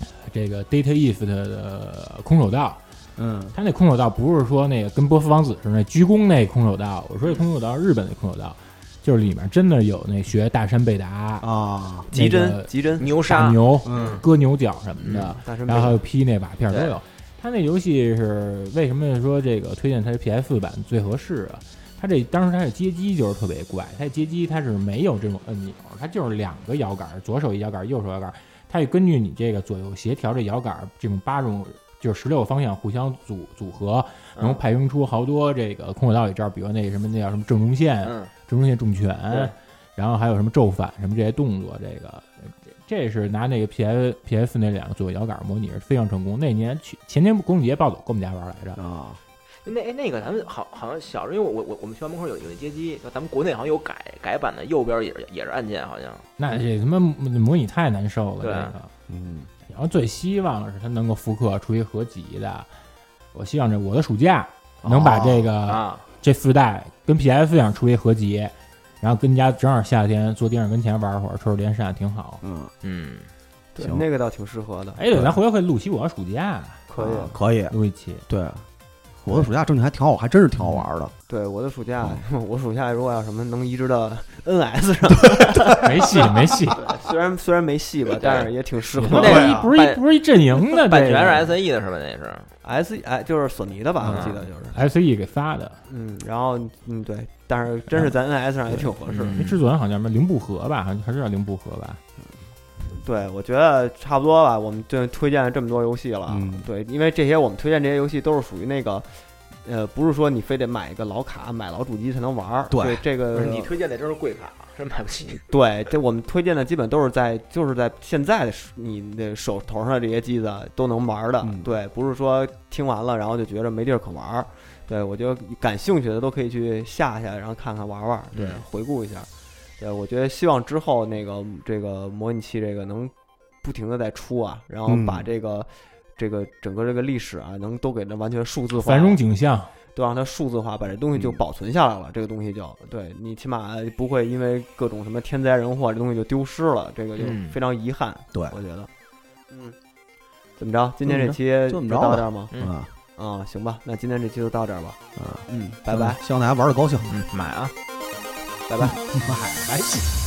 C: 呃这个 Data East 的空手道，
D: 嗯
C: 他那空手道不是说那个跟波斯王子似的那鞠躬那空手道，我说这空手道是日本的空手道，就是里面真的有那学大山贝达、
D: 啊，
B: 急
C: 那个
B: 针急针，
E: 牛
C: 大
E: 杀，
C: 牛、
D: 嗯
C: 割牛角什么的，
B: 大神
C: 然后还
B: 贝
C: 有劈那瓦片儿都
E: 对
C: 有。他那游戏是为什么说这个推荐它是 PS 版最合适啊？它这当时它的街机就是特别怪，它的街机它是没有这种按钮，它就是两个摇杆，左手一摇杆，右手摇杆，它也根据你这个左右协调这摇杆，这种八种就是十六个方向互相组组合，能
E: 嗯
C: 派生出好多这个空手道里招，比如那什么那叫什么正中线啊
E: 嗯，
C: 正中线重拳
E: 对，
C: 然后还有什么咒反什么这些动作，这个这这是拿那个 P S P S 那两个左右摇杆模拟是非常成功。那年去前年公主节暴走跟我们家玩来着，
D: 啊，
E: 那哎那个咱们好好像小时候，因为我我我我们学校门口有有那街机，咱们国内好像有改改版的，右边也是也是按键，好像
C: 那这他妈模拟太难受了。这
E: 对
C: 个，
D: 嗯
C: 然后最希望的是它能够复刻出一合集的。我希望这我的暑假能把这个、
E: 哦啊，
C: 这四代跟 P S 上出一合集，然后跟家正好夏天坐电视跟前玩会儿，吹吹电扇挺好。
D: 嗯，
E: 嗯，
B: 对
D: 行
B: 那个倒挺适合的，
C: 哎，对，咱回头可以录期我的暑假，
B: 可
D: 啊
B: 以。
D: 可以，
C: 录一 期。
D: 对，我的暑假挣的还挺好，还真是挺好玩的，
B: 对，我的暑假， 我暑假如果要什么能移植到 NS 上，
C: 没戏，没戏。
B: 虽然虽然没戏吧，但是也挺适合
C: 不
E: 那
C: 是
E: 个
C: 一
B: 的。
C: 不是一
E: 版
C: 不是一阵营的，
E: 版权是 SE 的是吧？那是
B: S 哎，就是索尼的吧，我记得就是，
C: S E 给发的，
B: 嗯，然后嗯对，但是真是在 NS 上也挺合适的。
E: 嗯
C: 那制作人好像什么零不合吧，好像还是叫零不合吧。
B: 对，我觉得差不多吧。我们就推荐了这么多游戏了，
D: 嗯
B: 对，因为这些我们推荐这些游戏都是属于那个，呃，不是说你非得买一个老卡、买老主机才能玩儿。
D: 对
B: 这
E: 不
B: 个
E: 是你推荐那真是贵卡，真买不起。
B: 对，这我们推荐的基本都是在就是在现在的手你的手头上的这些机子都能玩的，
D: 嗯
B: 对，不是说听完了然后就觉着没地儿可玩儿。对，我觉得感兴趣的都可以去下下，然后看看玩玩，对，
E: 嗯
B: 回顾一下。对，我觉得希望之后那个这个模拟器这个能不停的在出啊，然后
D: 嗯
B: 把这个、这个整个这个历史啊，能都给它完全数字
E: 啊
B: 化，
C: 繁荣景象，
B: 都让它数字化，把这东西就
D: 嗯
B: 保存下来了。这个东西就对你起码不会因为各种什么天灾人祸，这东西就丢失了，这个就
E: 嗯
B: 非常遗憾。
D: 对
B: 我觉得，嗯，怎么着？今天这期
D: 就这哎么着
B: 就到这儿吗？
E: 嗯
D: 啊
B: 啊、行吧，那今天这期就到这儿吧。
D: 啊，
B: 嗯，拜拜。
D: 希望大家玩的高兴。
E: 嗯，买啊。
D: 拜拜。
B: 拜拜。
D: 还还行。